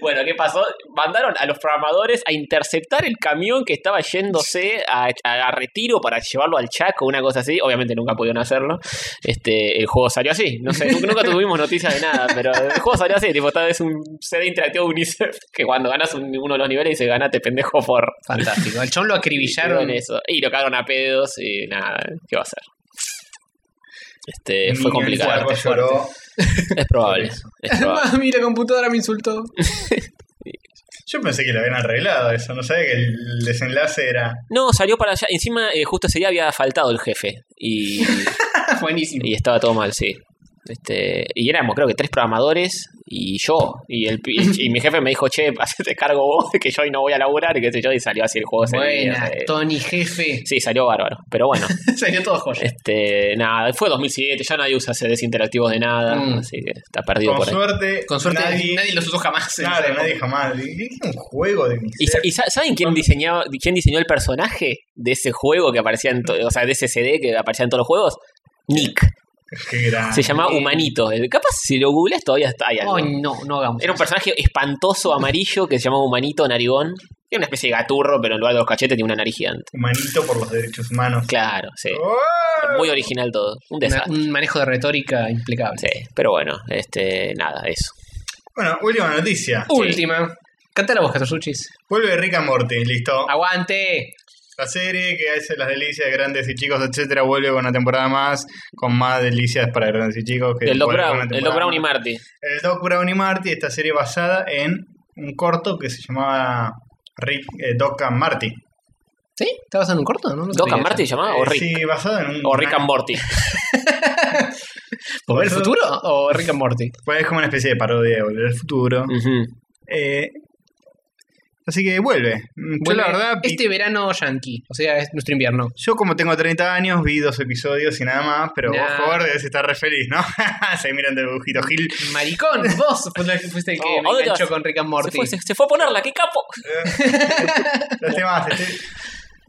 S2: Bueno, ¿qué pasó? Mandaron a los programadores a interceptar el camión que estaba yéndose a, a- a retiro para llevarlo al Chaco, una cosa así. Obviamente nunca pudieron hacerlo. Este, el juego salió así. No sé, nunca, nunca tuvimos noticias de nada, pero el juego salió así. Tipo, tal vez un CD interactivo UNICEF que cuando ganas un- uno de los niveles dice ganaste pendejo forro.
S4: Fantástico. El chon lo
S2: Pillaron
S4: acribillaron.
S2: eso. Y lo cagaron a pedos y nada, ¿qué va a hacer? Este, fue
S3: Miguel
S2: complicado.
S3: Fuerte lloró.
S2: Es probable. Es probable.
S4: Mami, Ah, la computadora me insultó.
S3: Yo pensé que lo habían arreglado eso, no sabía que el desenlace era.
S2: No, salió para allá. Encima, eh, justo ese día había faltado el jefe. Y,
S4: Buenísimo.
S2: y estaba todo mal, sí. Este, y éramos, creo que, tres programadores y yo. Y, el, pi- y mi jefe me dijo, che, hacete cargo vos, que yo hoy no voy a laburar. Y qué sé yo, y salió así el juego. ese día,
S4: Buena,
S2: o
S3: eh.
S2: sea,
S4: Tony Jefe.
S2: eh. Sí, salió bárbaro. Pero bueno,
S4: Salió todo joya.
S2: este, nada, fue 2007, ya nadie usa CDs interactivos de nada.
S4: Mm.
S2: Así que está perdido
S3: Con
S2: por ahí.
S3: suerte,
S4: Con suerte nadie,
S3: nadie,
S4: los usó jamás. ¿eh? en
S3: claro,
S4: esa
S3: nadie
S4: época.
S3: jamás. Y- y Un juego de mi
S2: ¿Y,
S3: ser.
S2: sa- y sa- saben quién, diseñaba, quién diseñó el personaje de ese juego que aparecía en to- o sea, de ese CD que aparecía en todos los juegos? Nick.
S3: Qué grande.
S2: Se llamaba
S4: bien.
S2: Humanito. El- Capaz si lo googleas todavía está hay algo.
S4: Ay, no, no hagamos.
S2: Era un personaje espantoso amarillo que se llamaba Humanito Narigón. Era una especie de gaturro, pero en lugar de los cachetes tenía una nariz gigante.
S3: Humanito por los derechos humanos.
S2: Claro, sí.
S3: ¡Oh!
S2: Muy original todo. Un
S4: Una-
S2: desastre.
S4: un manejo de retórica impecable.
S2: Sí, pero bueno, este, nada, eso.
S3: Bueno, última noticia.
S2: Uh.
S4: Última. Canta la voz, Suchis.
S3: Vuelve Rick and Morty, listo.
S2: Ah,
S4: Aguante.
S3: La serie que hace las delicias de grandes y chicos, etcétera, vuelve con una temporada más, con más delicias para grandes y chicos. Que
S2: El Doc
S3: vuelve con
S2: Brown,
S3: una
S2: el Doc Brown y
S3: temporada
S2: Marty.
S3: más. El Doc Brown y Marty, esta serie basada en un corto que se llamaba Rick, eh, Doc and Marty.
S4: ¿Sí? ¿Te vas en un corto? ¿No? No
S2: ¿Doc
S4: sabía
S2: and Marty
S4: eso.
S2: se llamaba? Ah, ¿O
S3: Eh,
S2: Rick?
S3: Sí, basado en un.
S2: ¿O Rick and Morty?
S4: ¿Volver al futuro o Rick and Morty?
S3: Pues es como una especie de parodia de Volver al Futuro.
S2: Ujú.
S3: Eh, así que vuelve. Yo,
S4: Vuelve
S3: la verdad, vi-
S4: este verano yankee, o sea, es nuestro invierno.
S3: yo como tengo 30 años, vi dos episodios y nada más, pero
S4: Nah.
S3: vos, Jorge, debes estar re feliz, ¿no? Se miran del dibujito Gil.
S4: Maricón, vos fuiste el que- fuiste el que
S2: Oh, ¿a
S4: me
S2: dónde
S4: enganchó
S2: vas?
S4: con Rick and
S2: Se
S4: Morty.
S2: fue, se- se fue a ponerla, qué capo.
S3: Los temas, este-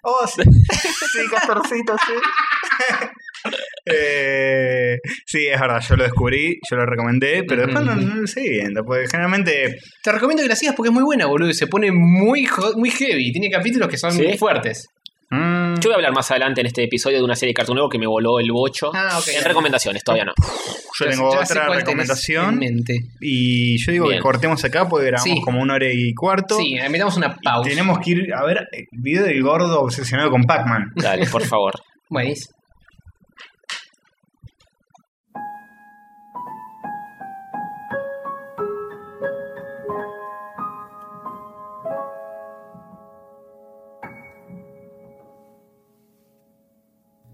S3: Oh, sí, sí, Castorcito, sí. Eh, sí, es verdad, yo lo descubrí, yo lo recomendé, pero después no, no lo seguí viendo, porque generalmente
S4: Te recomiendo que la sigas porque es muy buena, boludo. y Se pone muy, jo- muy heavy. Tiene capítulos que son
S2: ¿Sí?
S4: muy fuertes.
S3: mm,
S2: Yo voy a hablar más adelante en este episodio de una serie de Cartoon Network que me voló el bocho.
S4: Ah, ok.
S2: En recomendaciones, todavía no.
S3: yo tengo
S4: Ya sé
S3: otra
S4: cuál tenés En
S3: recomendación
S4: mente.
S3: y yo digo
S2: Bien.
S3: que cortemos acá porque grabamos
S4: Sí.
S3: como una hora y cuarto.
S4: Sí, metamos una pausa.
S3: Tenemos que ir a ver el video del gordo obsesionado con Pac-Man.
S2: Dale, por favor.
S4: Buenísimo.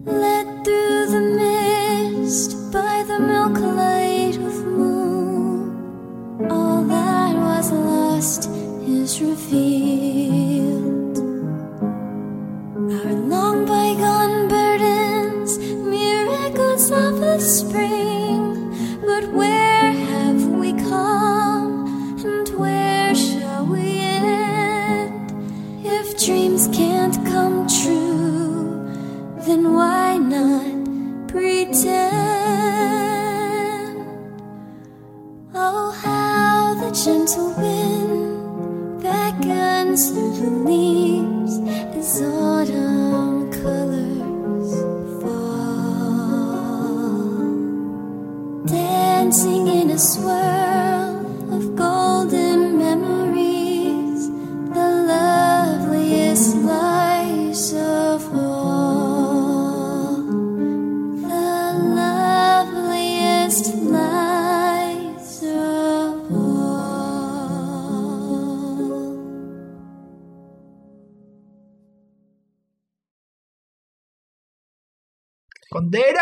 S5: Led through the mist by the milk light of moon, all that was lost is revealed. Our long bygone burdens, mere echoes of the spring. But where have we come, and where shall we end? If dreams can't come true, then why not pretend? Oh, how the gentle wind beckons through the leaves as autumn colors fall, dancing in a swirl of golden memories the loveliest lies of all. The loveliest lies of all.
S3: ¡Condera!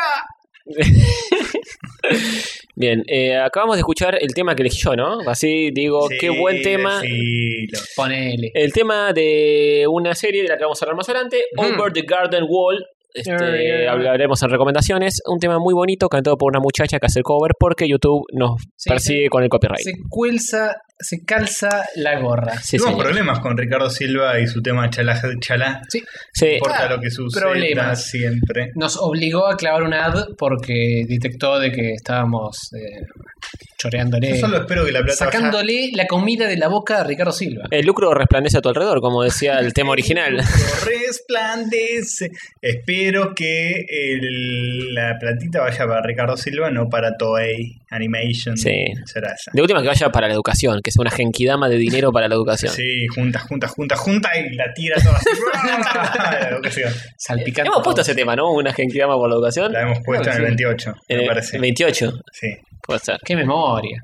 S2: Bien, eh, acabamos de escuchar el tema que elegí yo, ¿no? Así digo, Oh,
S3: Sí,
S2: qué buen tema.
S3: decilo.
S4: Ponele.
S2: El tema de una serie de la que vamos a hablar más adelante,
S4: Ujú.
S2: Over the Garden Wall. Este,
S4: Yeah, yeah, yeah.
S2: Hablaremos en recomendaciones. Un tema muy bonito cantado por una muchacha que hace el cover porque YouTube nos
S4: Sí,
S2: persigue
S4: sí.
S2: con el copyright.
S4: Se cuelza, se calza la gorra.
S2: Sí,
S3: Tuvimos
S2: señor.
S3: problemas con Ricardo Silva y su tema chalá, chalá.
S4: Sí,
S2: Sí.
S3: No importa
S4: Ah,
S3: lo que suceda
S4: problemas.
S3: siempre.
S4: nos obligó a clavar una ad porque detectó de que estábamos eh,
S3: Yo
S2: Eh,
S4: choreándole,
S3: solo espero que la plata vaya-
S4: sacándole la comida de la boca a Ricardo Silva.
S2: El lucro resplandece a tu alrededor, como decía el tema original.
S3: resplandece. Espero que el- la platita vaya para Ricardo Silva, no para Toei Animation.
S2: Sí.
S3: Será esa.
S2: De última que vaya para la educación, que sea una genkidama de dinero para la educación.
S3: Sí, junta, junta, junta, junta y la tira toda así. la educación.
S4: Salpicando.
S2: Hemos
S4: todo.
S2: puesto ese tema, ¿no? Una genkidama por la educación.
S3: La hemos puesto
S4: Claro,
S3: en
S4: sí. Eh,
S3: el 28,
S2: En
S3: me
S2: el
S3: parece.
S2: 28,
S3: Sí.
S2: puede ser.
S4: ¡Qué memoria!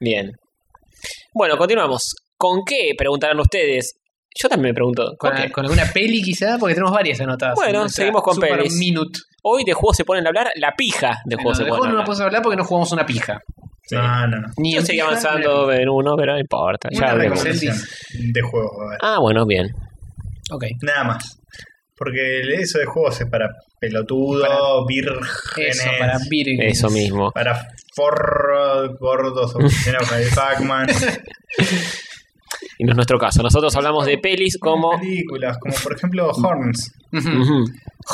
S2: Bien. Bueno, continuamos. ¿Con qué? Preguntarán ustedes. Yo también me pregunto. ¿con
S4: Ah, ¿Con,
S2: qué?
S4: con alguna peli quizá? Porque tenemos varias anotadas.
S2: Bueno,
S4: en nuestra
S2: seguimos con
S4: Super
S2: pelis.
S4: Minute.
S2: Hoy de juegos se ponen a hablar la pija de
S4: Bueno,
S2: juegos
S4: de
S2: se ponen
S4: juegos
S2: a
S4: no nos
S2: hablar.
S4: podemos hablar porque no jugamos una pija.
S3: No, no, no.
S4: Ni
S2: Yo
S4: en
S2: seguí
S4: pija, ni en
S2: avanzando en uno, pero no importa.
S4: Una
S2: Ya hablemos.
S4: recomendación.
S3: Recomendación de juegos, va a haber.
S2: Ah, bueno, bien.
S4: pija. Ok.
S3: Nada más. Porque eso de juegos es para pelotudo, vírgenes.
S4: Eso, para Virgen.
S2: Eso mismo.
S3: para forros gordos obsesionados con el Pac-Man.
S2: Y no es nuestro caso. Nosotros hablamos de pelis como.
S3: Películas, como por ejemplo Horns.
S4: Ujú.
S2: Ujú.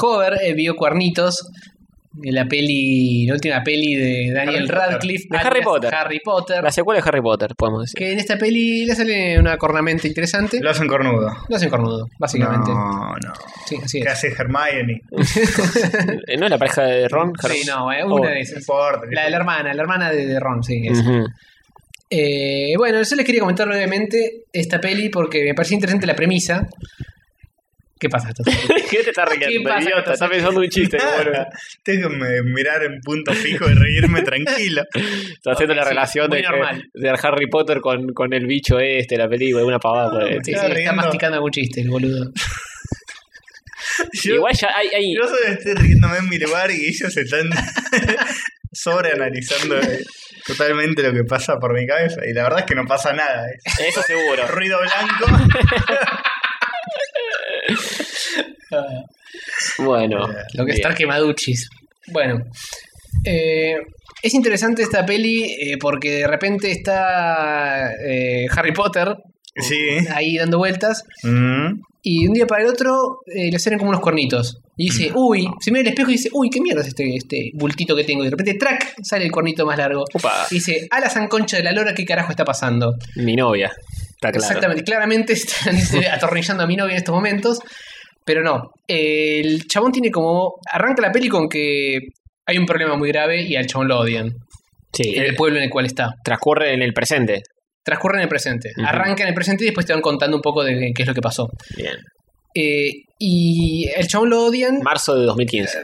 S4: Hover eh, vio Cuernitos, de la peli, la última peli de Daniel
S3: Harry Potter.
S4: Radcliffe,
S2: De Harry
S4: alias
S2: Potter.
S4: Harry Potter,
S2: La secuela de Harry Potter, podemos decir.
S4: que en esta peli le sale una cornamenta interesante.
S3: Lo hacen cornudo.
S4: Lo hacen cornudo, básicamente.
S3: No, no.
S4: Sí, así
S3: ¿Qué
S4: es.
S3: hace Hermione? No
S2: Eh, ¿No es la pareja de Ron? Harry?
S4: Sí, no, eh, una
S2: Oh.
S4: de esas.
S3: importa.
S4: La de la hermana, la hermana de, de Ron, sí. es.
S2: Ujú.
S4: Eh, bueno, yo les quería comentar brevemente esta peli porque me pareció interesante la premisa. ¿Qué pasa?
S2: ¿Qué te estás
S4: ¿Qué
S2: riendo,
S4: pasa con
S2: idiota?
S4: tus-
S2: Estás pensando un chiste. boludo.
S3: Nada. Tengo que me- mirar en punto fijo y reírme tranquilo.
S2: Estás haciendo
S4: Ok,
S2: la
S4: sí,
S2: relación
S4: muy
S2: de, que-
S4: normal.
S2: de Harry Potter con, con el bicho este, la película, una pavada. pues. por el
S4: Sí, sí,
S2: estilo.
S3: estaba
S4: está
S3: riendo.
S4: masticando algún chiste, el boludo.
S3: Yo,
S2: Igual ya hay, hay-
S3: yo solo estoy riéndome en mi lugar y ellos están sobreanalizando eh, totalmente lo que pasa por mi cabeza. Y la verdad es que no pasa nada. eh.
S2: Eso seguro.
S3: Ruido blanco.
S2: Bueno.
S4: Lo que es estar quemaduchis. Bueno. eh, es interesante esta peli eh, porque de repente está eh, Harry Potter
S3: Sí.
S4: ahí dando vueltas
S3: Mm.
S4: y de un día para el otro eh, le salen como unos cuernitos. Y dice, uy, se mira al espejo y dice, uy, qué mierda es este, este bultito que tengo. Y de repente, track, sale el cuernito más largo.
S2: Upa.
S4: Y dice, a la sanconcha de la lora, ¿qué carajo está pasando?
S2: Mi novia. Está claro.
S4: Exactamente, claramente están eh, atornillando a mi novia en estos momentos. Pero no, eh, el chabón tiene como. Arranca la peli con que hay un problema muy grave y al chabón lo odian.
S2: Sí. eh,
S4: En el pueblo en el cual está.
S2: Transcurre en el presente.
S4: Transcurre en el presente.
S2: Ujú.
S4: Arranca en el presente y después te van contando un poco de qué es lo que pasó.
S2: Bien.
S4: Eh, y el chabón lo odian.
S2: Marzo de 2015.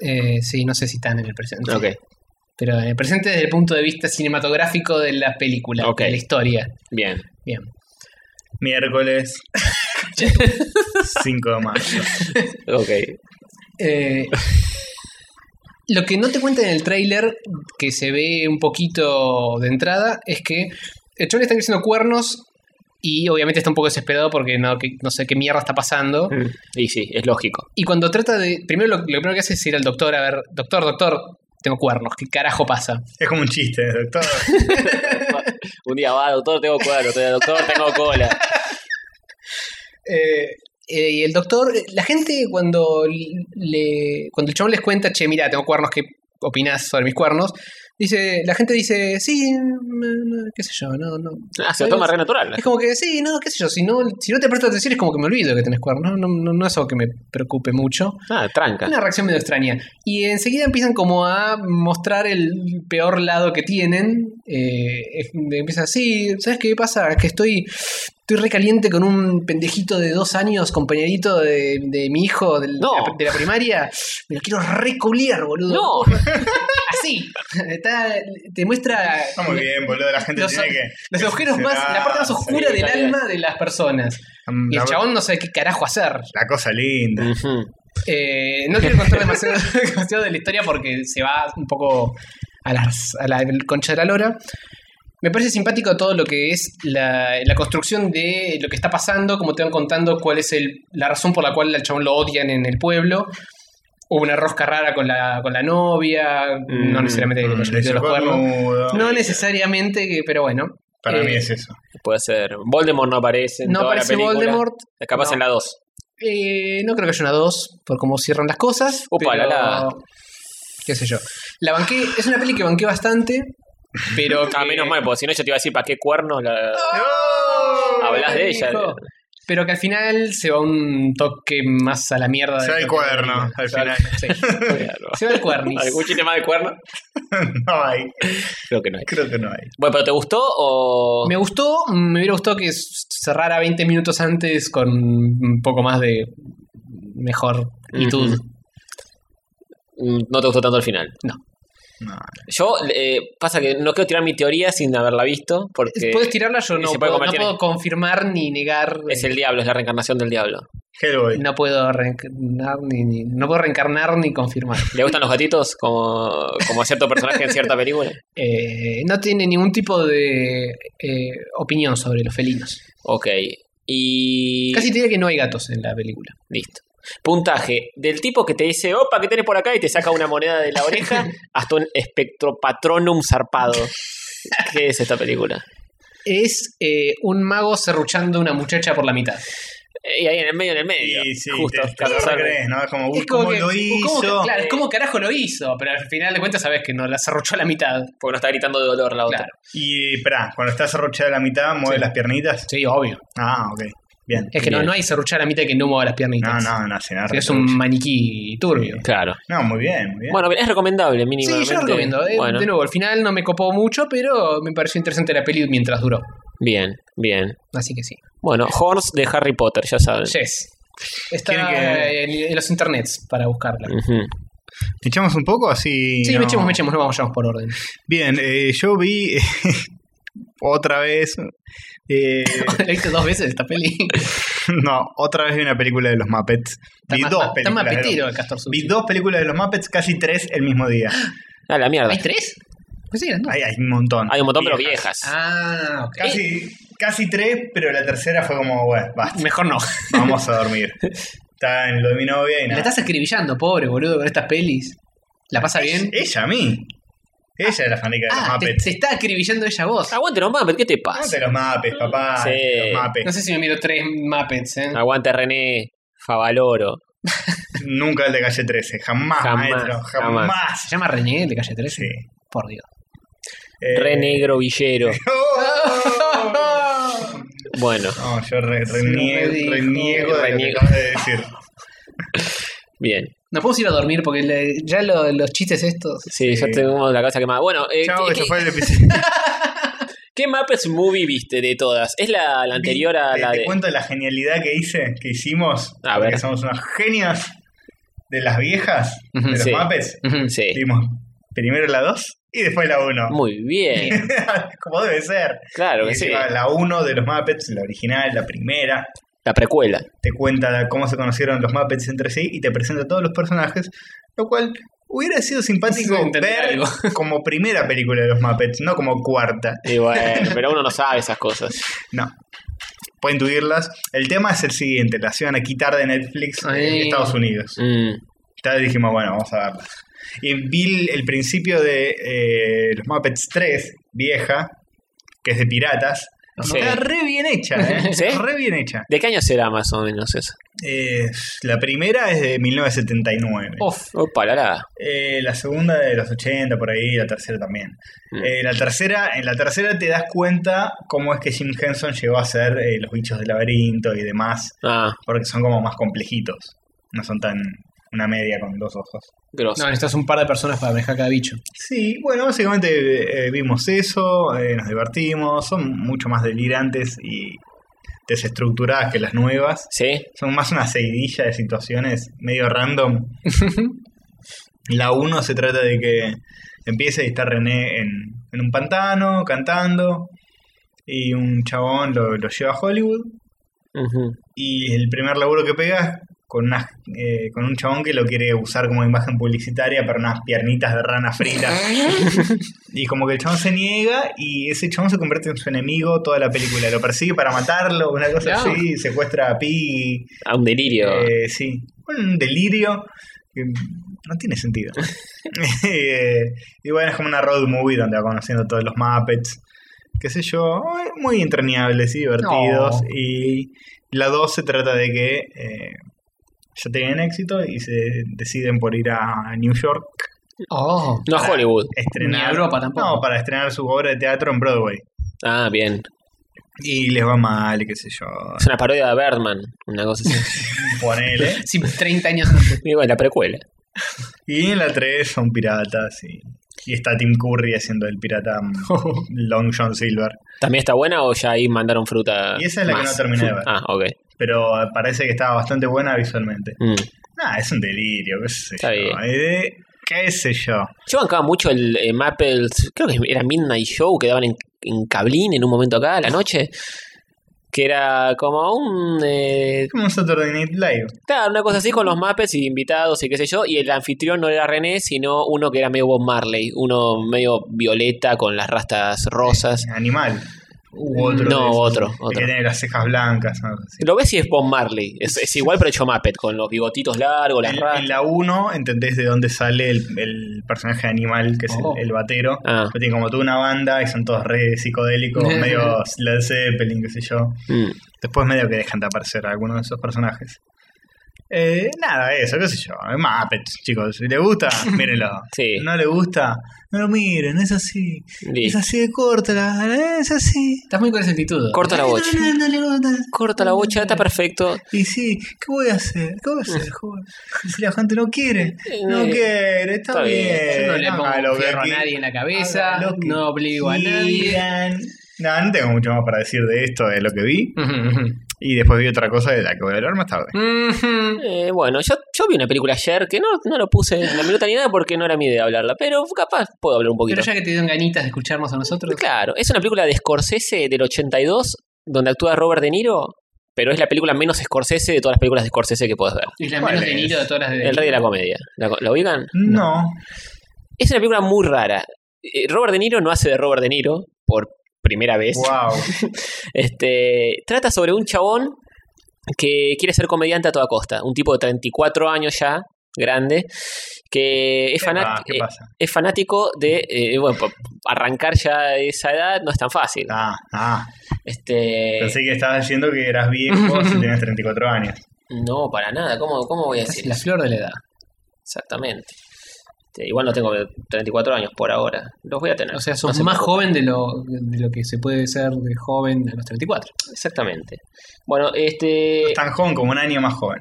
S4: eh, sí, no sé si están en el presente.
S2: Ok.
S4: Pero en el presente desde el punto de vista cinematográfico de la película,
S2: Ok.
S4: de la historia.
S2: Bien.
S4: Bien.
S3: Miércoles 5 de marzo.
S2: Ok.
S4: Eh, lo que no te cuenta en el tráiler, que se ve un poquito de entrada, es que el chabón le están creciendo cuernos y obviamente está un poco desesperado porque no, que- no sé qué mierda está pasando.
S2: Mm. Y sí, es lógico.
S4: Y cuando trata de... Primero lo, lo primero que hace es ir al doctor a ver, doctor, doctor, tengo cuernos, ¿qué carajo pasa?
S3: Es como un chiste, doctor.
S2: Un día va, doctor, tengo cuadro. Doctor, tengo cola.
S4: Eh, eh, y el doctor, la gente cuando le, cuando el chabón les cuenta, che, mira, tengo cuernos, ¿qué opinás sobre mis cuernos? Dice, la gente dice, sí, mm, qué sé yo, no, no.
S2: Ah, se lo toma re natural.
S4: Es como que, sí, no, qué sé yo, si no, si no te presto atención es como que me olvido que tenés cuernos, no, no, no es algo que me preocupe mucho.
S2: Ah, tranca.
S4: Una reacción medio extraña. Y enseguida empiezan como a mostrar el peor lado que tienen. Eh, es- empieza así, ¿sabes qué pasa? Es que estoy, estoy recaliente con un pendejito de dos años, compañerito de, de mi hijo del-
S2: No.
S4: de, la, de la primaria. Me lo quiero reculiar, boludo.
S2: No.
S4: Así. Está- te muestra
S3: Está muy bien, boludo. La gente
S4: los,
S3: tiene que.
S4: los agujeros más, la parte más oscura
S2: Sí,
S4: del
S2: está bien.
S4: alma de las personas. Y
S3: La,
S4: el chabón no sabe qué carajo hacer.
S3: la cosa linda.
S2: Ujú.
S4: Eh, no quiero contar demasiado, demasiado de la historia porque se va un poco a, las- a la concha de la lora. Me parece simpático todo lo que es la, la construcción de lo que está pasando, como te van contando cuál es el, la razón por la cual al chabón lo odian en el pueblo. Hubo una rosca rara con la, con la novia,
S2: Mm,
S4: no necesariamente que le haya
S3: Le
S4: metido los
S3: chocó el
S4: cuernos.
S3: nudo.
S4: No necesariamente, que- pero bueno.
S3: Para
S4: Eh,
S3: mí es eso.
S2: Puede ser. Voldemort no aparece en
S4: No
S2: toda
S4: aparece
S2: la película.
S4: Voldemort.
S2: Capaz
S4: No.
S2: en la 2.
S4: Eh, no creo que haya una 2 por cómo cierran las cosas.
S2: Upa,
S4: pero-
S2: la, la.
S4: Qué sé yo. La banqué, es una peli que banqué bastante, pero.
S2: Ah,
S4: que-
S2: menos mal, porque si no yo te iba a decir para qué cuernos la...
S4: Eh.
S2: Hablas de ella.
S4: Hijo. Pero que al final se va un toque más a la mierda. de
S3: Se va
S4: lo
S3: el
S4: que-
S3: cuerno, al
S4: se va-
S3: final.
S4: sí.
S2: Claro.
S4: Se va el cuernis.
S2: ¿Algún chiste más de cuerno?
S3: no hay.
S2: Creo que no hay.
S3: Creo que no hay.
S2: Bueno, pero ¿te gustó o...?
S4: Me gustó, me hubiera gustado que cerrara 20 minutos antes con un poco más de mejor actitud.
S2: Ujú. Mm, No te gustó tanto el final.
S3: No.
S2: Yo, eh, pasa que no quiero tirar mi teoría sin haberla visto, porque
S4: Puedes tirarla, yo no,
S2: se puede
S4: puedo, no
S2: convertir en-
S4: puedo confirmar ni negar.
S2: es el diablo, es la reencarnación del diablo.
S3: Hellboy.
S4: No puedo reencarnar ni, ni- no puedo reencarnar ni confirmar.
S2: ¿Le gustan los gatitos como, como a cierto personaje en cierta película?
S4: Eh, no tiene ningún tipo de eh, opinión sobre los felinos.
S2: Ok. Y...
S4: Casi te diría que no hay gatos en la película.
S2: Listo. Puntaje. Del tipo que te dice, opa, ¿qué tenés por acá? Y te saca una moneda de la oreja hasta un espectropatronum zarpado. ¿Qué es esta película?
S4: Es eh, un mago serruchando a una muchacha por la mitad.
S2: Y ahí en el medio, en el medio.
S3: Sí, sí,
S2: Justo.
S3: te, te lo
S2: Carlos Sarri.
S3: crees, ¿no? Es como, uy,
S4: es como
S3: ¿cómo
S4: que-
S3: lo
S4: ¿cómo que-
S3: hizo?
S4: claro, es como carajo lo hizo, pero al final de cuentas sabes que no la serruchó a la mitad.
S2: Porque no está gritando de dolor la otra.
S4: Claro.
S3: Y, espera, cuando estás arrochada a la mitad, mueves
S4: Sí.
S3: las piernitas.
S4: Sí, obvio.
S3: Ah, ok. Bien.
S4: Es que no,
S2: Bien.
S4: no hay serruchar a la mitad que no mueva las
S3: No,
S4: piernitas.
S3: no, no, si no,
S4: es un maniquí turbio.
S2: Claro.
S3: No, muy bien, muy bien.
S2: Bueno, es recomendable
S4: Sí,
S2: mínimamente.
S4: yo lo recomiendo. eh.
S2: Bueno,
S4: De nuevo, al final no me copó mucho, pero me pareció interesante la peli mientras duró.
S2: bien, bien.
S4: Así que sí.
S2: Bueno, Horns de Harry Potter, ya saben.
S4: Yes. Está
S3: ¿Quieren que-
S4: en, en los internets para buscarla.
S2: Ujú.
S3: ¿Echamos un poco así?
S4: Sí,
S3: no?
S4: me echemos, me echemos, no vamos por orden.
S3: Bien, eh, yo vi otra vez. eh,
S4: ¿La viste dos veces esta peli?
S3: no, otra vez vi una película de los Muppets.
S4: Está
S3: vi
S4: más-
S3: dos
S4: más- está
S3: películas.
S4: más
S3: de los-
S4: petero el Castor Sushi.
S3: vi dos películas de los Muppets, casi tres el mismo día.
S2: Ah, la mierda.
S4: ¿Hay tres? Pues sí, eran dos.
S3: Hay, hay un montón.
S2: Hay un montón, pero viejas.
S4: Ah, ok.
S3: Casi, casi tres, pero la tercera fue como, bueno, basta,
S4: Mejor no.
S3: vamos a dormir. Está en lo de mi novia y
S4: La
S3: nada.
S4: estás escribillando, pobre boludo, con estas pelis. ¿La pasa bien?
S3: Ella a mí. Ella es la fanática de los
S4: Ah, te,
S3: Muppets. Ah,
S4: te está escribillando ella a vos.
S2: Aguante los Muppets, ¿qué te
S3: Vamos
S2: pasa?
S3: de los Muppets, papá.
S2: Sí.
S3: Los Muppets.
S4: No sé si me miro tres Muppets,
S3: Ah,
S4: ¿eh?
S2: Aguante René Favaloro.
S3: Nunca el de calle 13. Jamás,
S2: Jamás,
S3: maestro. Jamás.
S4: Se llama René el de Calle 13.
S3: Sí.
S4: Por Dios.
S3: Eh,
S2: Re negro villero.
S3: oh.
S2: Bueno,
S3: No, yo re-
S4: me dijo.
S3: reniego, reniego de lo que
S2: Reniego.
S3: acabas de decir.
S2: bien.
S4: Nos podemos ir a dormir porque le- ya lo- los chistes estos.
S2: Sí,
S3: Sí.
S2: ya tenemos la cabeza quemada. Bueno, eh,
S3: Chao,
S2: ¿qué,
S3: eso
S2: qué-
S3: fue el episodio.
S2: qué Muppets movie viste de todas? ¿Es la, la anterior a
S3: Te-
S2: la
S3: eh, te,
S2: de.?
S3: cuento la genialidad que hice, que hicimos.
S2: A ver.
S3: Que somos unos genios de las viejas, de los
S2: Sí.
S3: mapes.
S4: Ujú.
S2: Sí.
S3: Dimos primero la 2 y después la 1.
S2: Muy bien.
S3: Como debe ser.
S2: Claro
S3: Y
S2: que sí.
S3: encima La 1 de los Muppets, la original, la primera,
S2: La precuela.
S3: te cuenta la- cómo se conocieron los Muppets entre sí y te presenta todos los personajes, lo cual hubiera sido simpático
S4: Sí, entendí
S3: ver
S4: algo.
S3: como primera película de los Muppets, no como cuarta.
S2: Y bueno, pero uno no sabe esas cosas.
S3: No. Pueden intuirlas. El tema es el siguiente, las iban a quitar de Netflix en
S4: Ay.
S3: Estados Unidos.
S2: Mm,
S3: Entonces dijimos, bueno, vamos a verlas. Y vi el- el principio de eh, los Muppets 3, vieja, que es de piratas.
S2: Ah, Sí.
S3: Está re bien hecha, ¿eh?
S2: ¿Sí?
S3: Re bien hecha.
S2: ¿De qué año será más o menos eso?
S3: Eh, la primera es de 1979.
S2: Oh.
S4: Uf.
S2: Opa, la la.
S3: Eh, la segunda de los 80 por ahí, la tercera también.
S2: Mm.
S3: Eh, la tercera, en la tercera te das cuenta cómo es que Jim Henson llegó a ser eh, los bichos del laberinto y demás,
S2: Ah,
S3: porque son como más complejitos. No son tan una media con dos ojos.
S2: grosso.
S4: No, necesitas un par de personas para manejar cada bicho.
S3: Sí, bueno, básicamente eh, vimos eso, eh, nos divertimos, son mucho más delirantes y desestructuradas que las nuevas.
S2: ¿Sí?
S3: Son más una seguidilla de situaciones medio random. La 1 se trata de que empieza y está René en, en un pantano cantando y un chabón lo, lo lleva a Hollywood
S2: Ujú.
S3: y el primer laburo que pega con, unas, eh, con un chabón que lo quiere usar como imagen publicitaria para unas piernitas de rana frita. y como que el chabón se niega y ese chabón se convierte en su enemigo toda la película. Lo persigue para matarlo, una cosa
S4: Claro.
S3: así, secuestra a Pi.
S2: A un delirio.
S3: Eh, sí, un delirio que no tiene sentido. Eh, y bueno, es como una road movie donde va conociendo todos los Muppets, qué sé yo, eh, muy entrañables y divertidos.
S4: No.
S3: Y la 2 se trata de que eh, ya tienen éxito y se deciden por ir a New York
S4: Oh.
S2: no a Hollywood.
S3: a estrenar.
S4: Ni a Europa tampoco.
S3: No, para estrenar su obra de teatro en Broadway.
S2: Ah, bien.
S3: Y les va mal, qué sé yo.
S2: Es una parodia de Birdman, una cosa así.
S3: Ponele.
S4: Sí, 30 años antes.
S2: Digo, la precuela.
S3: Y en la 3 son piratas y, y está Tim Curry haciendo el pirata mm, Long John Silver.
S2: ¿También está buena o ya ahí mandaron fruta?
S3: Y esa es la que
S2: más?
S3: no terminé de ver.
S2: Ah, ok.
S3: Pero eh, parece que estaba bastante buena visualmente.
S2: Mm.
S3: Nah, es un delirio, qué sé
S2: Está
S3: yo. Eh, qué sé yo.
S2: Yo bancaba mucho el eh, Maples, creo que era Midnight Show, que daban en, en Cablín en un momento acá, a la noche, que era como un... eh,
S3: Es como un Saturday Night Live.
S2: claro, una cosa así con los Maples y invitados y qué sé yo, y el anfitrión no era René, sino uno que era medio Bob Marley, uno medio violeta con las rastas rosas.
S3: Animal. U otro.
S2: No,
S3: de esos.
S2: otro,
S3: El
S2: otro.
S3: Que tiene las cejas blancas. algo así.
S2: Lo ves y es Bob Marley, es, es igual pero hecho Muppet, con los bigotitos largos, las
S3: En,
S2: rastas.
S3: en la 1 entendés de dónde sale el, el personaje de animal, que es el-
S4: Oh.
S3: el, batero.
S2: Ah.
S3: Que tiene como toda una banda y son todos re psicodélicos, medio Led Zeppelin, qué sé yo.
S2: Mm.
S3: Después medio que dejan de aparecer algunos de esos personajes. Eh, nada, eso, qué sé yo. Es Muppets, chicos. Si le gusta, mírenlo.
S2: Sí.
S3: No le gusta, no lo miren, es así. Es
S2: Listo.
S3: así de corta, la- es así.
S4: Estás muy con esa actitud.
S2: Corta la
S3: No,
S2: bocha.
S3: no, no le gusta.
S2: Corta la bocha, está perfecto.
S3: Y sí, ¿qué voy a hacer? ¿Qué voy a hacer, joven? Si la gente no quiere, no
S2: Eh,
S3: quiere, está,
S2: está bien.
S3: bien.
S4: Yo no le
S3: haga
S4: pongo
S3: Eh, lo
S4: un
S3: que
S4: fierro a
S3: qui-
S4: nadie en la cabeza.
S3: haga lo que
S4: No obligo a nadie.
S3: quieran. No, no tengo mucho más para decir de esto, de lo que vi.
S4: Ujú, ujú.
S3: Y después vi otra cosa de la que voy a hablar más tarde.
S4: Ujú.
S2: Eh, bueno, yo, yo vi una película ayer que no, no lo puse en la minuta ni nada porque no era mi idea hablarla, pero capaz puedo hablar un poquito.
S4: Pero ya que te dieron ganitas de escucharnos a nosotros.
S2: Claro, es una película de Scorsese del 82 donde actúa Robert De Niro, pero es la película menos Scorsese de todas las películas de Scorsese que puedes ver.
S4: Es la
S3: ¿Cuál
S4: menos de
S3: es?
S4: Niro de todas las de.
S2: El rey de la comedia. ¿La, la ubican?
S3: No.
S2: Es una película muy rara. Eh, Robert De Niro no hace de Robert De Niro por primera vez.
S3: Wow.
S2: Este, trata sobre un chabón que quiere ser comediante a toda costa. Un tipo de 34 años ya, grande, que es,
S3: ¿Qué,
S2: fanat-
S3: pa- Ah, qué
S2: eh,
S3: pasa?
S2: es fanático de... eh, bueno, pa- arrancar ya a esa edad no es tan fácil.
S3: Ah, ah.
S2: Este,
S3: Pensé que estabas diciendo que eras viejo si tenías 34 años.
S2: No, para nada. ¿Cómo, cómo voy a
S4: Casi
S2: decir
S4: la
S2: eso?
S4: flor de la edad.
S2: Exactamente. Este, igual no tengo 34 años por ahora. Los voy a tener.
S4: O sea,
S2: No
S4: sos
S2: se
S4: más
S2: preocupen.
S4: joven de lo, de lo que se puede ser de joven a los 34.
S2: Exactamente. Bueno, este...
S3: Tan joven como un año más joven.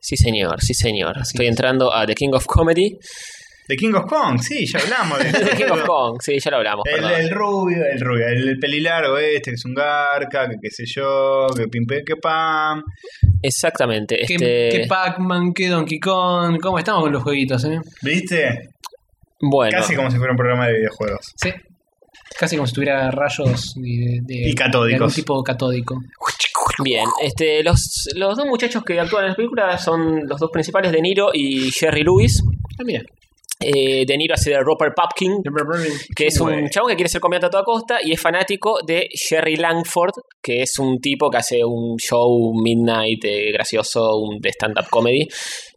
S2: Sí, señor, sí, señor.
S4: Así
S2: Estoy
S4: es.
S2: entrando a The King of Comedy.
S3: The King of Kong, sí, ya hablamos de
S2: The King of Kong, sí, ya lo hablamos.
S3: El,
S2: perdón.
S3: el rubio, el rubio, el pelilargo este, que es un garca, que qué sé yo, que pimpe, que pam.
S2: Exactamente.
S4: ¿Qué,
S2: este,
S4: qué Pac-Man? ¿Qué Donkey Kong? ¿Cómo estamos con los jueguitos, eh?
S3: ¿Viste?
S2: bueno,
S3: Casi como si fuera un programa de videojuegos.
S4: Sí. Casi como si tuviera rayos de, de-
S3: Y catódicos.
S4: de algún tipo catódico.
S2: bien. Este, los, los dos muchachos que actúan en la película son los dos principales, De Niro y Jerry Lewis.
S4: Ah, mira.
S2: Eh, de Niro hace de Robert Pupkin, que es un
S3: Bueno.
S2: chabón que quiere ser comediante a toda costa y es fanático de Jerry Langford, que es un tipo que hace un show midnight eh, gracioso, un de stand-up comedy,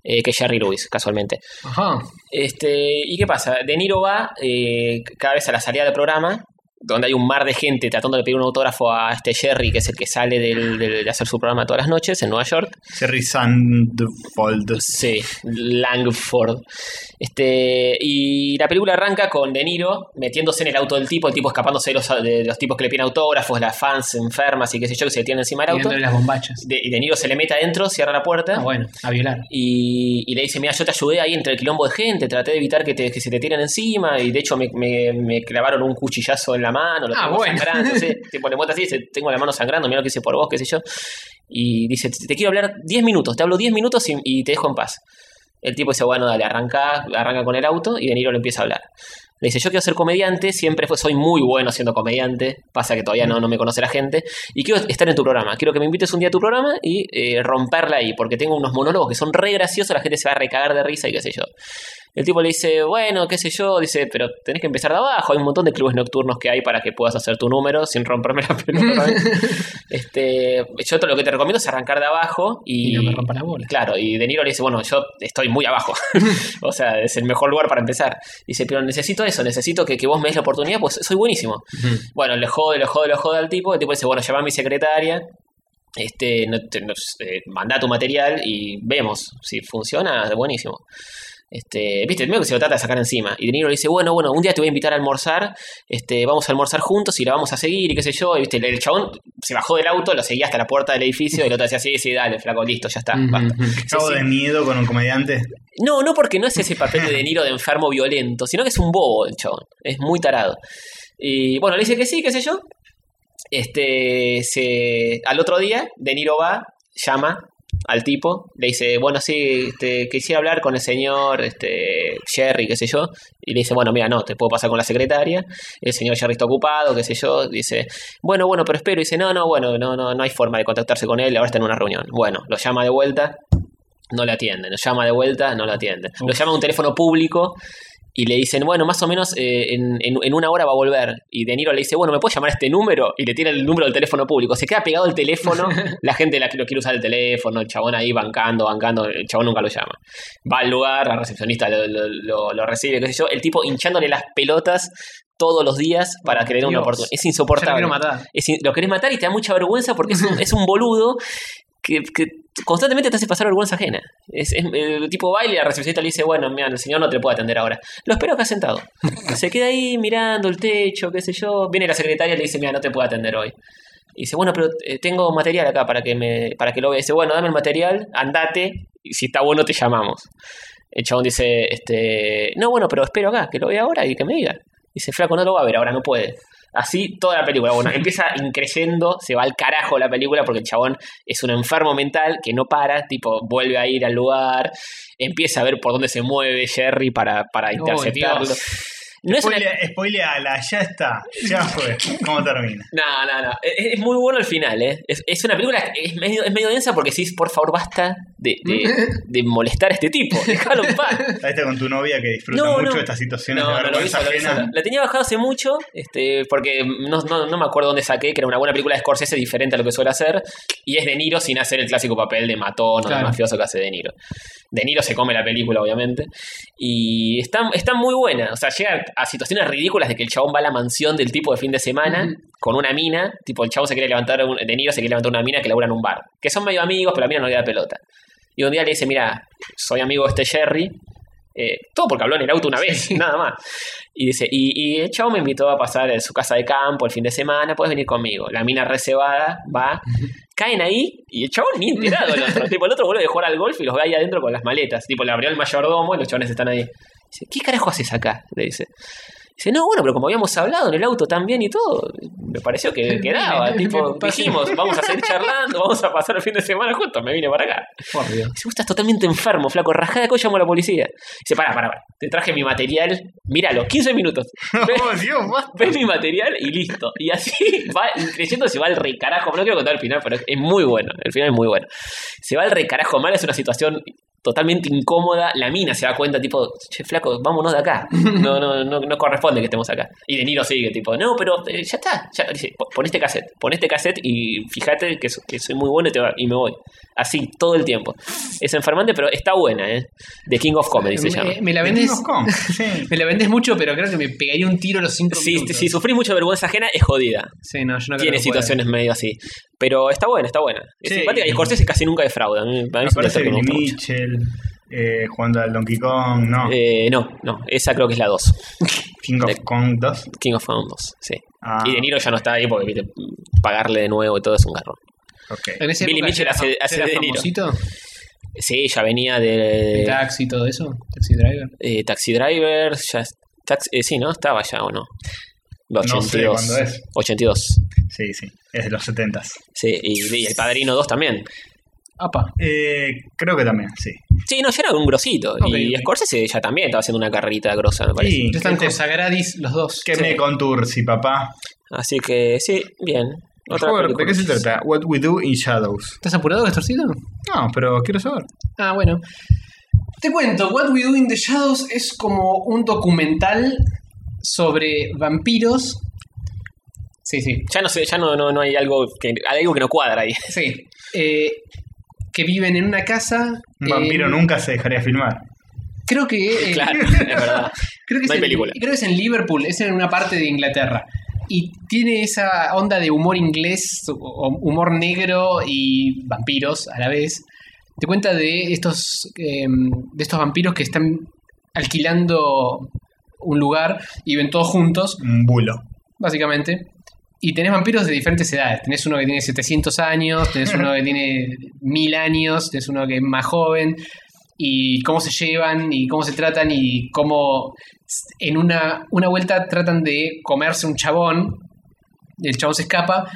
S2: eh, que es Jerry Lewis, casualmente.
S4: Ajá.
S2: Este, ¿Y qué pasa? De Niro va eh, cada vez a la salida del programa, donde hay un mar de gente tratando de pedir un autógrafo a este Jerry, que es el que sale del- del- de hacer su programa todas las noches en Nueva York.
S3: Jerry Sandfold.
S2: Sí, Langford. Este, y la película arranca con De Niro metiéndose en el auto del tipo, el tipo escapándose de los, de los tipos que le piden autógrafos, las fans enfermas y qué sé yo, que se le tienen encima del auto.
S4: Mirándole las bombachas.
S2: De, y De Niro se le mete adentro, cierra la puerta.
S4: Ah, bueno, a violar.
S2: Y, y le dice, mira, yo te ayudé ahí entre el quilombo de gente, traté de evitar que, te- que se te tiren encima y de hecho me, me- me clavaron un cuchillazo en la mano, lo
S4: Ah,
S2: tengo
S4: bueno.
S2: sangrando, sí. tipo le muestra así, dice, tengo la mano sangrando, mira lo que hice por vos, qué sé yo. Y dice, te, te quiero hablar 10 minutos, te hablo 10 minutos y, y te dejo en paz. El tipo dice, bueno, dale, arranca, arranca con el auto y De Niro le empieza a hablar. Le dice, yo quiero ser comediante, siempre fue, soy muy bueno siendo comediante, pasa que todavía no, no me conoce la gente, y quiero estar en tu programa, quiero que me invites un día a tu programa y eh, romperla ahí, porque tengo unos monólogos que son re graciosos, la gente se va a recagar de risa y qué sé yo. El tipo le dice, bueno, qué sé yo, dice, pero tenés que empezar de abajo, hay un montón de clubes nocturnos que hay para que puedas hacer tu número sin romperme la pelota. este, yo te- lo que te recomiendo es arrancar de abajo y...
S4: Y no me rompa las bolas.
S2: Claro, y De Niro le dice, bueno, yo estoy muy abajo, o sea, es el mejor lugar para empezar. Dice, pero necesito eso, necesito que, que vos me des la oportunidad, pues soy buenísimo. Bueno, le jode, le jode, le jode al tipo, el tipo dice, bueno, llama a mi secretaria, este, no, te- no- eh, mandá tu material y vemos si funciona, buenísimo. Este, viste, medio que se lo trata de sacar encima. Y De Niro le dice, bueno, bueno, un día te voy a invitar a almorzar, este, vamos a almorzar juntos y la vamos a seguir, y qué sé yo. Y viste, el- el chabón se bajó del auto, lo seguía hasta la puerta del edificio, y el otro decía, sí, sí, dale, flaco, listo, ya está,
S4: Ujú,
S2: basta.
S4: ujú.
S2: Sí,
S3: ¿Cago
S2: sí.
S3: de miedo con un comediante?
S2: No, no porque no es ese papel de De Niro de enfermo violento, sino que es un bobo el chabón. Es muy tarado. Y bueno, le dice que sí, qué sé yo. Este, se, al otro día, De Niro va, llama al tipo, le dice, bueno, sí, este, quisiera hablar con el señor este, Jerry, qué sé yo. Y le dice, bueno, mira, no, te puedo pasar con la secretaria. El señor Jerry está ocupado, qué sé yo. Dice, bueno, bueno, pero espero. Y dice, no, no, bueno, no, no, no hay forma de contactarse con él, ahora está en una reunión. Bueno, lo llama de vuelta, no le atienden. Lo llama de vuelta, no lo atienden. Lo llama a un teléfono público y le dicen, bueno, más o menos eh, en, en- en una hora va a volver. Y De Niro le dice, bueno, ¿me puedes llamar a este número? Y le tira el número del teléfono público. Se queda pegado el teléfono, la gente la, lo quiere usar el teléfono, el chabón ahí bancando, bancando, el chabón nunca lo llama. Va al lugar, la recepcionista lo, lo- lo- lo recibe, qué sé yo, el tipo hinchándole las pelotas todos los días para que le den una
S4: Dios.
S2: oportunidad. Es
S4: Ya lo
S2: insoportable.
S4: quiero matar.
S2: Es in- lo querés matar y te da mucha vergüenza porque es un, es un boludo que, que constantemente te hace pasar vergüenza ajena. Es, es- el tipo baile, la recepcionista le dice, bueno, mira, el señor no te puede atender ahora. Lo espero acá sentado. Se queda ahí mirando el techo, qué sé yo. Viene la secretaria y le dice, mira, no te puedo atender hoy. Y dice, bueno, pero eh, tengo material acá para que me para que lo veas. Dice, bueno, dame el material, andate, y si está bueno te llamamos. El chabón dice, este, no, bueno, pero espero acá, que lo vea ahora y que me diga. Dice, flaco, no lo va a ver, ahora no puede. Así toda la película. Bueno, empieza increyendo, se va al carajo la película porque el chabón es un enfermo mental que no para, tipo, vuelve a ir al lugar, empieza a ver por dónde se mueve Jerry para, para interceptarlo. no es una-
S3: Spoile- Spoileala, ya está, ya fue. ¿Cómo termina?
S2: no, no, no. Es, es muy bueno el final, ¿eh? Es, es una película que es medio, es medio densa porque decís, por favor, basta de, de- de molestar a este tipo. Déjalo en paz.
S3: Saliste con tu novia que disfruta
S2: No,
S3: mucho
S2: no.
S3: estas situaciones
S2: No,
S3: de
S2: no, lo hizo,
S3: vergüenza
S2: lo hizo.
S3: ajena.
S2: La tenía bajado hace mucho, este, porque no, no, no me acuerdo dónde saqué, que era una buena película de Scorsese diferente a lo que suele hacer, y es De Niro sin hacer el clásico papel de matón o de
S4: Claro.
S2: mafioso que hace De Niro. De Niro se come la película, obviamente, y está, está muy buena, o sea, llega a situaciones ridículas de que el chabón va a la mansión del tipo de fin de semana
S4: Ujú.
S2: con una mina, tipo el chabón se quiere levantar, un- De Niro se quiere levantar una mina que labura en un bar, que son medio amigos, pero la mina no le da pelota. Y un día le dice, mira, soy amigo de este Jerry. eh, todo porque habló en el auto una vez, nada más. Y dice, y, y el chavo me invitó a pasar en su casa de campo el fin de semana, puedes venir conmigo. La mina recebada va, caen ahí y el chabón ni enterado el otro. tipo, el otro vuelve de jugar al golf y los ve ahí adentro con las maletas. Tipo, le abrió el mayordomo y los chabones están ahí. Dice, ¿qué carajo haces acá? Le dice. Dice, no, bueno, pero como habíamos hablado en el auto también y todo, me pareció que quedaba. tipo, dijimos, vamos a seguir charlando, vamos a pasar el fin de semana juntos, me vine para acá.
S4: Por Dios.
S2: Dice, vos estás totalmente enfermo, flaco. Rajada acá, llamo a la policía. Dice, pará, pará, pará. Te traje mi material. Míralo, 15 minutos. Ve,
S3: Oh, Dios, basta.
S2: ve mi material y listo. Y así va creyendo se va al recarajo. No quiero contar el final, pero es- es muy bueno. El final es muy bueno. Se va al recarajo mal, es una situación totalmente incómoda. La mina se da cuenta, tipo, che, flaco, vámonos de acá. No, no, no, no corresponde que estemos acá. Y De Niro sigue, tipo, no, pero eh, ya está. Ya, dice, "Po- pon este cassette, pon este cassette y fíjate que, so- que soy muy bueno y, te va- y me voy. Así, todo el tiempo. Es enfermante, pero está buena, ¿eh? The King of Comedy se llama.
S4: Me, me la vendes.
S3: Venimos con. Sí.
S4: Me la vendes mucho, pero creo que me pegaría un tiro a los cinco
S2: Si,
S4: minutos.
S2: si sufrís mucha vergüenza ajena, es jodida.
S4: Sí, no, yo no creo
S2: Tiene
S4: que pueda.
S2: situaciones medio así. Pero está buena, está buena. Es
S3: Sí,
S2: simpática.
S3: y-
S2: Y Scorsese casi nunca defrauda. A mí, a mí es un
S3: Aparece
S2: actor que me
S3: Billy
S2: gusta mucho.
S3: Mitchell eh, jugando al Donkey Kong, no.
S2: Eh, no, no, esa creo que es la 2.
S3: King of Kong 2.
S2: King of Found 2, sí.
S3: Ah.
S2: Y De Niro ya no está ahí porque viste, pagarle de nuevo y todo es un garrón.
S3: Ok.
S4: En esa
S2: Billy
S4: época
S2: Mitchell
S4: ya era
S2: hace-
S4: fam-
S2: hace
S4: ya
S2: de
S4: era
S2: Niro.
S4: famosito.
S2: Sí, ya venía de
S4: Taxi y todo eso. Taxi driver.
S2: eh, Taxi Driver, ya tax- eh, sí, ¿no? Estaba ya o no. De
S3: No sé
S2: 82.
S3: cuándo es.
S2: 82.
S3: Sí, sí. Es de los 70s.
S2: Sí, y, y El Padrino 2 también.
S4: Apa.
S3: Eh, creo que también, sí.
S2: Sí, no, ya era un grosito.
S4: Ok,
S2: y
S4: ok.
S2: Scorsese ya también estaba haciendo una carrerita grosa, me parece.
S3: Sí,
S4: Ya están
S3: que-
S4: consagradis los dos.
S3: que este, me conturci, papá.
S2: Así que sí, bien. Otra
S3: Robert, ¿de
S2: película.
S3: qué se trata? What We Do in Shadows.
S4: ¿Estás apurado, Castorcito?
S3: No, pero quiero saber.
S4: Ah, bueno. Te cuento, What We Do in the Shadows es como un documental sobre vampiros. Sí, sí,
S2: Ya no sé, ya no, no, no hay algo que hay algo que no cuadra ahí.
S4: sí. Eh, que viven en una casa.
S3: Un
S4: eh,
S3: vampiro nunca se dejaría filmar.
S4: Creo que. eh,
S2: Claro, es verdad.
S4: Creo que es
S2: No hay
S4: en-
S2: película.
S4: Creo que es en Liverpool, es en una parte de Inglaterra. Y tiene esa onda de humor inglés, o- o humor negro y vampiros a la vez. Te cuenta de estos, em, de estos vampiros que están alquilando un lugar y ven todos juntos
S3: Un bulo.
S4: básicamente. Y tenés vampiros de diferentes edades. Tenés uno que tiene 700 años, tenés uno que tiene 1000 años, tenés uno que es más joven. Y cómo se llevan, y cómo se tratan, y cómo s- en una, una vuelta tratan de comerse un chabón. El chabón se escapa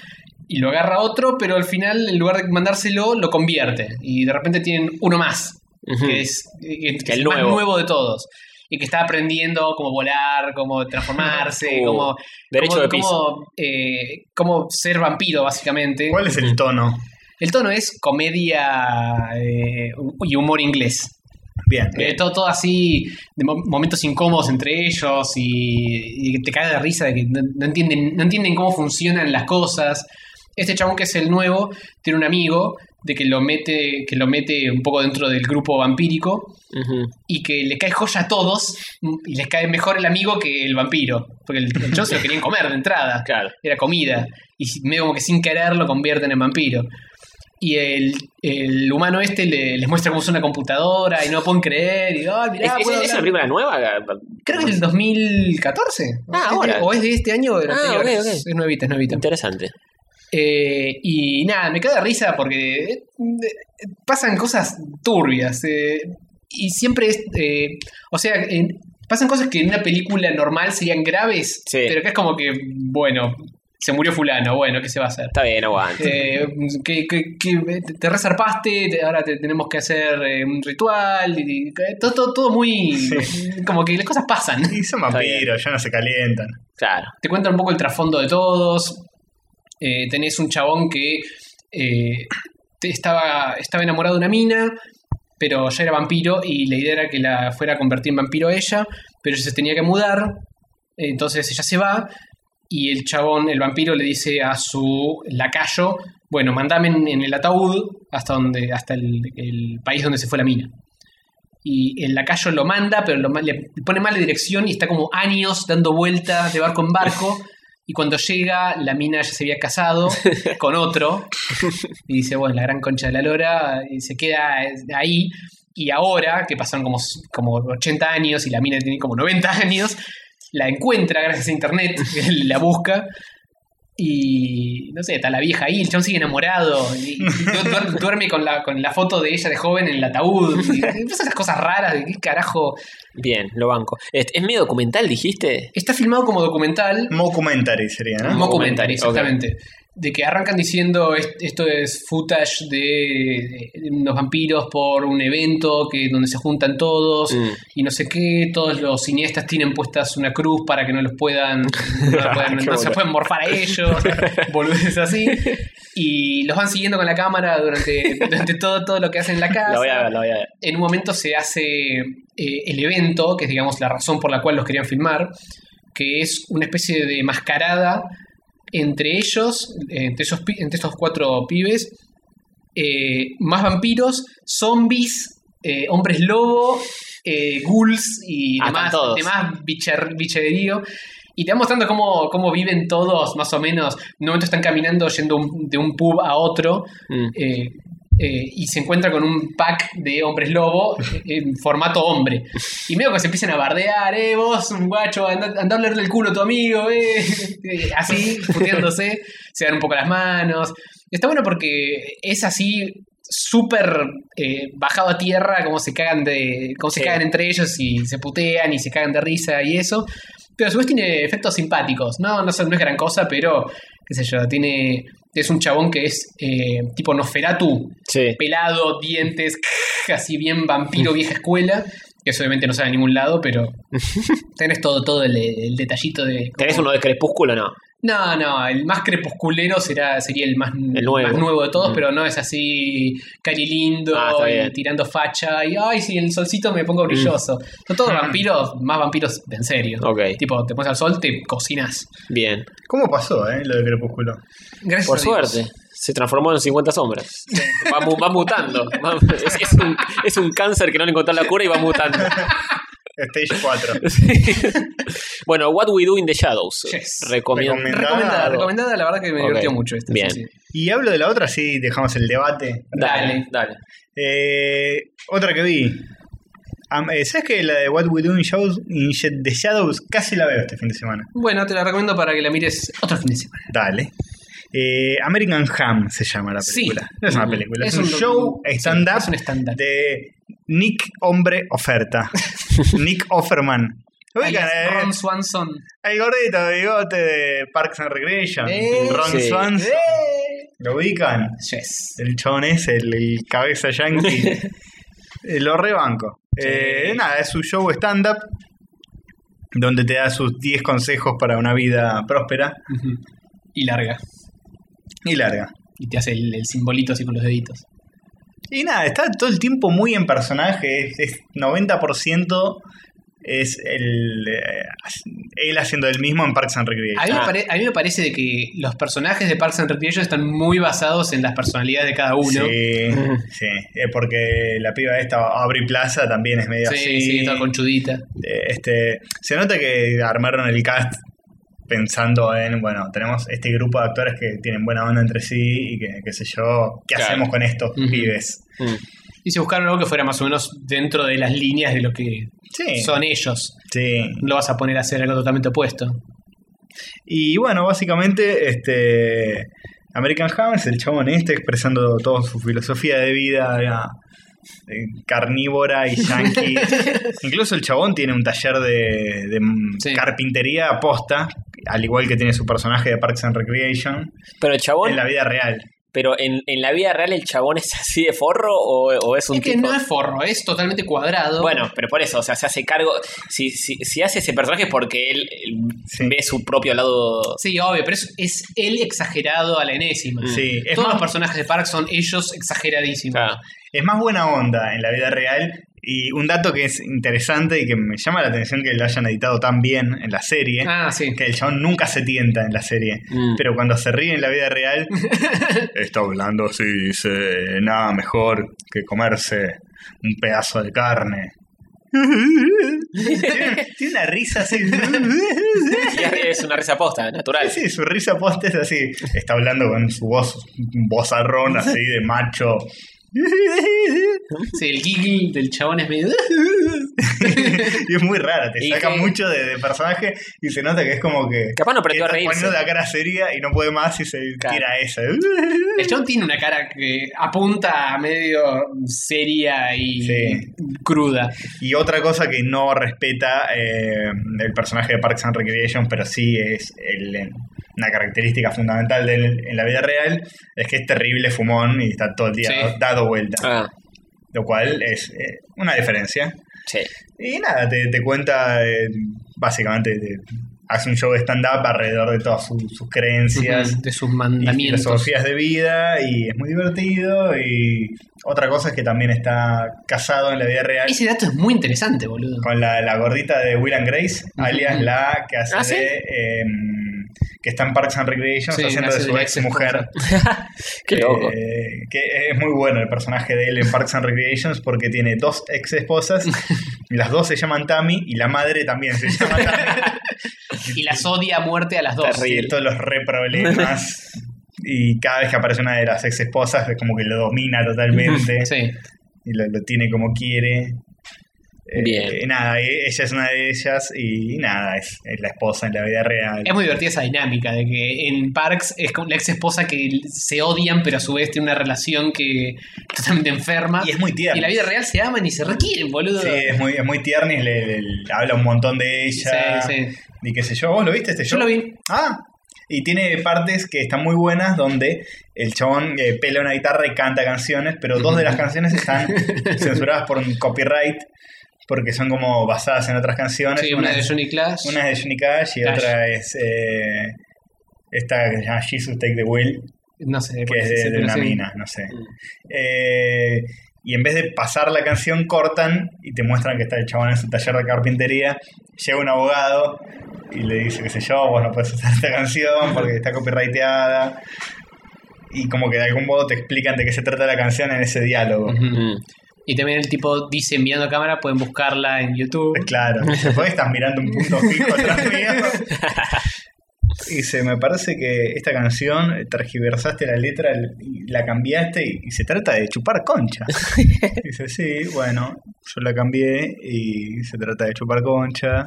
S4: y lo agarra otro, pero al final, en lugar de mandárselo, lo convierte. Y de repente tienen uno más
S2: Ujú.
S4: que es, que- que
S2: Hmm. El
S4: es el
S2: nuevo.
S4: más nuevo de todos. Y que está aprendiendo cómo volar, cómo transformarse,
S2: Uh,
S4: cómo,
S2: derecho
S4: cómo-
S2: de piso.
S4: cómo, eh, cómo ser vampiro, básicamente.
S3: ¿Cuál es el tono?
S4: El tono es comedia eh, y humor inglés.
S3: Bien.
S4: Eh, todo, todo así, de mo- momentos incómodos entre ellos y, y que te cae de risa de que no, no entienden, no entienden cómo funcionan las cosas. Este chabón que es el nuevo tiene un amigo de que lo mete, que lo mete un poco dentro del grupo vampírico
S2: Ujú.
S4: y que le cae joya a todos mm, y les cae mejor el amigo que el vampiro. Porque el, el chon se lo querían comer de entrada.
S2: Claro.
S4: Era comida. Y si- medio como que sin querer lo convierten en vampiro. Y el, el humano este le- les muestra cómo usa una computadora y no pueden creer. Y, "Ay, mirá,
S2: ¿Es, es-
S4: puedo
S2: es una
S4: hablar".
S2: película nueva? eh,
S4: Creo que es del 2014.
S2: Ah,
S4: Es de-
S2: ahora.
S4: O es de este año o del
S2: Ah,
S4: anterior.
S2: ok, ok.
S4: Es nuevita, es nuevita.
S2: Interesante.
S4: Eh, y nada, me cae de risa porque eh, eh, pasan cosas turbias. eh, y siempre es. eh, o sea, en- pasan cosas que en una película normal serían graves,
S2: Sí.
S4: pero que es como que, bueno, se murió Fulano, bueno, ¿qué se va a hacer?
S2: Está bien, aguante.
S4: Eh, que, que- que te- te resarpaste, te- ahora te tenemos que hacer eh, un ritual. y- y- todo, todo, todo muy. Como que las cosas pasan.
S3: Y son
S2: Está
S3: vampiros, ya no se calientan.
S2: Claro.
S4: Te cuenta un poco el trasfondo de todos. Eh, tenés un chabón que eh, te- estaba, estaba enamorado de una mina, pero ya era vampiro y la idea era que la fuera a convertir en vampiro a ella, pero ella se tenía que mudar. Entonces ella se va y el chabón, el vampiro, le dice a su lacayo, bueno, mandame en, en el ataúd hasta, donde, hasta el, el país donde se fue la mina. Y el lacayo lo manda, pero lo ma- le pone mala dirección y está como años dando vueltas de barco en barco. Y cuando llega, la mina ya se había casado con otro. Y dice, bueno, la gran concha de la lora. Y se queda eh, ahí. Y ahora, que pasaron como, s- como 80 años y la mina tiene como 90 años, la encuentra gracias a internet, la busca. Y no sé, está la vieja ahí, el chabón sigue enamorado. Y, y du- duer- duerme con la, con la foto de ella de joven en el ataúd. Y, y pasan esas cosas raras de qué carajo.
S2: Bien, lo banco. Este, ¿Es medio documental, dijiste?
S4: Está filmado como documental.
S3: Mocumentary sería,
S4: Un
S3: ¿no?
S4: mockumentary,
S2: Mockumentary, ok.
S4: exactamente. De que arrancan diciendo "Est- esto es footage de de unos vampiros por un evento que donde se juntan todos
S2: Mm.
S4: y no sé qué, todos los cineastas tienen puestas una cruz para que no los puedan, no, lo puedan-
S2: Ah, Qué
S4: no se
S2: boludo.
S4: pueden morfar a ellos, boludeces así, y los van siguiendo con la cámara durante, durante todo, todo lo que hacen en la casa
S2: La voy a ver, la voy a ver.
S4: en un momento se hace eh, el evento, que es digamos la razón por la cual los querían filmar, que es una especie de mascarada entre ellos, eh, entre, esos, pi- entre estos cuatro pibes, eh, más vampiros, zombies, eh, hombres lobo, eh, ghouls y
S2: Ah,
S4: demás,
S2: están todos.
S4: demás bicher- bicherío. Y te van mostrando cómo, cómo viven todos, más o menos. En un momento están caminando yendo un- de un pub a otro
S2: Mm.
S4: eh, eh, y se encuentra con un pack de hombres lobo eh, en formato hombre. Y medio que se empiezan a bardear, eh, vos, un guacho, anda, anda a hablarle el culo a tu amigo, eh. Eh, Así, puteándose, se dan un poco las manos. Está bueno porque es así súper eh, bajado a tierra, como se cagan de. como se
S2: Sí.
S4: cagan entre ellos y se putean y se cagan de risa y eso. Pero a su vez tiene efectos simpáticos. No, no, son- no es gran cosa, pero, qué sé yo, tiene Es un chabón que es eh, tipo Nosferatu,
S2: Sí.
S4: pelado, dientes, así bien
S2: Mm.
S4: vampiro, vieja escuela. Que eso obviamente no sale a ningún lado, pero tenés todo, todo el, el detallito de.
S2: ¿Tenés uno de crepúsculo no?
S4: No, no, el más crepusculero será, sería el más,
S2: El nuevo.
S4: más nuevo de todos,
S2: Mm.
S4: pero no es así cari lindo
S2: Ah, está
S4: y
S2: bien. Mm.
S4: tirando facha y ay si el solcito me pongo brilloso. Son todos vampiros, más vampiros de en serio.
S2: Ok.
S4: Tipo, te pones al sol, te cocinas.
S2: Bien.
S3: ¿Cómo pasó, eh, lo de Crepúsculo?
S4: Gracias
S2: Por
S4: a Dios.
S2: suerte. Se transformó en 50 sombras. Va, mu- va mutando. Va- es, es un, es un cáncer que no le encontró la cura y va mutando.
S3: Stage 4.
S2: bueno, What We Do in the Shadows.
S4: Yes.
S2: Recomiendo.
S3: Recomiendo.
S4: Recomendada,
S3: Recomendado.
S4: recomendada, la verdad que me
S2: Ok.
S4: divirtió mucho esta.
S2: Bien.
S4: sí, sí.
S3: Y hablo de la otra, sí, dejamos el debate.
S2: Dale, dale.
S3: Eh, otra que vi. Am- eh, ¿Sabes que la de What We Do in, Shadows, in Sh- The Shadows casi la veo este fin de semana?
S4: Bueno, te la recomiendo para que la mires otro fin de semana.
S3: Dale. Eh, American Ham se llama la
S4: Sí. Mm,
S3: película. No es una película, es, un,
S4: docu-
S3: show
S4: sí,
S3: stand-up
S4: es un stand-up.
S3: de Nick Hombre Oferta. Nick Offerman. ¿Lo ubican,
S4: Alias
S3: eh?
S4: Ron Swanson.
S3: El gordito de bigote de Parks and Recreation.
S4: Eh,
S3: Ron
S2: sí.
S3: Swanson. ¿Lo ubican?
S4: Yes.
S3: El chabón es el, el cabeza yankee. Eh, Lo rebanco. Eh, nada, es un show stand-up donde te da sus 10 consejos para una vida próspera
S4: Ujú. Y larga.
S3: y larga.
S4: Y te hace el, el simbolito así con los deditos.
S3: Y nada, está todo el tiempo muy en personaje. Es, es 90% es el, eh, él haciendo el mismo en Parks and
S4: A mí,
S3: Recreation.
S4: me
S2: Ah.
S4: pare- a mí me parece de que los personajes de Parks and Recreation están muy basados en las personalidades de cada uno.
S3: Sí,
S2: Uno.
S3: sí. Eh, porque la piba esta, Aubrey Plaza, también es medio
S4: Sí,
S3: así.
S4: sí, está conchudita.
S3: Eh, este, se nota que armaron el cast pensando en, bueno, tenemos este grupo de actores que tienen buena onda entre sí y que, qué sé yo, ¿qué
S2: Claro.
S3: hacemos con estos
S4: Ujú.
S3: pibes?
S2: Mm.
S4: Y se buscaron algo que fuera más o menos dentro de las líneas de lo que
S3: Sí,
S4: son ellos.
S3: sí.
S4: No lo vas a poner a hacer algo totalmente opuesto.
S3: Y bueno, básicamente, este American Ham es el chabón este expresando toda su filosofía de vida ya, eh, carnívora y yankee. Incluso el chabón tiene un taller de, de
S4: Sí.
S3: carpintería aposta, al igual que tiene su personaje de Parks and Recreation,
S2: Pero el chabón.
S3: en la vida real.
S2: Pero en, en la vida real el chabón es así de forro o, o es un
S4: Es que
S2: tipo.
S4: no es forro, es totalmente cuadrado.
S2: Bueno, pero por eso, o sea, se hace cargo. Si, si, si hace ese personaje es porque él él
S3: Sí.
S2: ve su propio lado.
S4: Sí, obvio, pero es, es él exagerado a la enésima. Mm.
S3: Sí, es
S4: Todos
S3: más-
S4: los personajes de Parks son ellos exageradísimos.
S2: Ah,
S3: Es más buena onda en la vida real. Y un dato que es interesante y que me llama la atención que lo hayan editado tan bien en la serie.
S4: Ah, sí.
S3: Que el chabón nunca se tienta en la serie.
S2: Mm.
S3: Pero cuando se ríe en la vida real, está hablando así, dice, nada mejor que comerse un pedazo de carne. tiene, tiene una risa así.
S2: y es es una risa posta, natural.
S3: Sí, su risa posta es así. Está hablando con su voz, un vozarrón así de macho.
S4: Sí, el giggle del chabón es medio.
S3: y es muy rara, te
S2: Y
S3: saca
S2: que-
S3: mucho de, de personaje y se nota que es como que.
S2: Capaz no
S3: que
S2: aprendió a
S3: está
S2: reírse.
S3: poniendo la cara seria y no puede más y se
S2: Claro.
S3: tira esa.
S4: El chabón tiene una cara que apunta a medio seria y
S3: Sí.
S4: cruda.
S3: Y otra cosa que no respeta eh, el personaje de Parks and Recreation, pero sí es el- eh, una característica fundamental de él en la vida real, es que es terrible fumón y está todo el día
S4: Sí.
S3: dado vuelta.
S2: Ah,
S3: Lo cual es eh, una diferencia.
S2: sí.
S3: Y nada, te, te cuenta, eh, básicamente, te- hace un show de stand-up alrededor de todas su- sus creencias.
S4: Ujú, de sus
S3: y
S4: mandamientos.
S3: filosofías de vida y es muy divertido y otra cosa es que también está casado en la vida real
S4: Ese dato es muy interesante, boludo.
S3: con la, la gordita de Will and Grace alias la que hace
S2: ¿Ah, sí?
S3: de, eh, que está en Parks and Recreation
S4: Sí,
S3: haciendo de
S4: hace
S3: su
S4: de la
S3: ex mujer eh,
S2: Qué loco.
S3: que es muy bueno el personaje de él en Parks and Recreations porque tiene dos ex esposas las dos se llaman Tammy y la madre también se llama Tammy
S4: Y las odia a muerte a las dos.
S2: Terrible.
S3: y todos los re problemas. y cada vez que aparece una de las ex esposas, es como que lo domina totalmente.
S4: Sí.
S3: Y lo, lo tiene como quiere. Eh,
S2: Bien.
S3: nada, e- ella es una de ellas y nada, es, es la esposa en la vida real.
S4: Es muy divertida esa dinámica de que en Parks es como la ex esposa que se odian, pero a su vez tiene una relación que totalmente enferma.
S3: Y es muy tierna.
S4: Y en la vida real se aman y se requieren, boludo.
S3: Sí, es muy, es muy tierna y le, le- le habla un montón de ella.
S4: Sí, sí.
S3: Y qué sé yo, ¿vos lo viste este
S4: Yo
S3: show?
S4: lo vi.
S3: Ah, Y tiene partes que están muy buenas donde el chabón eh, pela una guitarra y canta canciones, pero dos de las canciones están censuradas por un copyright porque son como basadas en otras canciones.
S4: Sí, una de
S3: es-
S4: Johnny Clash.
S3: una es de Johnny Cash y
S4: Cash.
S3: otra es eh, esta que se llama Jesus Take the Wheel,
S4: No sé.
S3: que
S4: cuál
S3: es de,
S4: ese,
S3: de
S4: pero
S3: una
S4: sí.
S3: mina, no sé.
S2: Mm.
S3: Eh, y en vez de pasar la canción, cortan y te muestran que está el chabón en su taller de carpintería. Llega un abogado y le dice, qué sé yo, vos no puedes usar esta canción porque está copyrighteada. Y como que de algún modo te explican de qué se trata la canción en ese diálogo.
S4: Ujú.
S2: Mm.
S4: Y también el tipo dice mirando a cámara, pueden buscarla en YouTube.
S3: Claro, después estás mirando un punto fijo atrás mío. Dice, me parece que esta canción eh, tergiversaste la letra, l- y la cambiaste y, y se trata de chupar concha. Dice, sí, bueno, yo la cambié y se trata de chupar concha.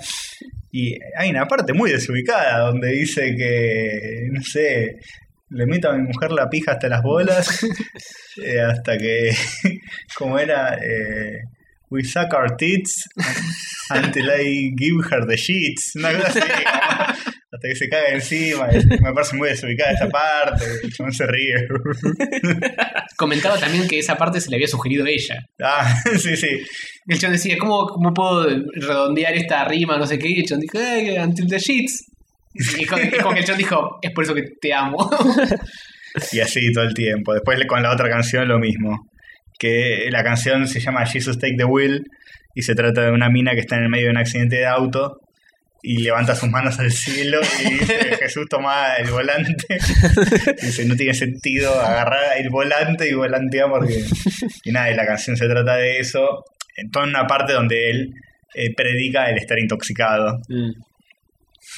S3: Y hay una parte muy desubicada donde dice que, no sé, le meto a mi mujer la pija hasta las bolas, eh, hasta que, como era, eh, we suck our tits until I give her the sheets, una cosa así, como, hasta que se caga encima. y Me parece muy desubicada esa parte, el chabón se ríe.
S4: Comentaba también que esa parte se le había sugerido ella.
S3: ah, sí, sí.
S4: El chon decía, ¿cómo, ¿cómo puedo redondear esta rima? No sé qué. Y el chon dijo, "Eh, until the sheets. Y es como- es como que el chon dijo, es por eso que te amo.
S3: Y así todo el tiempo. Después le- con la otra canción lo mismo. Que la canción se llama Jesus Take the Wheel y se trata de una mina que está en el medio de un accidente de auto y levanta sus manos al cielo y dice, Jesús toma el volante. Dice, no tiene sentido agarrar el volante y volantear porque... Y nada, y la canción se trata de eso. En toda una parte donde él eh, predica el estar intoxicado.
S2: Mm.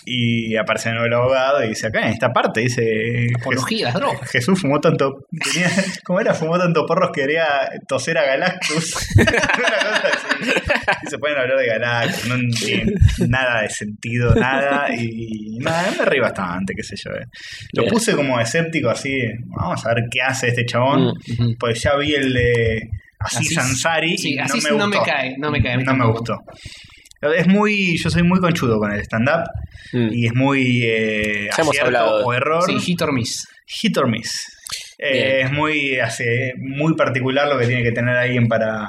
S3: Y aparece de nuevo el abogado y dice, acá en esta parte dice...
S4: Apología, las drogas.
S3: Jesús fumó tanto. Tenía, ¿Cómo era? Fumó tanto porros que quería toser a Galactus. Una cosa así. Y se pueden hablar de Galactus. No tiene nada de sentido, nada. Y nada, me reí bastante, qué sé yo. eh. Lo
S2: Bien.
S3: puse como escéptico, así. Vamos a ver qué hace este chabón.
S4: Mm,
S3: Pues ya vi el de Asís
S4: Asís.
S3: Ansari. y
S4: Sí,
S3: no
S4: así
S3: me
S4: no
S3: gustó.
S4: me cae, no me cae. a mí
S3: No me
S4: tampoco.
S3: gustó. Es muy, yo soy muy conchudo con el stand-up
S2: Mm.
S3: y es muy eh,
S2: Ya hemos
S3: acierto
S2: hablado.
S3: o error
S4: Sí, hit or miss.
S3: hit or miss. Eh,
S2: Bien.
S3: es muy, hace, muy particular lo que tiene que tener alguien para.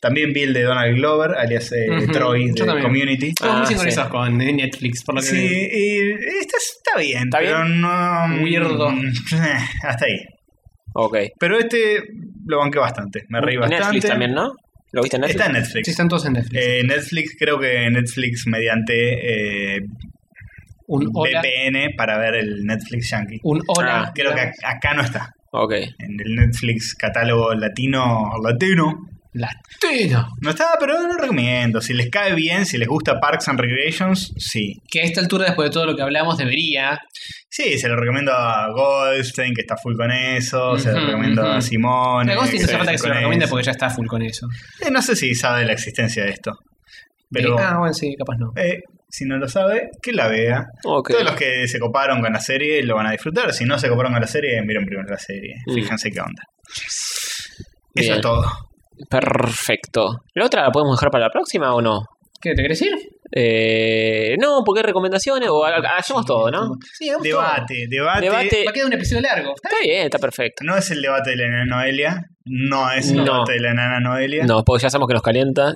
S3: También vi el de Donald Glover, alias eh,
S4: Ujú,
S3: Troy,
S4: yo
S3: de
S4: también.
S3: Community.
S4: Estamos muy
S2: sí.
S4: sincronizados con eh, Netflix, por lo que
S3: Sí,
S4: veo.
S3: y está, está bien,
S2: ¿Está
S3: pero no.
S4: Weirdo.
S3: eh, Hasta ahí.
S2: Ok.
S3: Pero este lo banqué bastante, me reí bastante.
S2: Netflix también, ¿no? ¿Lo viste en Netflix?
S3: Está en Netflix.
S4: Sí, están todos en Netflix.
S3: Eh, Netflix, creo que Netflix mediante eh,
S4: un hola.
S3: VPN para ver el Netflix Yankee.
S4: Un hola.
S2: Ah,
S3: Creo que ac- acá no está.
S2: Ok.
S3: En el Netflix catálogo latino, latino,
S4: Latino.
S3: No está, pero lo recomiendo. Si les cae bien, si les gusta Parks and Recreations, sí.
S4: Que a esta altura, después de todo lo que hablamos, debería.
S3: Sí, se lo recomiendo a Goldstein, que está full con eso. se lo
S4: Ujú,
S3: recomiendo
S4: ujú.
S3: a Simone.
S4: La Ghosting no
S3: está
S4: hace falta que
S3: full
S4: se lo
S3: con
S4: recomiende
S3: eso.
S4: porque ya está full con eso.
S3: Eh, no sé si sabe la existencia de esto. Pero
S4: Eh, ah, bueno, sí, capaz no.
S3: eh, si no lo sabe, que la vea.
S2: Ok.
S3: Todos los que se coparon con la serie lo van a disfrutar. Si no se coparon con la serie, miren primero la serie.
S2: Mm.
S3: Fíjense qué onda. Eso
S2: Bien.
S3: es todo.
S2: Perfecto. ¿La otra la podemos dejar para la próxima o no?
S4: ¿Qué te querés ir?
S2: Eh, no, porque hay recomendaciones o al- hacemos todo, ¿no?
S4: Sí, hagamos todo.
S3: Debate, debate.
S2: Debate.
S4: Va a quedar un episodio largo. ¿está?
S2: Está bien, está perfecto.
S3: No es el debate de la enana Noelia. No es el
S2: No.
S3: debate de la enana Noelia.
S2: No, porque ya sabemos que nos calienta.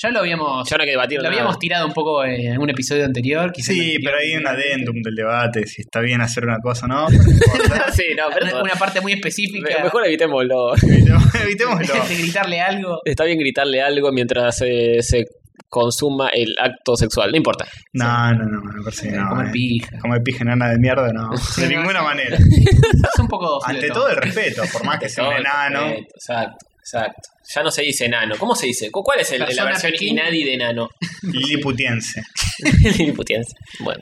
S4: Ya lo habíamos,
S2: Ya no hay que debatir.
S4: lo
S2: nada.
S4: habíamos tirado un poco en un episodio anterior. quizás en el
S3: Sí,
S4: anterior.
S3: pero hay un adendum del debate, si está bien hacer una cosa o no. pero no importa.
S2: sí, no, pero
S4: Una, una parte muy
S2: me-
S4: específica
S2: mejor evitémoslo.
S3: Evitemos- Evitémoslo.
S4: de gritarle algo.
S2: Está bien gritarle algo mientras eh, se consuma el acto sexual, no importa.
S3: No, no, no, me parece que no.
S4: comer
S3: eh.
S4: pija.
S3: Comer pija enana de mierda, no. De
S4: no,
S3: ninguna
S4: sí.
S3: manera.
S4: Es un poco.
S3: Ante
S4: fileto.
S3: todo el respeto, por más que sea un
S2: Todo,
S3: enano.
S2: perfecto, Exacto, exacto. Ya no se dice enano. ¿Cómo se dice? ¿Cu- ¿Cuál es el- la
S4: Persona
S2: versión
S4: pequeña.
S2: inadi de enano?
S3: Liliputiense.
S2: Liliputiense. Bueno.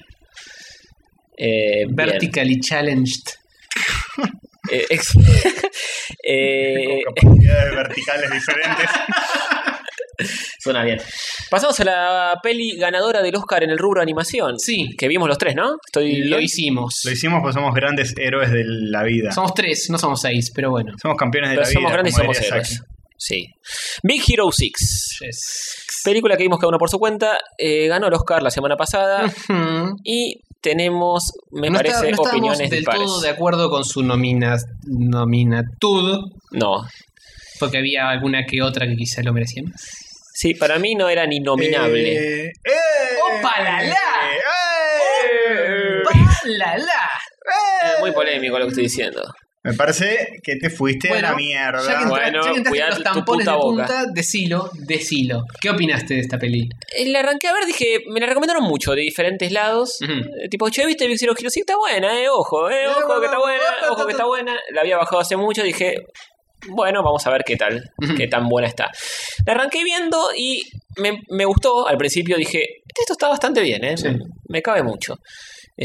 S2: Eh, bien.
S4: Vertically challenged.
S2: Eh, ex- Eh,
S3: Con capacidades verticales diferentes.
S2: suena bien. Pasamos a la peli ganadora del Oscar en el rubro animación.
S4: Sí.
S2: Que vimos los tres, ¿no? Estoy
S4: Lo
S2: bien?
S4: hicimos.
S3: Lo hicimos porque somos grandes héroes de la vida. Somos,
S4: Somos tres, no somos seis, pero bueno.
S3: campeones de
S2: Pero
S3: la
S2: somos
S3: vida.
S2: grandes y
S3: como
S2: somos
S3: diría
S2: héroes.
S3: Saki.
S2: Sí. Big Hero 6.
S4: Yes.
S2: Película que vimos cada uno por su cuenta. eh, ganó el Oscar la semana pasada.
S4: Ujú.
S2: Y tenemos, me
S4: no está-
S2: parece,
S4: no estábamos
S2: opiniones
S4: del
S2: dispares.
S4: todo de acuerdo con su nomina, nominatud,
S2: No.
S4: porque había alguna que otra que quizá lo merecía más.
S2: Sí, para mí no era ni nominable.
S3: Eh, eh,
S4: ¡Opalala!
S3: eh,
S4: la, la!
S2: Eh, muy polémico lo que estoy diciendo.
S3: Me parece que te fuiste a la mierda.
S4: Ya que, entra-
S2: Bueno,
S4: ya que entraste en
S2: cuidate
S4: los
S2: tu
S4: tampones de
S2: puta boca.
S4: punta, decilo, decilo. ¿Qué opinaste de esta peli?
S2: Eh, La arranqué a ver, dije, me la recomendaron mucho de diferentes lados.
S4: Ujú.
S2: Eh, Tipo, che, viste, Big Zero Hero? Sí, está buena, eh, ojo, eh, ojo que está buena, ojo que está buena. La había bajado hace mucho, dije, bueno, vamos a ver qué tal,
S4: Ujú.
S2: qué tan buena está. La arranqué viendo y me, me gustó. Al principio dije, "Este, esto está bastante bien, eh,
S4: Sí.
S2: me cabe mucho.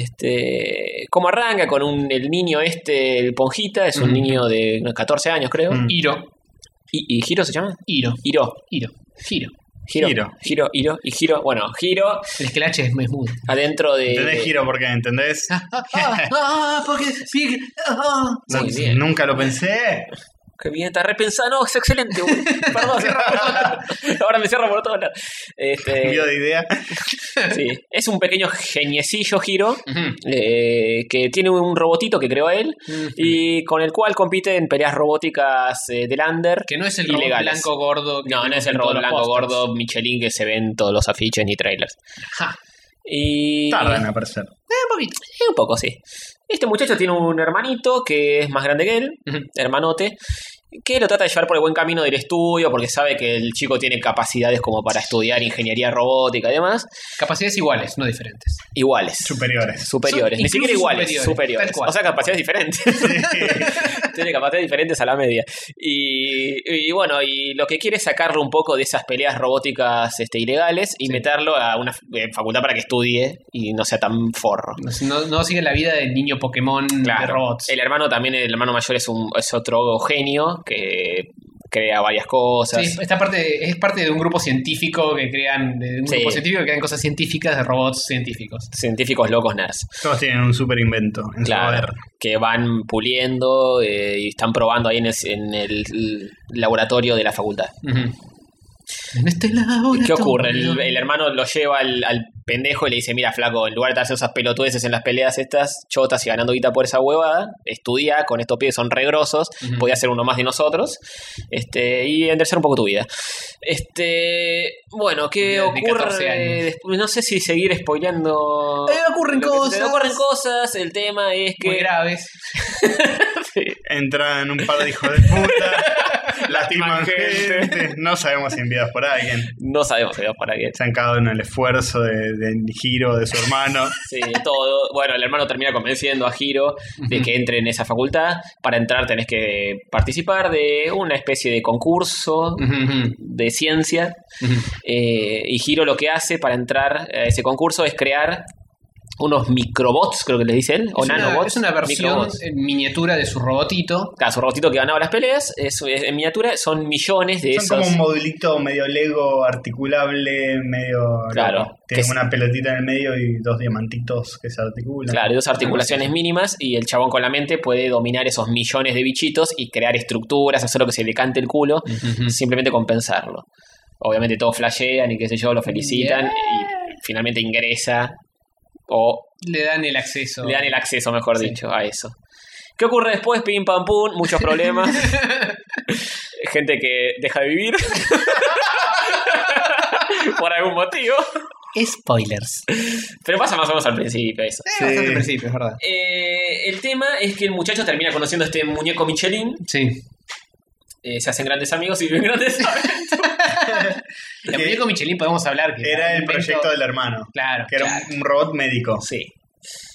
S2: Este, como arranca con un, el niño este, el Ponjita, es un
S4: Ujú.
S2: niño de unos 14 años, creo.
S3: Mm.
S4: Iro,
S2: ¿Y, ¿Y Hiro se llama?
S4: Iro,
S2: Hiro.
S4: Iro, Giro.
S2: Hiro.
S3: Hiro.
S2: Hiro, Hiro, y Hiro, bueno, Hiro
S4: El esquelache es muy mudo.
S2: adentro de...
S3: Tenés giro porque, ¿entendés?
S4: Ah, ah, ah, porque Big- ah.
S3: No,
S2: Muy bien. Eh,
S3: Nunca lo pensé.
S2: Qué bien, está repensado. No, es excelente, güey. Perdón, cierra por todos lados. Ahora me cierro por todos lados. Este,
S3: Vio de idea.
S2: sí. Es un pequeño geniecillo giro
S4: Ujú.
S2: eh, que tiene un robotito que creó él y con el cual compite en peleas robóticas eh, del under.
S4: Que no es el robot
S2: Ilegales.
S4: blanco gordo. que
S2: No, no
S4: vemos
S2: es el
S4: en todos
S2: robot
S4: los
S2: blanco
S4: pósters.
S2: gordo Michelin que se ve en todos los afiches ni trailers.
S4: Ja.
S2: Y...
S3: Tarda en aparecer.
S4: Eh, un poquito.
S2: Eh, un poco, sí. Este muchacho tiene un hermanito que es más grande que él,
S4: Ujú.
S2: hermanote, que lo trata de llevar por el buen camino del estudio porque sabe que el chico tiene capacidades como para estudiar ingeniería robótica y demás,
S4: Capacidades iguales, no diferentes.
S2: iguales.
S3: Superiores.
S2: superiores,
S4: Son
S2: ni siquiera
S4: incluso
S2: iguales,
S4: superiores,
S2: superiores.
S4: tal cual.
S2: O sea, capacidades diferentes. Tiene capacidades diferentes a la media. Y, y bueno, y lo que quiere es sacarlo un poco de esas peleas robóticas este, ilegales y meterlo a una eh, facultad para que estudie y no sea tan forro.
S4: No, no sigue la vida del niño Pokémon de
S2: Claro.
S4: robots.
S2: El hermano también, el hermano mayor es un es otro genio que crea varias cosas.
S4: Sí, esta parte es parte de un grupo científico que crean, de un
S2: Sí.
S4: grupo científico que crean cosas científicas de robots científicos.
S2: Científicos locos nerds.
S3: Todos tienen un super invento en
S2: Claro.
S3: su poder.
S2: Que van puliendo eh, y están probando ahí en, es- en el laboratorio de la facultad.
S4: En este laboratorio.
S2: ¿Qué ocurre? El, el hermano lo lleva al, al pendejo y le dice, mira, flaco, en lugar de hacer esas pelotudeces en las peleas estas, chotas y ganando guita por esa huevada, estudia, con estos pibes son regrosos,
S4: Ujú.
S2: podía ser uno más de nosotros, este, y enderezar un poco tu vida. Este, bueno, ¿qué
S4: Vida de
S2: ocurre?
S4: 14 años.
S2: después? no sé si seguir spoileando...
S4: Eh, ocurren
S2: lo que sucede.
S4: cosas.
S2: Ocurren cosas, el tema es
S4: Muy
S2: que...
S4: graves.
S3: Entran un par de hijos de puta. lastiman
S2: Lastiman gente.
S3: gente. No sabemos si enviados por alguien.
S2: No sabemos si va para qué.
S3: Se han cagado en el esfuerzo de- del giro de su hermano.
S2: Sí, todo. Bueno, el hermano termina convenciendo a Hiro de que entre en esa facultad. Para entrar tenés que participar de una especie de concurso de ciencia. Eh, y Hiro lo que hace para entrar a ese concurso es crear unos microbots, creo que le dice él, o
S4: es, una,
S2: nanobots.
S4: es una versión
S2: microbots.
S4: en miniatura de su robotito.
S2: Claro, su robotito que ganaba las peleas, es, es- en miniatura son millones de
S3: Son como
S2: esos.
S3: un modulito medio lego, articulable, medio.
S2: Claro.
S3: loco.
S2: Que
S3: Tienen
S2: es-
S3: una pelotita en el medio y dos diamantitos que se articulan.
S2: Claro, y dos articulaciones mínimas y el chabón con la mente puede dominar esos millones de bichitos y crear estructuras, hacer lo que se le cante el culo, simplemente compensarlo. Obviamente todos flashean y qué sé yo, lo felicitan y finalmente ingresa o
S4: Le dan el acceso.
S2: le dan el acceso, mejor
S4: Sí.
S2: dicho, a eso. ¿Qué ocurre después? Pim pam pum, muchos problemas. Gente que deja de vivir. Por algún motivo.
S4: Spoilers.
S2: Pero pasa más o menos al principio eso.
S4: Es
S3: Sí.
S4: Eh, bastante al principio, es verdad.
S2: Eh, el tema es que el muchacho termina conociendo a este muñeco Michelin.
S4: Sí.
S2: eh, se hacen grandes amigos y viven grandes
S4: El muñeco Michelin podemos hablar. Que
S3: Era el
S4: invento-
S3: proyecto del hermano.
S4: Claro.
S3: Que era
S4: claro.
S3: un robot médico.
S2: Sí.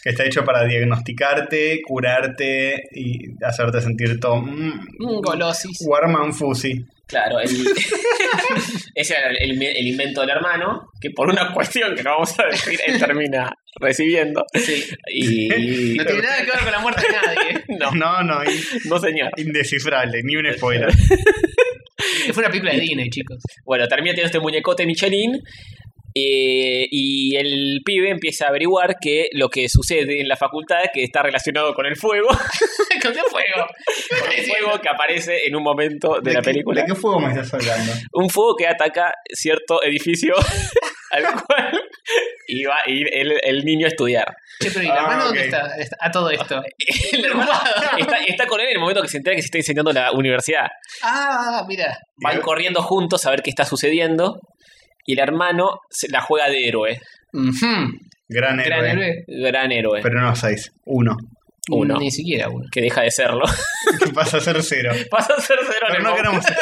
S3: Que está hecho para diagnosticarte, curarte y hacerte sentir todo. mm,
S4: Un golosis.
S3: Warm and fuzzy.
S2: Claro, el- ese era el, el- el invento del hermano, que por una cuestión que no vamos a decir, él termina recibiendo. Y.
S4: No tiene nada que ver con la muerte de nadie. eh.
S2: No,
S3: No, no, in-
S2: no, señor.
S3: indescifrable, ni un spoiler.
S4: Fue una película de Disney, chicos.
S2: Bueno, termina teniendo este muñecote Michelin. eh, y el pibe empieza a averiguar que lo que sucede en la facultad que está relacionado con el fuego,
S4: con qué fuego.
S2: con el fuego que aparece en un momento de,
S3: ¿De
S2: la
S3: qué-
S2: película.
S3: ¿De qué fuego me estás hablando?
S2: un fuego que ataca cierto edificio al cual y iba a ir el, el niño a estudiar.
S4: Che, pero ¿y la
S3: Ah,
S4: mano
S3: ok.
S4: dónde está? Está- A todo esto.
S2: El hermano está, está con él en el momento que se entera que se está incendiando la universidad.
S4: Ah, mira.
S2: Van
S3: Bien.
S2: corriendo juntos a ver qué está sucediendo. Y el hermano se la juega de héroe.
S4: Ujú.
S3: Gran héroe.
S4: Gran héroe.
S2: Gran héroe.
S3: Pero no seis, uno.
S2: Uno.
S4: Ni siquiera uno.
S2: Que deja de serlo.
S3: Que pasa a ser cero.
S2: Pasa a ser cero en
S3: Pero
S2: el
S3: no queremos
S2: momento- No vamos a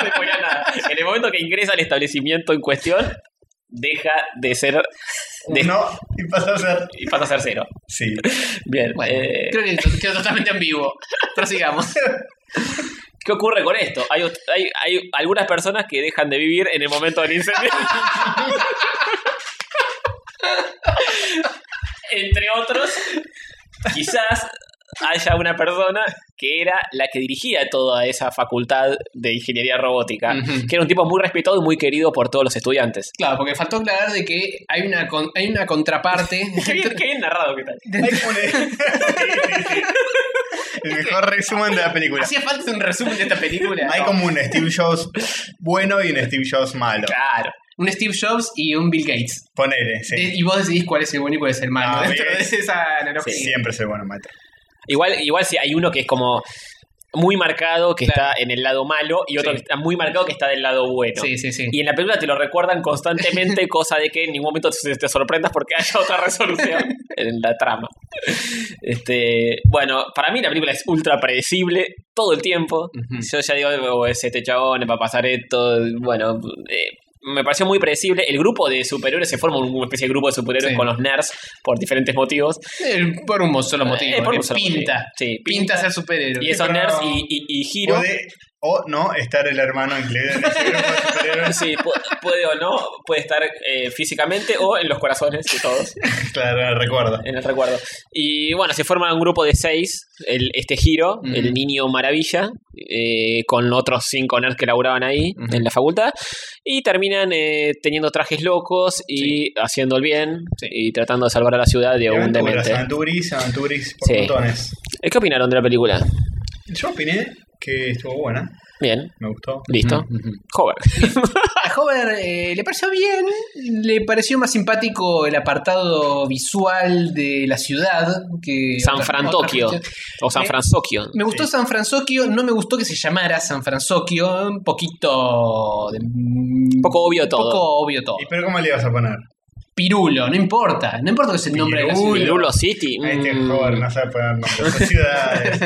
S3: spoilear.
S2: spoilear nada. En el momento que ingresa al establecimiento en cuestión, deja de ser. de-
S3: No, y pasa a ser.
S2: Y pasa a ser cero.
S3: Sí.
S2: Bien.
S4: Bueno,
S2: eh,
S4: creo que to- quedó totalmente en vivo. Prosigamos.
S2: ¿Qué ocurre con esto? Hay, ot- hay, hay algunas personas que dejan de vivir en el momento del incendio. Entre otros, quizás haya una persona que era la que dirigía toda esa facultad de ingeniería robótica,
S4: Ujú.
S2: que era un tipo muy respetado y muy querido por todos los estudiantes.
S4: Claro, porque faltó aclarar de que hay una, con- hay una contraparte.
S2: Qué bien, qué bien narrado que tal.
S3: Hay como le- Sí, sí, sí. El mejor resumen de la película.
S4: Hacía falta un resumen de esta película.
S3: Hay
S4: ¿no?
S3: como un Steve Jobs bueno y un Steve Jobs malo.
S2: Claro.
S4: Un Steve Jobs y un Bill Gates.
S3: Ponele, sí.
S4: De- Y vos decidís cuál es el bueno y cuál es el malo.
S3: Ah,
S4: dentro
S3: bien.
S4: de esa analogía.
S3: Siempre soy bueno, maestro.
S2: Igual, igual si hay uno que es como muy marcado que
S4: Claro.
S2: está en el lado malo y otro
S4: Sí.
S2: que está muy marcado que está del lado bueno.
S4: Sí, sí, sí.
S2: Y en la película te lo recuerdan constantemente, cosa de que en ningún momento te, te sorprendas porque haya otra resolución en la trama. Este, bueno, para mí la película es ultra predecible todo el tiempo.
S4: Ujú.
S2: Yo ya digo, "Oh, es este chabón, va a pasar esto. Bueno, eh, me pareció muy predecible. El grupo de superhéroes se forma una especie de grupo de superhéroes
S4: Sí.
S2: con los nerds por diferentes motivos.
S4: Eh, Por un solo motivo.
S2: Eh, por un
S4: eh,
S2: solo
S4: pinta.
S2: motivo. Sí, pinta.
S4: Pinta ser superhéroe.
S2: Y esos
S3: pero-
S2: nerds y, y, y Hiro.
S3: Puede o no estar el hermano incluido en ese grupo de superhéroes.
S2: Sí, pu- puede o no, puede estar eh, físicamente o en los corazones de todos.
S3: Claro, recuerdo.
S2: en el recuerdo. Y bueno, se forma un grupo de seis, el, este giro,
S4: Ujú.
S2: el niño maravilla, eh, con otros cinco nerds que laburaban ahí
S4: Ujú.
S2: en la facultad, y terminan eh, teniendo trajes locos y haciendo el bien
S4: Sí.
S2: y tratando de salvar a la ciudad de un
S3: Aventuras,
S2: demente.
S3: aventuris, aventuris por
S2: Sí.
S3: montones.
S2: Eh, ¿Qué opinaron de la película?
S3: Yo opiné que estuvo buena,
S2: Bien,
S3: me gustó.
S2: listo. Hover.
S4: A Hover eh, le pareció bien, le pareció más simpático el apartado visual de la ciudad que...
S2: San
S4: otra-
S2: Fran
S4: otra
S2: Tokio.
S4: cuestión.
S2: O San
S4: Eh,
S2: Fransokio.
S4: Me gustó San Fransokio, no me gustó que se llamara San Fransokio, un poquito... de- un
S2: poco obvio todo.
S4: poco obvio todo.
S3: ¿Y pero cómo le ibas a poner?
S4: Pirulo, no importa, no importa que es el nombre de la ciudad.
S3: Pirulo.
S2: Pirulo City.
S3: A este
S2: mm,
S3: joven no sabe poner nombres a ciudades.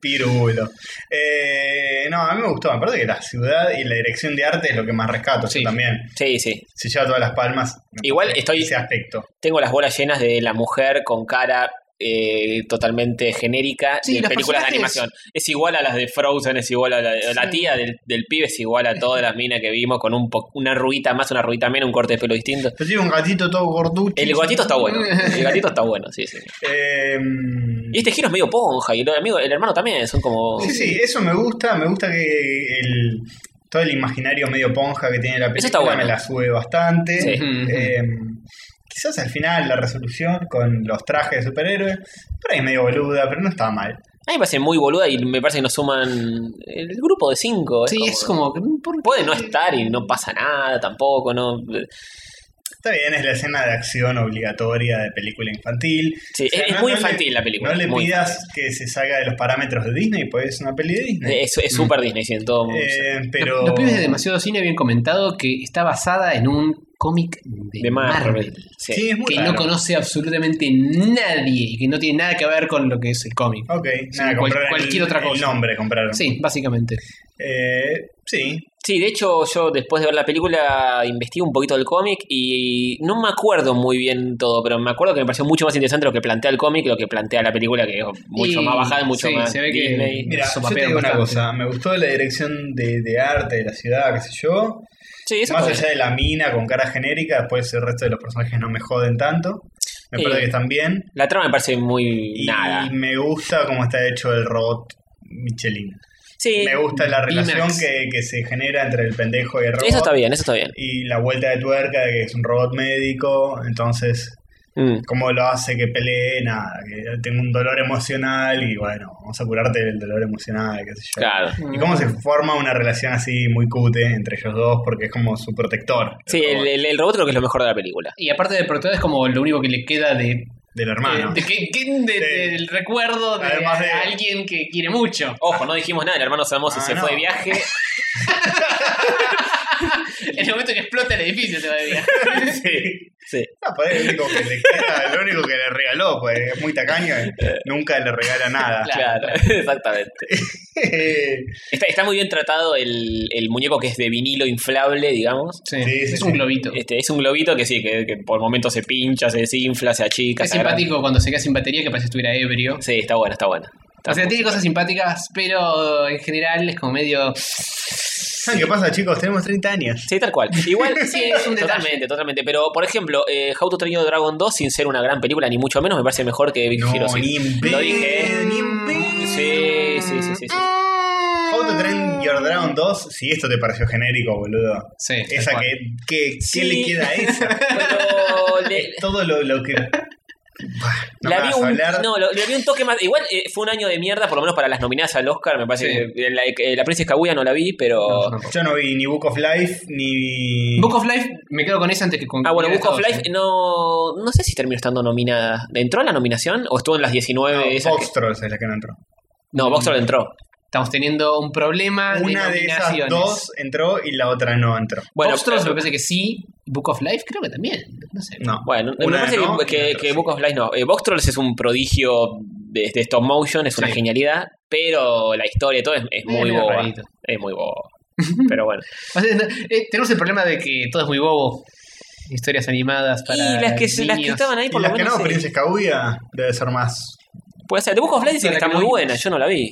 S3: Pirulo. Eh, no, a mí me gustó. Aparte que la ciudad y la dirección de arte es lo que más rescato.
S4: Sí.
S3: Yo también.
S2: Sí, sí.
S3: Si lleva todas las palmas. me
S2: Igual
S3: parece
S2: estoy-
S3: Ese aspecto.
S2: tengo las bolas llenas de la mujer con cara eh, totalmente genérica
S4: Sí,
S2: de
S4: los
S2: películas de
S4: personajes-
S2: animación. Es igual a las de Frozen, es igual a la, a la
S4: Sí.
S2: tía del, del pibe, es igual a todas las minas que vimos con un po- una ruguita más, una ruguita menos, un corte de pelo distinto.
S3: Yo tiene un gatito todo gorducho.
S2: El gatito está bueno, el gatito está bueno, sí, sí.
S3: Eh,
S2: Y este giro es medio ponja, y el amigo, el hermano también, son como...
S3: Sí, sí, eso me gusta. Me gusta que el, todo el imaginario medio ponja que tiene la película
S2: Eso está bueno.
S3: me la sube bastante.
S2: Sí.
S3: Eh, quizás al final la resolución con los trajes de superhéroe. Por ahí es medio boluda, pero no está mal.
S2: A mí me parece muy boluda y me parece que nos suman el grupo de cinco.
S4: Sí, es como... ¿por qué?
S2: Puede no estar y no pasa nada tampoco, ¿no?
S4: Mm.
S3: Está bien, es la escena de acción obligatoria de película infantil.
S2: Sí, es- es muy infantil
S3: le-
S2: la película,
S3: No le
S2: muy
S3: pidas que se salga de los parámetros de Disney, pues es una peli de Disney.
S2: Es es súper Disney, sí, en todo
S3: Eh, pero...
S4: Los, los pibes de Demasiado Cine habían comentado que está basada en un cómic de,
S2: de Marvel.
S4: Marvel.
S2: sí.
S3: Sí, es muy
S4: que
S3: raro.
S4: no conoce absolutamente nadie y que no tiene nada que ver con lo que es el cómic.
S3: Ok,
S4: Sí,
S3: nada,
S4: cual-
S3: compraron
S4: cualquier
S3: el-
S4: otra
S3: El
S4: cosa.
S3: nombre compraron.
S4: Sí, básicamente.
S3: Eh, sí.
S2: Sí, de hecho yo después de ver la película investigué un poquito del cómic y no me acuerdo muy bien todo, pero me acuerdo que me pareció mucho más interesante lo que plantea el cómic que lo que plantea la película, que es mucho
S4: Y-
S2: más bajada, mucho
S4: sí,
S2: más
S4: se ve que-
S2: Disney.
S3: Mira, yo te
S4: sopapean
S3: digo una
S4: bastante.
S3: cosa. Me gustó la dirección de, de arte de la ciudad, qué sé yo.
S2: Sí, eso
S3: Más
S2: está
S3: allá de la mina con cara genérica, después el resto de los personajes no me joden tanto. Me
S2: Sí.
S3: parece que están bien.
S2: bien. La trama me parece muy
S3: Y
S2: nada.
S3: me gusta cómo está hecho el robot Michelin.
S2: Sí,
S3: me gusta la
S4: Bimax.
S3: relación que, que se genera entre el pendejo y el robot.
S2: eso está bien, eso está bien.
S3: Y la vuelta de tuerca de que es un robot médico. Entonces,
S2: Mm.
S3: cómo lo hace que pelee, nada, que tengo un dolor emocional y bueno, vamos a curarte del dolor emocional, qué sé yo.
S2: Claro.
S3: Y cómo se forma una relación así muy cute entre ellos dos, porque es como su protector.
S2: Sí, el, el- el robot creo que es lo mejor de la película.
S4: Y aparte del protector es como lo único que le queda de,
S3: Del
S4: de,
S3: hermano.
S4: de que- que- de-
S3: Sí.
S4: del recuerdo de,
S3: Además de-
S4: alguien que quiere mucho.
S2: Ojo, no dijimos nada, el hermano Samosi
S3: Ah,
S2: se
S3: no.
S2: fue de viaje.
S4: En el momento que explota el edificio se va de viaje.
S3: Sí.
S2: Sí.
S3: No, pues, es lo único que le queda, lo único que le regaló, pues es muy tacaño, y nunca le regala nada.
S2: Claro, exactamente.
S3: sí,
S2: Está, está muy bien tratado el, el muñeco que es de vinilo inflable, digamos.
S4: Sí,
S3: Sí,
S4: es
S3: sí,
S4: un
S3: sí.
S4: globito.
S2: Este, es un globito que sí, que, que por momentos se pincha, se desinfla, se achica.
S4: es
S2: se agranda.
S4: simpático cuando se queda sin batería que parece que estuviera ebrio.
S2: Sí, está bueno, está bueno. Está
S4: O sea,
S2: bueno.
S4: tiene cosas simpáticas, pero en general es como medio...
S3: ¿Saben Ah, qué pasa, chicos? Tenemos 30 años.
S2: Sí, tal cual. Igual,
S4: Sí, es un detalle.
S2: Totalmente, totalmente. Pero, por ejemplo, eh, How to Train Your Dragon 2, sin ser una gran película, ni mucho menos, me parece mejor que Big
S3: No,
S2: Hero
S3: ni
S2: 6.
S3: en
S2: Lo
S3: pedo,
S2: dije.
S3: ni en pedo.
S2: Sí, sí, sí, sí. sí.
S3: How to Train Your Dragon 2, si esto te pareció genérico, boludo.
S4: Sí, tal
S3: Esa
S4: cual.
S3: que, que ¿qué
S2: Sí.
S3: le queda a esa?
S2: Pero le-
S3: Todo lo, lo que... Bah, No
S2: la
S3: me
S2: vi
S3: vas a
S2: un,
S3: hablar.
S2: no, lo- le vi un toque más. Igual eh, fue un año de mierda, por lo menos para las nominadas al Oscar. Me parece
S4: Sí.
S2: que la, eh, la Princesa Kaguya no la vi, pero.
S4: No, no.
S3: Yo no vi ni Book of Life, ni...
S4: Book of Life, me quedo con esa antes que con...
S2: Ah, bueno, Book of
S4: Estados
S2: Life no, no sé si terminó estando nominada. ¿Entró a la nominación o estuvo en las 19?
S3: no,
S2: esas que-
S3: Fox Trolls es la que no entró.
S2: no Boxer entró.
S4: Estamos teniendo un problema
S2: Ah,
S3: Una de esas
S4: nominaciones.
S3: dos entró y la otra no entró.
S2: Bueno,
S4: Box Trolls
S2: pero-
S4: me parece que sí. Book of Life creo que también. No sé.
S3: No.
S2: Bueno, me
S3: Una
S2: parece
S3: no,
S2: que,
S3: y
S2: que,
S3: otra
S2: que
S3: sí.
S2: Book of Lies no. Eh, Box Trolls es un prodigio de, de stop motion, es una
S4: Sí.
S2: genialidad, pero la historia y todo es, es muy
S4: medio
S2: boba.
S4: rarito.
S2: Es muy boba. Pero bueno.
S4: O sea, no, eh, tenemos el problema de que todo es muy bobo. Historias animadas para.
S2: y las que, se- las que
S4: niños.
S2: estaban ahí,
S3: Y
S2: por lo
S3: las que
S2: menos.
S3: no,
S2: sí.
S3: Princess Kaguya debe ser más...
S2: Puede ser. The Book of Lies dicen
S4: La
S2: que
S4: que
S2: está
S4: no
S2: muy
S4: vimos.
S2: buena, yo no la vi.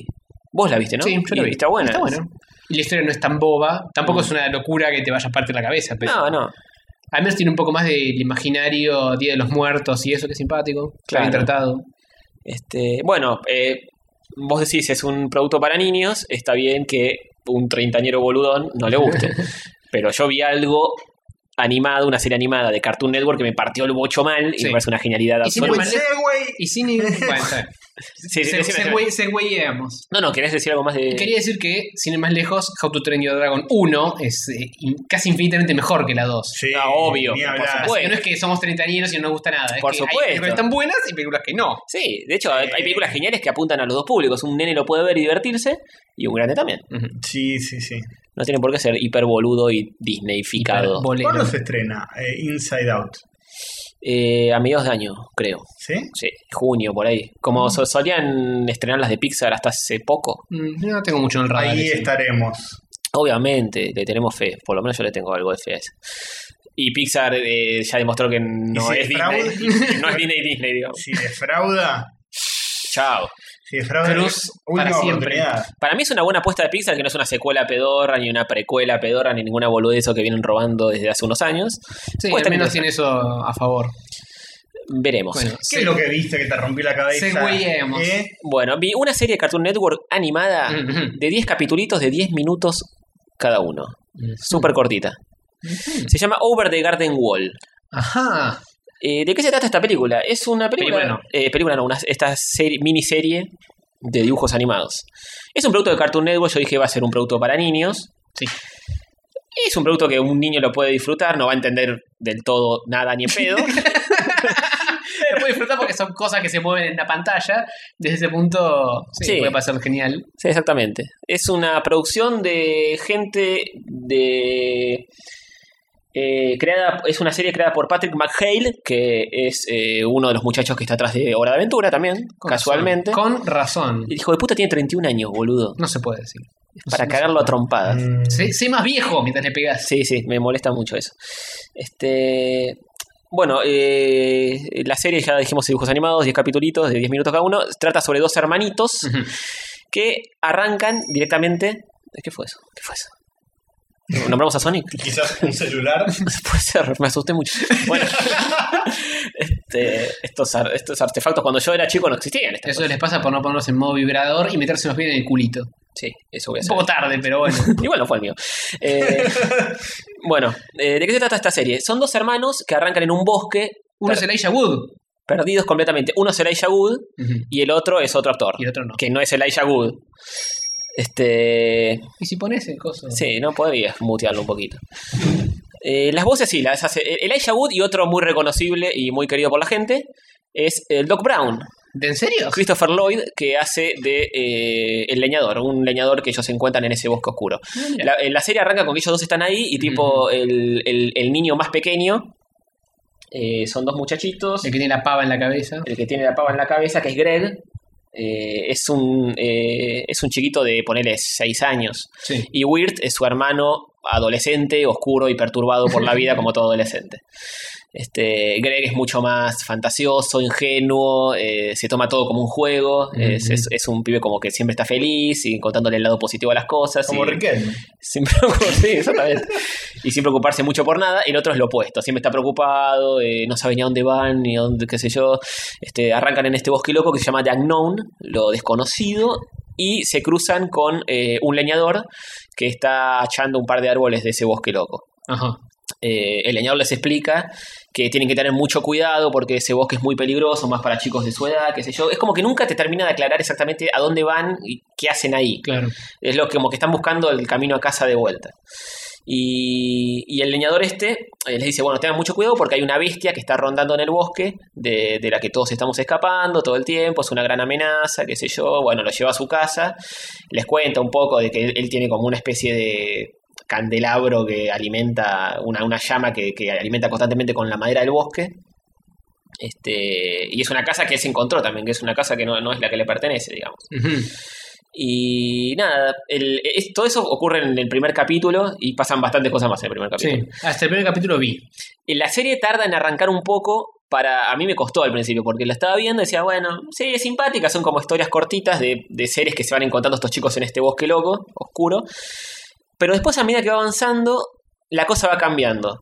S2: Vos la viste, ¿no?
S4: Sí, yo
S2: Y
S4: lo vi.
S2: Está buena. Mm.
S4: Está bueno. Y la historia no es tan boba. Tampoco es una locura que te vaya a partir la cabeza. Pero
S2: No, no.
S4: Al menos tiene un poco más del imaginario Día de los Muertos y eso que es simpático. Está bien
S2: Claro.
S4: tratado.
S2: Este, bueno, eh, vos decís es un producto para niños, está bien que un treintañero boludón no le guste. pero yo vi algo animado, una serie animada de Cartoon Network que me partió el bocho mal y
S4: Sí.
S2: me parece una genialidad
S4: Y sin
S2: absoluta.
S4: Bueno,
S3: Pues, eh, güey.
S4: Y sin. ningún- bueno, está bien.
S2: Sí, sí,
S4: Se-
S2: decime, decime.
S4: següe- següeyeamos.
S2: No, no, querés decir algo más de.
S4: Quería decir que, sin ir más lejos, How to Train Your Dragon 1 es eh, in- casi infinitamente mejor que la 2.
S3: Sí,
S2: Ah, obvio,
S3: ni
S2: por
S3: hablar.
S2: supuesto.
S4: Que no es que somos treintañeros y no nos gusta nada. es
S2: Por
S4: que
S2: supuesto.
S4: Hay películas tan buenas y películas que no.
S2: Sí, de hecho, hay hay películas geniales que apuntan a los dos públicos. Un nene lo puede ver y divertirse, y un grande también.
S3: Sí, sí, sí.
S2: No tiene por qué ser hiperboludo y disneyficado.
S4: Bolero.
S3: ¿Cuándo se estrena eh, Inside Out?
S2: Eh, a mediados de año, creo.
S3: ¿Sí?
S2: Sí, junio, por ahí. Como so- solían estrenar las de Pixar hasta hace poco.
S4: Mm, No tengo mucho en el radar.
S3: Ahí
S4: ese.
S3: estaremos.
S2: Obviamente, le tenemos fe. Por lo menos yo le tengo algo de fe a eso. Y Pixar eh, ya demostró que no
S3: si
S2: es Disney.
S3: fraude?
S2: no es Disney Disney, digamos.
S3: Si defrauda,
S2: Chao.
S3: si defrauda,
S4: Cruz
S3: última
S4: para siempre.
S3: oportunidad.
S2: Para mí es una buena apuesta de Pixar que no es una secuela pedorra, ni una precuela pedorra, ni ninguna boludez eso que vienen robando desde hace unos años.
S4: Sí,
S2: Puede
S4: al
S2: estar
S4: menos
S2: interesante.
S4: tiene eso a favor.
S2: Veremos.
S4: Bueno,
S2: Bueno.
S3: ¿Qué es lo que viste que te rompió la cabeza?
S4: Següeyemos.
S3: ¿Eh?
S2: vi una serie de Cartoon Network animada
S4: Ujú.
S2: de 10 capitulitos de 10 minutos cada uno. Mm, Súper cortita. Se llama Over the Garden Wall.
S4: Ajá.
S2: Eh, ¿De qué se trata esta película? Es una película.
S4: Película no.
S2: eh, película no, una, esta serie, miniserie de dibujos animados. Es un producto de Cartoon Network, yo dije va a ser un producto para niños.
S4: Sí.
S2: Es un producto que un niño lo puede disfrutar, no va a entender del todo nada ni en pedo.
S4: Lo puedo disfrutar porque son cosas que se mueven en la pantalla. Desde ese punto, sí,
S2: Sí.
S4: puede pasar genial.
S2: sí, exactamente. Es una producción de gente de. eh, creada, es una serie creada por Patrick McHale, que es eh, uno de los muchachos que está atrás de Hora de Aventura también,
S4: Con
S2: casualmente.
S4: razón. Con razón.
S2: El hijo de puta tiene 31 años, boludo.
S4: No se puede decir. No se-
S2: para
S4: no
S2: cagarlo a
S4: se puede.
S2: trompadas.
S3: Mm,
S4: Sí, sé más viejo mientras le pegas.
S2: Sí, sí, me molesta mucho eso. Este. Bueno, eh, la serie, ya dijimos dibujos animados, 10 capítulos de 10 minutos cada uno, trata sobre dos hermanitos
S4: Ujú.
S2: que arrancan directamente. ¿Qué fue eso? ¿Qué fue eso? ¿Nombramos a Sonic?
S3: Mm, Quizás un celular.
S2: Puede ser, me asusté mucho. Bueno, este, estos, ar- estos artefactos cuando yo era chico no existían. Este, estas
S4: Eso les pasa por no ponerlos en modo vibrador y metérselos bien en el culito.
S2: cosas. Sí, eso voy a
S4: Un
S2: hacer.
S4: poco tarde, pero bueno.
S2: Igual no fue el mío. Eh, bueno, eh, ¿de qué se trata esta serie? Son dos hermanos que arrancan en un bosque
S4: Uno es Elijah Wood.
S2: Perdidos completamente. Uno es Elijah Wood y el otro es otro actor.
S4: Y el otro no.
S2: Que no es Elijah Wood. Este.
S4: ¿Y si pones el coso?
S2: Sí, no podrías mutearlo un poquito. Eh, las voces sí, las hace Elijah Wood y otro muy reconocible y muy querido por la gente es el Doc Brown,
S4: ¿De en serio?
S2: Christopher Lloyd, que hace de eh, el leñador, un leñador que ellos encuentran en ese bosque oscuro.
S4: Ah, Mira.
S2: La, eh, la serie arranca con que ellos dos están ahí y tipo el, el- el niño más pequeño eh, son dos muchachitos.
S4: El que tiene la pava en la cabeza.
S2: El que tiene la pava en la cabeza, que es Greg, eh, es, un, eh, es un chiquito de ponerle 6 años.
S4: Sí.
S2: Y Wirt es su hermano adolescente, oscuro y perturbado por la vida como todo adolescente. Este, Greg es mucho más fantasioso, ingenuo, eh, se toma todo como un juego, es,
S4: Ujú.
S2: es- es un pibe como que siempre está feliz y encontrándole el lado positivo a las cosas.
S3: Como
S2: y-
S3: Riquelme.
S2: sin preocup- sí, exactamente. Y sin preocuparse mucho por nada. El otro es lo opuesto. Siempre está preocupado, eh, no sabe ni a dónde van, ni a dónde, qué sé yo. Este, arrancan en este bosque loco que se llama The Unknown, lo desconocido. Y se cruzan con eh, un leñador que está hachando un par de árboles de ese bosque loco.
S4: Ajá.
S2: Eh, el leñador les explica que tienen que tener mucho cuidado porque ese bosque es muy peligroso, más para chicos de su edad, qué sé yo. Es como que nunca te termina de aclarar exactamente a dónde van y qué hacen ahí.
S4: Claro.
S2: Es lo que, como que están buscando el camino a casa de vuelta. Y, y el leñador este eh, les dice, bueno, tengan mucho cuidado porque hay una bestia que está rondando en el bosque, de, de la que todos estamos escapando todo el tiempo, es una gran amenaza, qué sé yo. Bueno, lo lleva a su casa, les cuenta un poco de que él, él tiene como una especie de candelabro que alimenta, una, una llama que, que alimenta constantemente con la madera del bosque. Este, y es una casa que él se encontró también, que es una casa que no- no es la que le pertenece, digamos.
S4: Ujú.
S2: Y nada, el- es- todo eso ocurre en el primer capítulo y pasan bastantes cosas más en el primer capítulo.
S4: Sí. Hasta el primer capítulo vi.
S2: Y La serie tarda en arrancar un poco. Para, a mí me costó al principio porque la estaba viendo y decía, bueno, series simpáticas, son como historias cortitas de, de seres que se van encontrando estos chicos en este bosque loco, oscuro. Pero después a medida que va avanzando, la cosa va cambiando.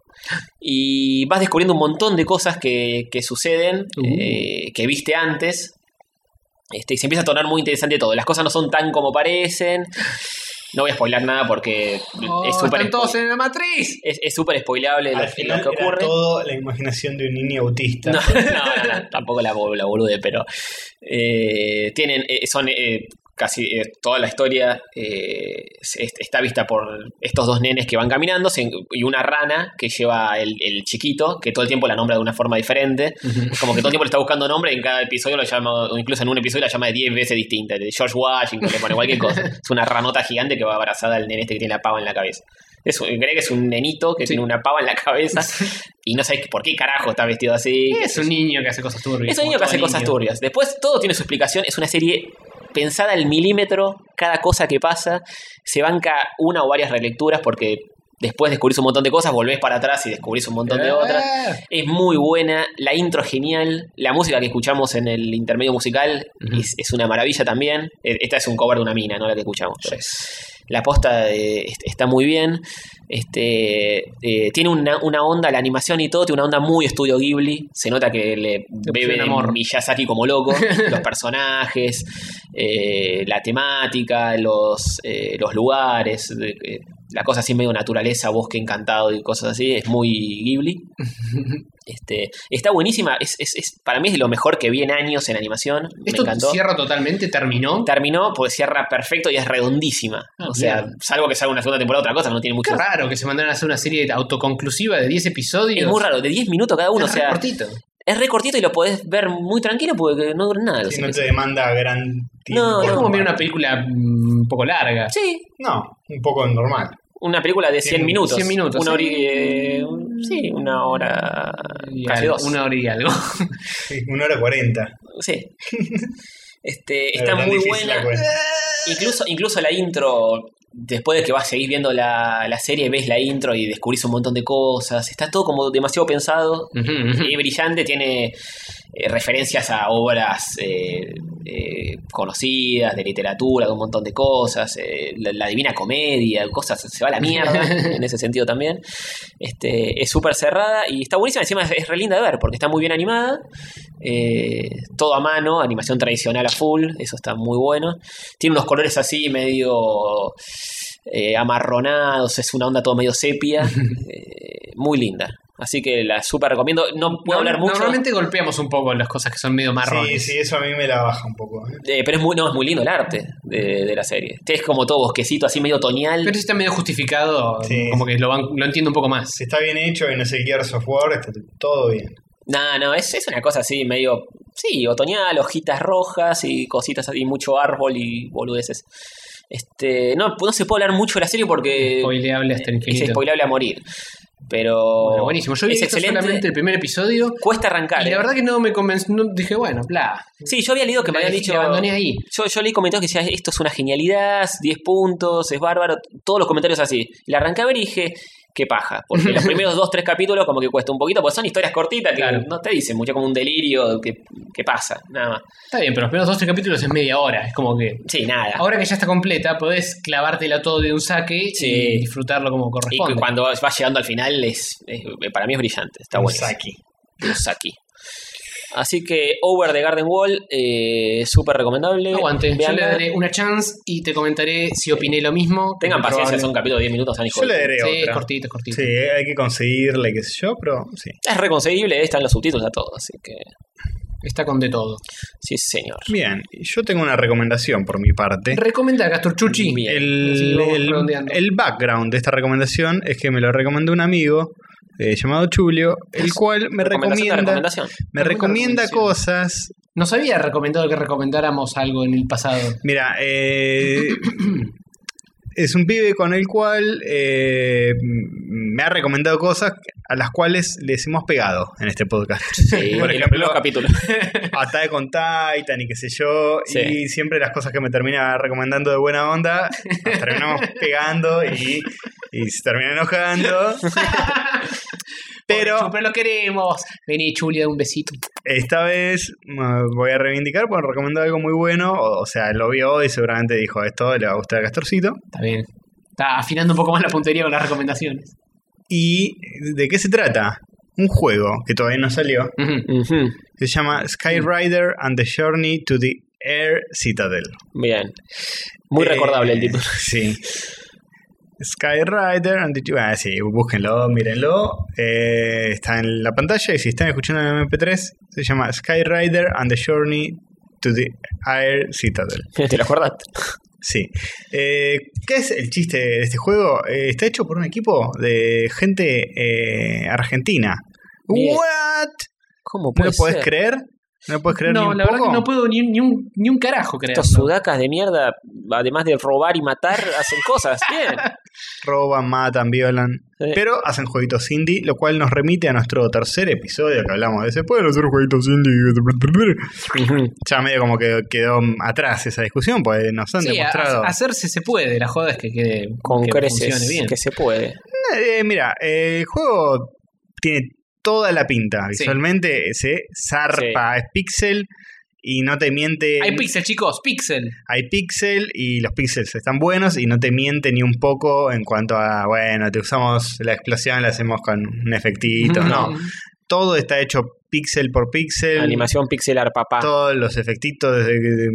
S2: Y vas descubriendo un montón de cosas que, que suceden,
S4: Uh.
S2: eh, que viste antes. Este, y se empieza a tornar muy interesante todo. Las cosas no son tan como parecen. No voy a spoilar nada porque
S4: Oh,
S2: es súper
S4: están todos
S2: spo-
S4: en la matriz.
S2: es- es súper spoileable lo,
S3: Al
S2: lo
S3: final
S2: que
S3: era
S2: ocurre.
S3: todo la imaginación de un niño autista.
S2: No, no, no, no, tampoco la, bo- la bolude, pero eh, tienen, eh, son eh, casi eh, toda la historia eh, es- es- está vista por estos dos nenes que van caminando se- y una rana que lleva el, el chiquito, que todo el tiempo la nombra de una forma diferente. Es como que todo el tiempo le está buscando nombre y en cada episodio lo llama, o incluso en un episodio la llama de 10 veces distinta. de George Washington, le pone cualquier cosa. Es una ranota gigante que va abrazada al nene este que tiene la pava en la cabeza. Es un, Greg es un nenito que
S4: Sí.
S2: tiene una pava en la cabeza y no sabes por qué carajo está vestido así.
S4: Es un niño que hace cosas turbias.
S2: Es un niño que
S4: como
S2: hace
S4: todo
S2: cosas
S4: niño.
S2: turbias. Después todo tiene su explicación. Es una serie pensada al milímetro, cada cosa que pasa. Se banca una o varias relecturas porque después descubrís un montón de cosas, volvés para atrás y descubrís un montón de otras.
S4: Ah,
S2: Es muy buena, la intro es genial, la música que escuchamos en el intermedio musical
S4: Ujú.
S2: es, es una maravilla también. Eh, Esta es un cover de una mina, no la que escuchamos. pero La posta eh, est- está muy bien. Este, eh, tiene una, una onda, la animación y todo, tiene una onda muy estudio Ghibli. Se nota que le bebe
S4: pusieron amor.
S2: Miyazaki como loco, los personajes, eh, la temática, los, eh, los lugares, de- eh, la cosa así medio naturaleza, bosque encantado y cosas así. Es muy Ghibli. Este, está buenísima, es, es- es- para mí es lo mejor que vi en años en animación. Me
S4: Esto
S2: encantó.
S4: cierra totalmente, terminó.
S2: Terminó, pues cierra perfecto y es redondísima.
S4: Ah,
S2: o sea,
S4: bien.
S2: salvo que salga una segunda temporada, otra cosa, no tiene
S4: Qué
S2: mucho.
S4: raro que se mandaran a hacer una serie autoconclusiva de 10 episodios.
S2: Es muy raro, de 10 minutos cada uno,
S4: Es
S2: o
S4: re
S2: sea,
S4: cortito.
S2: es re cortito y lo podés ver muy tranquilo porque no dura nada. los
S3: Si no te
S2: episodios.
S3: demanda gran tiempo.
S2: No,
S4: Es
S2: no.
S4: como mirar una película mm, un poco larga.
S2: Sí,
S3: No, un poco normal.
S2: una película de 100
S3: Cien-
S2: minutos.
S4: 100 minutos,
S2: Una hora
S4: sí.
S2: y, eh, un- sí, una hora.
S4: Y
S2: casi
S4: algo,
S2: dos.
S4: Una hora y algo.
S3: Sí, Una hora cuarenta.
S2: Sí. Este,
S3: Era
S2: está
S3: tan
S2: muy
S3: difícil la
S2: buena. Eh,
S3: cuenta.
S2: Incluso, incluso la intro, después de que vas a seguir viendo la, la serie, ves la intro y descubrís un montón de cosas. Está todo como demasiado pensado
S4: Ujú, ujú.
S2: y brillante. Tiene eh, referencias a obras eh, eh, conocidas, de literatura, de un montón de cosas. eh, la, la Divina Comedia, cosas, se va a la mierda en ese sentido también. Este, es súper cerrada y está buenísima. Encima es, es re linda de ver porque está muy bien animada. eh, todo a mano, animación tradicional a full. Eso está muy bueno. Tiene unos colores así medio eh, amarronados. Es una onda todo medio sepia. eh, muy linda. Así que la super recomiendo. No puedo hablar mucho.
S4: Normalmente golpeamos un poco las cosas que son medio
S3: Sí,
S4: marrones.
S3: sí, eso a mí me la baja un poco. ¿eh?
S2: Eh, pero es muy, no, es muy lindo el arte de, de la serie. Este es como todo bosquecito, así medio otoñal.
S4: Pero si está medio justificado,
S3: Sí.
S4: como que lo, van- lo entiendo un poco más.
S3: Si está bien hecho y no se quiere software, está todo bien.
S2: No, no, es, es una cosa así, medio. Sí, otoñal, hojitas rojas y cositas así, mucho árbol y boludeces. Este, no, no se puede hablar mucho de la serie porque
S4: Spoileable hasta el
S2: es
S4: infinito.
S2: spoilable a morir. Pero
S4: Bueno, buenísimo. Yo vi
S2: es
S4: visto
S2: excelente.
S4: solamente el primer episodio.
S2: Cuesta arrancar.
S4: y
S2: eh.
S4: la verdad que no me convenció. no- dije, bueno, bla.
S2: Sí, yo había leído que me
S4: La
S2: habían
S4: dejé-
S2: dicho.
S4: la abandoné ahí.
S2: Yo, yo leí comentarios que decían, esto es una genialidad, 10 puntos, es bárbaro, todos los comentarios así. Y la arranqué a ver y dije, qué paja, porque los primeros dos, tres capítulos como que cuesta un poquito, porque son historias cortitas que
S4: Claro.
S2: no te dicen mucho, como un delirio que, que pasa, nada más.
S4: Está bien, pero los primeros dos tres capítulos es media hora. Es como que.
S2: Sí, nada.
S4: Ahora que ya está completa, podés clavártela todo de un saque
S2: Sí.
S4: y disfrutarlo como
S2: y
S4: corresponde.
S2: cu- cuando va llegando al final, es, es- para mí es brillante, está bueno.
S3: Saki.
S2: Usaki. Así que Over the Garden Wall, eh, súper recomendable.
S4: Aguante, yo
S2: Véanla.
S4: le daré una chance y te comentaré si opiné lo mismo.
S2: Tengan
S4: Porque
S2: paciencia,
S4: probable-
S2: son capítulos de 10 minutos, son hijos
S3: Yo le
S2: de-
S3: daré
S4: Sí, es
S3: otra.
S4: cortito, es cortito.
S3: Sí, hay que conseguirle, qué sé yo, pero sí.
S2: Es reconseguible, eh, están los subtítulos a todos, así que
S4: Está con de todo.
S2: sí, señor.
S3: Bien, yo tengo una recomendación por mi parte.
S4: Recomendar Castor Chuchi.
S2: Bien.
S4: Así
S3: El,
S4: vamos
S3: el-
S4: redondeando.
S3: el background de esta recomendación es que me lo recomendó un amigo eh, llamado Chulio, el cual me
S2: Recomendación de
S3: recomienda,
S2: recomendación.
S3: me recomienda
S4: recomendación.
S3: cosas.
S4: Nos había recomendado que recomendáramos algo en el pasado.
S3: Mira, eh, es un pibe con el cual eh, me ha recomendado cosas a las cuales les hemos pegado en este podcast.
S2: Sí,
S3: Por
S2: en los
S3: ejemplo,
S2: primeros capítulos.
S3: Ataque con Titan y qué sé yo.
S2: Sí.
S3: Y siempre las cosas que me termina recomendando de buena onda, nos terminamos pegando y, y se termina enojando.
S4: Pobre
S3: Pero
S4: Chu, pero lo queremos. Vení, Chulia, un besito.
S3: esta vez me voy a reivindicar porque recomendó algo muy bueno. O, o sea, lo vio hoy y seguramente dijo esto, le va a gustar a Castorcito.
S4: Está bien. Está afinando un poco más la puntería con las recomendaciones.
S3: ¿Y de qué se trata? Un juego que todavía no salió,
S4: Ujú.
S2: Ujú.
S3: que se llama Skyrider and the Journey to the Air Citadel.
S2: Bien. Muy
S3: Eh,
S2: recordable el título.
S3: Sí. Skyrider and the... Ah, sí, búsquenlo, mírenlo. Eh, está en la pantalla y si están escuchando en MP3, se llama Skyrider and the Journey to the Air Citadel.
S2: ¿Te lo acordaste?
S3: Sí. Eh, ¿Qué es el chiste de este juego? Eh, está hecho por un equipo de gente eh, argentina.
S2: Bien.
S3: ¿What?
S2: ¿Cómo
S3: ¿No
S2: puede
S3: lo podés
S2: ser?
S3: creer? ¿No lo podés creer ni
S4: No,
S3: un
S4: la verdad
S3: poco?
S4: que no puedo ni, un- ni un, ni un carajo creerlo.
S2: Estos sudacas de mierda, además de robar y matar, hacen cosas. Bien.
S3: Roban, matan, violan.
S2: Sí.
S3: Pero hacen jueguitos indie, lo cual nos remite a nuestro tercer episodio que hablamos de ese. ¿Pueden hacer jueguitos indie?
S2: Ujú.
S3: Ya medio como que quedó atrás esa discusión, pues nos han
S4: Sí, a-
S3: demostrado.
S4: a- hacerse se puede. La joda es que quede
S2: Con
S4: que
S2: creces
S4: funcione bien.
S2: que se puede.
S3: Eh, mira, eh, el juego tiene toda la pinta.
S4: Sí.
S3: Visualmente eh, se zarpa, es pixel y no te miente.
S4: Hay pixel, chicos, pixel.
S3: Hay pixel y los pixels están buenos y no te miente ni un poco en cuanto a, bueno, te usamos la explosión, la hacemos con un efectito. No, todo está hecho pixel por pixel.
S2: Animación pixelar,
S4: Ah.
S2: papá.
S3: Todos los efectitos de, de-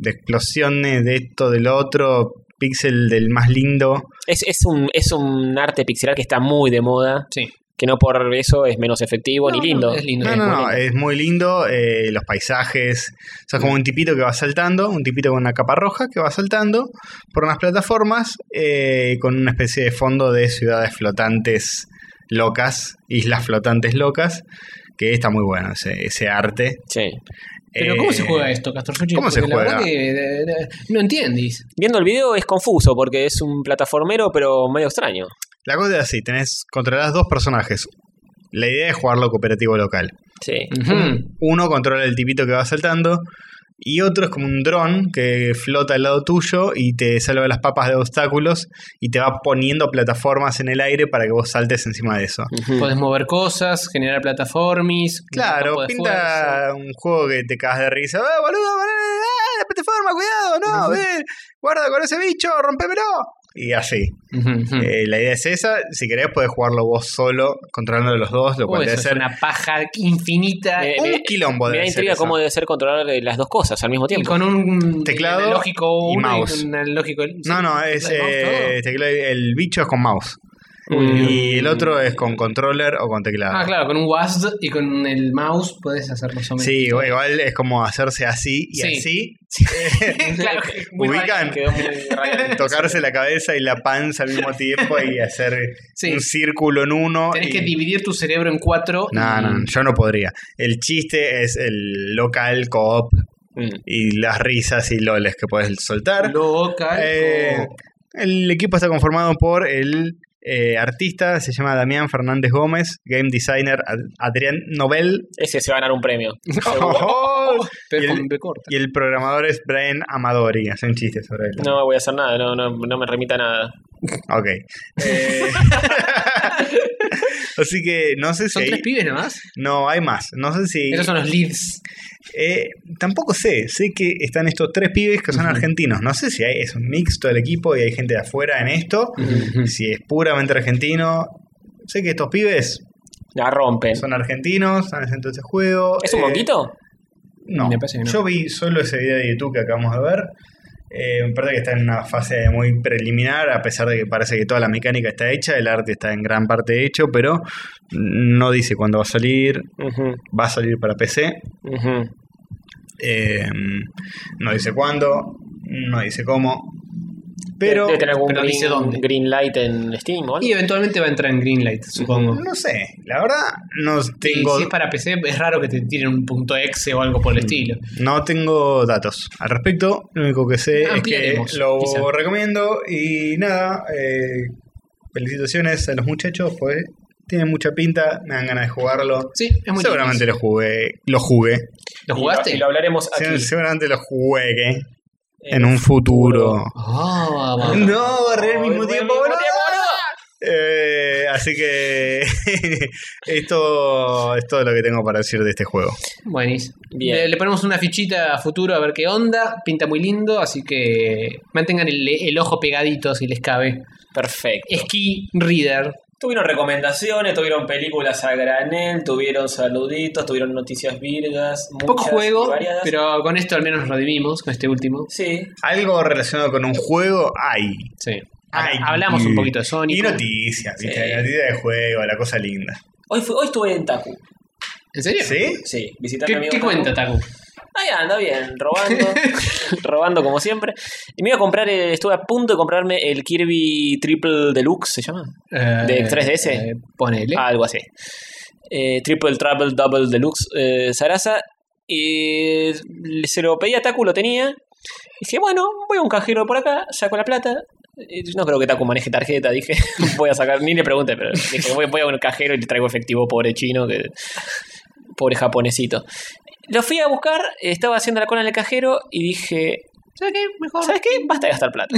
S3: de explosiones, de esto, del otro, pixel del más lindo.
S2: Es, es, un, es un arte pixelar que está muy de moda,
S4: Sí.
S2: que no por eso es menos efectivo ni lindo.
S4: Es lindo.
S3: No,
S4: es
S3: no,
S4: muy
S3: no,
S4: lindo.
S3: es muy lindo, eh, los paisajes. O sea, como un tipito que va saltando, un tipito con una capa roja que va saltando por unas plataformas eh, con una especie de fondo de ciudades flotantes locas, islas flotantes locas, que está muy bueno ese, ese arte.
S2: Sí.
S4: Pero
S3: Eh,
S4: ¿cómo se juega esto, Castor Fuchi?
S3: ¿cómo se
S4: Porque la
S3: juega?
S4: verdad que, eh, eh, no entiendes.
S2: Viendo el video es confuso porque es un plataformero, pero medio extraño.
S3: La cosa es así, tenés, controlas dos personajes. La idea es jugarlo cooperativo local.
S2: Sí.
S4: Mm.
S3: Uno controla el tipito que va saltando. Y otro es como un dron que flota al lado tuyo y te salva las papas de obstáculos y te va poniendo plataformas en el aire para que vos saltes encima de eso.
S2: Ujú.
S4: Podés mover cosas, generar plataformas.
S3: Claro,
S4: campo de fuerza.
S3: pinta un juego que te cagas de risa. ¡Ah, boludo! pará, ah, la plataforma! ¡Cuidado! ¡No! ¡Ve! ¡Guarda con ese bicho! ¡Rompémelo! Y así.
S4: Ujú, ujú.
S3: Eh, la idea es esa. Si querés, podés jugarlo vos solo, controlando los dos, lo
S4: Uy,
S3: cual
S4: eso
S3: debe
S4: es
S3: ser
S4: una paja infinita.
S2: Eh,
S3: un
S2: me-
S3: quilombo.
S2: Me da
S3: debe ser
S2: intriga
S3: eso.
S2: cómo debe ser controlar eh, las dos cosas al mismo
S4: y
S2: tiempo.
S4: con un
S3: Teclado
S4: analógico
S3: y
S4: uno
S3: mouse.
S4: un analógico-
S3: No, no, es
S4: ¿El mouse
S3: eh, teclado- el bicho es con mouse.
S4: Uy.
S3: Y el otro es con controller o con teclado.
S4: Ah, claro, con un WASD y con el mouse puedes hacerlo más o menos.
S3: Sí, o igual es como hacerse así y
S4: Sí.
S3: así,
S4: claro, que es muy
S3: Ubican.
S4: raro.
S2: Quedó muy raro.
S3: tocarse la cabeza y la panza al mismo tiempo y hacer
S4: Sí.
S3: un círculo en uno.
S4: Tenés
S3: y-
S4: que Mm. dividir tu cerebro en cuatro. y-
S3: No, no, yo no podría. El chiste es el local co-op
S2: Mm.
S3: y las risas y loles que puedes soltar.
S4: Local.
S3: Eh,
S4: o-
S3: el equipo está conformado por el eh, artista, se llama Damián Fernández Gómez, game designer Ad- Adrián Nobel
S2: Ese se va a ganar un premio.
S3: y
S4: pero
S3: el-
S4: con B corta.
S3: y el programador es Brian Amadori. Hacen chistes sobre él.
S2: No voy a hacer nada, no, no, no me remita nada.
S3: Ok. Eh, Así que no sé si.
S4: Son
S3: hay-
S4: tres pibes nomás.
S3: No, hay más. No sé si.
S4: Esos son los leads.
S3: Eh, tampoco sé, sé que están estos tres pibes que son argentinos. No sé si hay, es un mixto del equipo y hay gente de afuera en esto, si es puramente argentino. Sé que estos pibes
S2: La rompen.
S3: son argentinos, están haciendo ese juego.
S2: ¿Es un
S3: eh,
S2: monquito?
S3: no.
S4: Me parece que no.
S3: yo vi solo ese video de YouTube que acabamos de ver. Eh, me parece que está en una fase muy preliminar, a pesar de que parece que toda la mecánica está hecha, el arte está en gran parte hecho, pero no dice cuándo va a salir,
S2: Ujú,
S3: va a salir para PC,
S2: ujú.
S3: Eh, no dice cuándo, no dice cómo. Pero
S2: Debe tener algún
S4: pero
S2: green,
S4: dice dónde.
S2: green light en Steam o algo.
S4: Y eventualmente va a entrar en Greenlight, supongo.
S3: no sé, la verdad no
S4: Y
S3: tengo, Mm.
S4: si es para PC, es raro que te tiren un punto exe o algo por el estilo.
S3: no tengo datos al respecto. Lo único que sé es que
S4: Ah, Ampliaremos,
S3: lo
S4: quizá.
S3: recomiendo y nada, eh, felicitaciones a los muchachos, pues tienen mucha pinta, me dan ganas de jugarlo.
S4: Sí, es muy
S3: Seguramente lo jugué, lo jugué.
S4: difícil. ¿Lo
S2: Y
S4: jugaste?
S2: y lo hablaremos aquí.
S3: Se- Seguramente lo jugué en
S2: Eh,
S3: un futuro.
S4: Ah, va.
S3: No, agarré al
S2: Ay,
S3: mismo
S2: al
S3: tiempo,
S2: mismo
S3: boludo.
S2: tiempo, boludo.
S3: Eh, así que esto es todo lo que tengo para decir de este juego.
S4: Buenísimo.
S2: Bien.
S4: Le, le ponemos una fichita a futuro a ver qué onda. Pinta muy lindo, así que mantengan el, el ojo pegadito si les cabe.
S2: Perfecto.
S4: Ski Reader.
S2: Tuvieron recomendaciones, tuvieron películas a granel, tuvieron saluditos, tuvieron noticias virgas, muchas
S4: Poco
S2: y
S4: juego,
S2: variadas.
S4: pero con esto al menos nos redimimos, con este último.
S2: Sí,
S3: Algo relacionado con un juego hay.
S4: Sí.
S3: Hay.
S4: Hablamos un poquito de Sonic.
S3: Y noticias, ¿viste?
S2: Sí.
S3: Noticias de juego, la cosa linda.
S2: hoy, fui- hoy estuve en Taku.
S4: ¿En serio?
S3: ¿Sí?
S2: Sí, visitando a mi
S4: ¿Qué,
S2: amigo
S4: qué cuenta,
S2: Taku.
S4: Taku?
S2: Ahí anda bien, robando. robando como siempre. Y me iba a comprar, eh, estuve a punto de comprarme el Kirby Triple Deluxe, ¿se llama? ¿De 3DS?
S4: ponele.
S2: Algo así. Eh, Triple Trouble Double Deluxe eh, Sarasa. Y se lo pedí a Taku, lo tenía. Y dije, bueno, voy a un cajero por acá, saco la plata. Eh, No creo que Taku maneje tarjeta, dije. Voy a sacar, ni le pregunté, pero dije, voy, voy a un cajero y le traigo efectivo, pobre chino, que pobre japonesito. Lo fui a buscar, estaba haciendo la cola en el cajero y dije,
S4: ¿Sabes qué? Mejor.
S2: ¿sabes qué? Basta de gastar plata.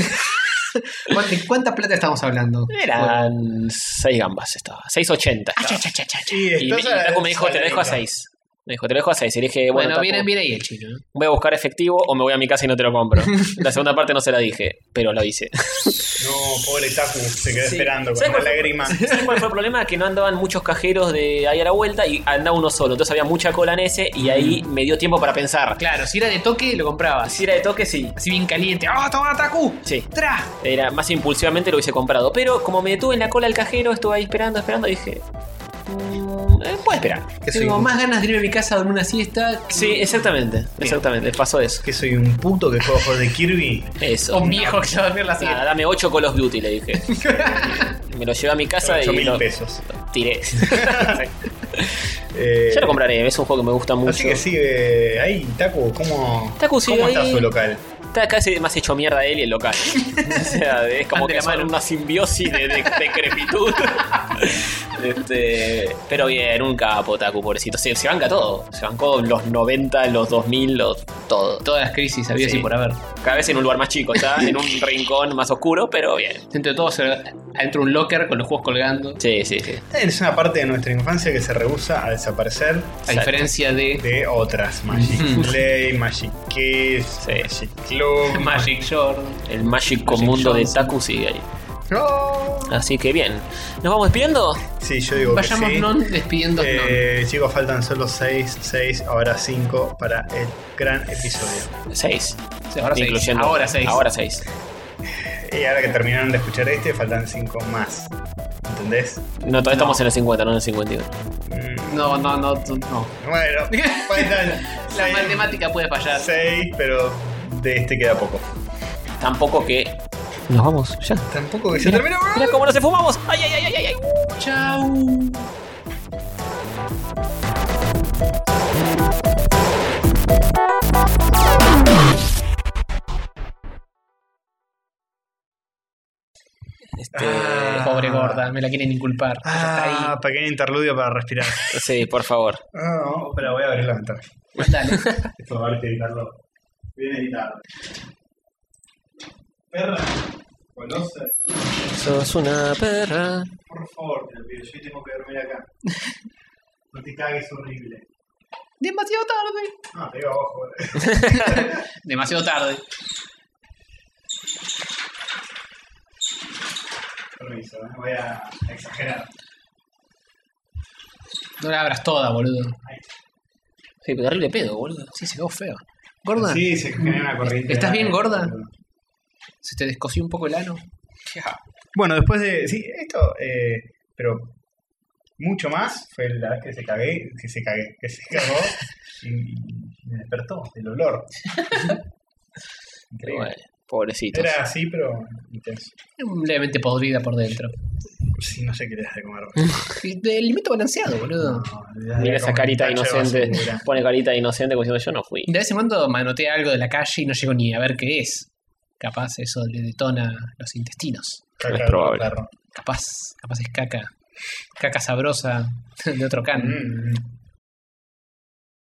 S4: ¿Cuánta- ¿De cuánta plata estamos hablando?
S2: Eran seis gambas, estaba. 6.80. estaba.
S3: Y
S2: Y, me, y
S3: estás a-
S2: Taku me dijo,
S3: a
S2: te
S3: la
S2: lo dejo a
S3: linda.
S2: 6. Me dijo, te lo dejo a 6. Y le dije, bueno,
S4: Bueno,
S2: Taku,
S4: viene, viene ahí el chino.
S2: voy a buscar efectivo o me voy a mi casa y no te lo compro. la segunda parte no se la dije, pero lo hice.
S3: No, pobre Taku, se quedó
S2: Sí.
S3: esperando con
S2: ¿Sabes
S3: una
S2: cuál fue-
S3: lágrima.
S2: ¿Sabes cuál fue el problema? Que no andaban muchos cajeros de ahí a la vuelta y andaba uno solo. Entonces había mucha cola en ese y ahí me dio tiempo para pensar.
S4: Claro, si era de toque, lo comprabas.
S2: Mm. Si era de toque, sí.
S4: Así bien caliente. ¡Ah, toma, Taku!
S2: Sí.
S4: ¡Tra!
S2: Era más impulsivamente lo hubiese comprado. Pero como me detuve en la cola del cajero, estuve ahí esperando, esperando, dije. "Mm, eh, puedo esperar.
S3: Que soy,
S4: Tengo
S3: un,
S4: más ganas de irme a mi casa a dormir una siesta.
S2: Sí, exactamente. Exactamente. Pasó eso.
S3: que soy un puto que juego juegos de Kirby.
S2: Eso.
S4: O un viejo que se va a dormir la
S2: Nada,
S4: siesta.
S2: dame 8 Call of Duty, le dije. me lo llevé a mi casa
S3: Ocho
S2: y
S3: mil
S2: lo
S3: pesos.
S2: tiré.
S3: Eh,
S2: Ya lo compraré, es un juego que me gusta mucho.
S3: Así que sí, eh, ahí, Taku, ¿cómo,
S2: Taku, sí,
S3: ¿cómo está
S2: ahí-
S3: su local?
S2: Está casi más hecho mierda él y el local. o sea, es como
S4: Van de
S2: que
S4: la
S2: son
S4: mano.
S2: una simbiosis de, de, de crepitud. Este, pero bien, un capo, Taku, pobrecito. Se, se banca todo. Se bancó los 90, los 2000, los, todo.
S4: Todas las crisis había
S2: Sí.
S4: así por haber.
S2: Cada vez en un lugar más chico, está en un rincón más oscuro, pero bien.
S4: Dentro de todo, se- adentro de un locker con los juegos colgando.
S2: Sí, sí, sí.
S3: Es una parte de nuestra infancia que se rehúsa a desaparecer
S4: A
S2: Exacto.
S4: diferencia de
S3: de otras Magic
S4: Ujú.
S3: Play, Magic Kiss,
S2: Sí.
S3: Magic Club.
S4: Magic Jordan.
S2: El mágico
S4: Magic
S2: mundo
S4: Johnson.
S2: de Taku sigue ahí.
S3: No.
S2: Así que bien. ¿Nos vamos despidiendo?
S3: Sí, yo digo
S4: Vayamos
S3: que sí.
S4: non despidiendo
S3: Eh, chicos, faltan solo 6, 6, ahora 5 para el gran episodio.
S2: Seis.
S4: non. Sí, Ahora seis.
S2: Incluyendo-
S4: Ahora seis.
S2: Ahora seis.
S3: Y ahora que terminaron de escuchar este, faltan 5 más. ¿entendés?
S2: No, todavía estamos en el 50, no en el 51.
S3: Mm,
S4: No, no, no, tú- no.
S3: Bueno,
S4: La matemática puede fallar.
S3: 6, pero de este queda poco.
S2: Tampoco que. Nos vamos, ya.
S3: Tampoco que se terminó, bro.
S2: Mira cómo nos enfumamos. Ay, ay, ay, ay, ay, ay.
S4: Chau.
S2: Este,
S3: Ah.
S4: Pobre gorda, me la quieren inculpar. Ella está ahí.
S3: Ah, pequeño interludio para respirar.
S2: Sí, por favor.
S3: Ah, No, pero voy a abrir la ventana.
S4: Dale.
S3: Esto va a haber que editarlo. Bien editado. Perra, conoce,
S2: Sos una perra.
S3: por favor, te lo pido. Yo tengo que dormir acá. No te cagues horrible.
S4: Demasiado tarde.
S3: No, te digo eh. abajo.
S4: Demasiado tarde.
S3: Permiso, ¿eh? voy a exagerar.
S4: No la abras toda, boludo.
S2: Sí, pero horrible pedo, boludo.
S4: Sí, se quedó feo. Gorda,
S3: Sí, se genera una corriente.
S4: ¿Estás bien, gorda? se te descosió un poco el ano.
S3: Bueno, después de. Sí, esto. eh, pero. Mucho más fue la vez que se cagué, que se cagué, que se cagó y, y me despertó el olor.
S2: Pero
S3: Increíble.
S2: bueno, pobrecitos.
S3: Era así, pero intenso.
S4: Levemente podrida por dentro.
S3: Sí, no sé qué le das de comer.
S4: Y El alimento balanceado, boludo.
S2: Mira esa carita inocente. Pone carita inocente como diciendo yo no fui.
S4: De vez en cuando manotea algo de la calle y no llego ni a ver qué es. Capaz eso le detona los intestinos.
S2: Es probable.
S3: Mm,
S4: Capaz, capaz es caca. Caca sabrosa de otro can.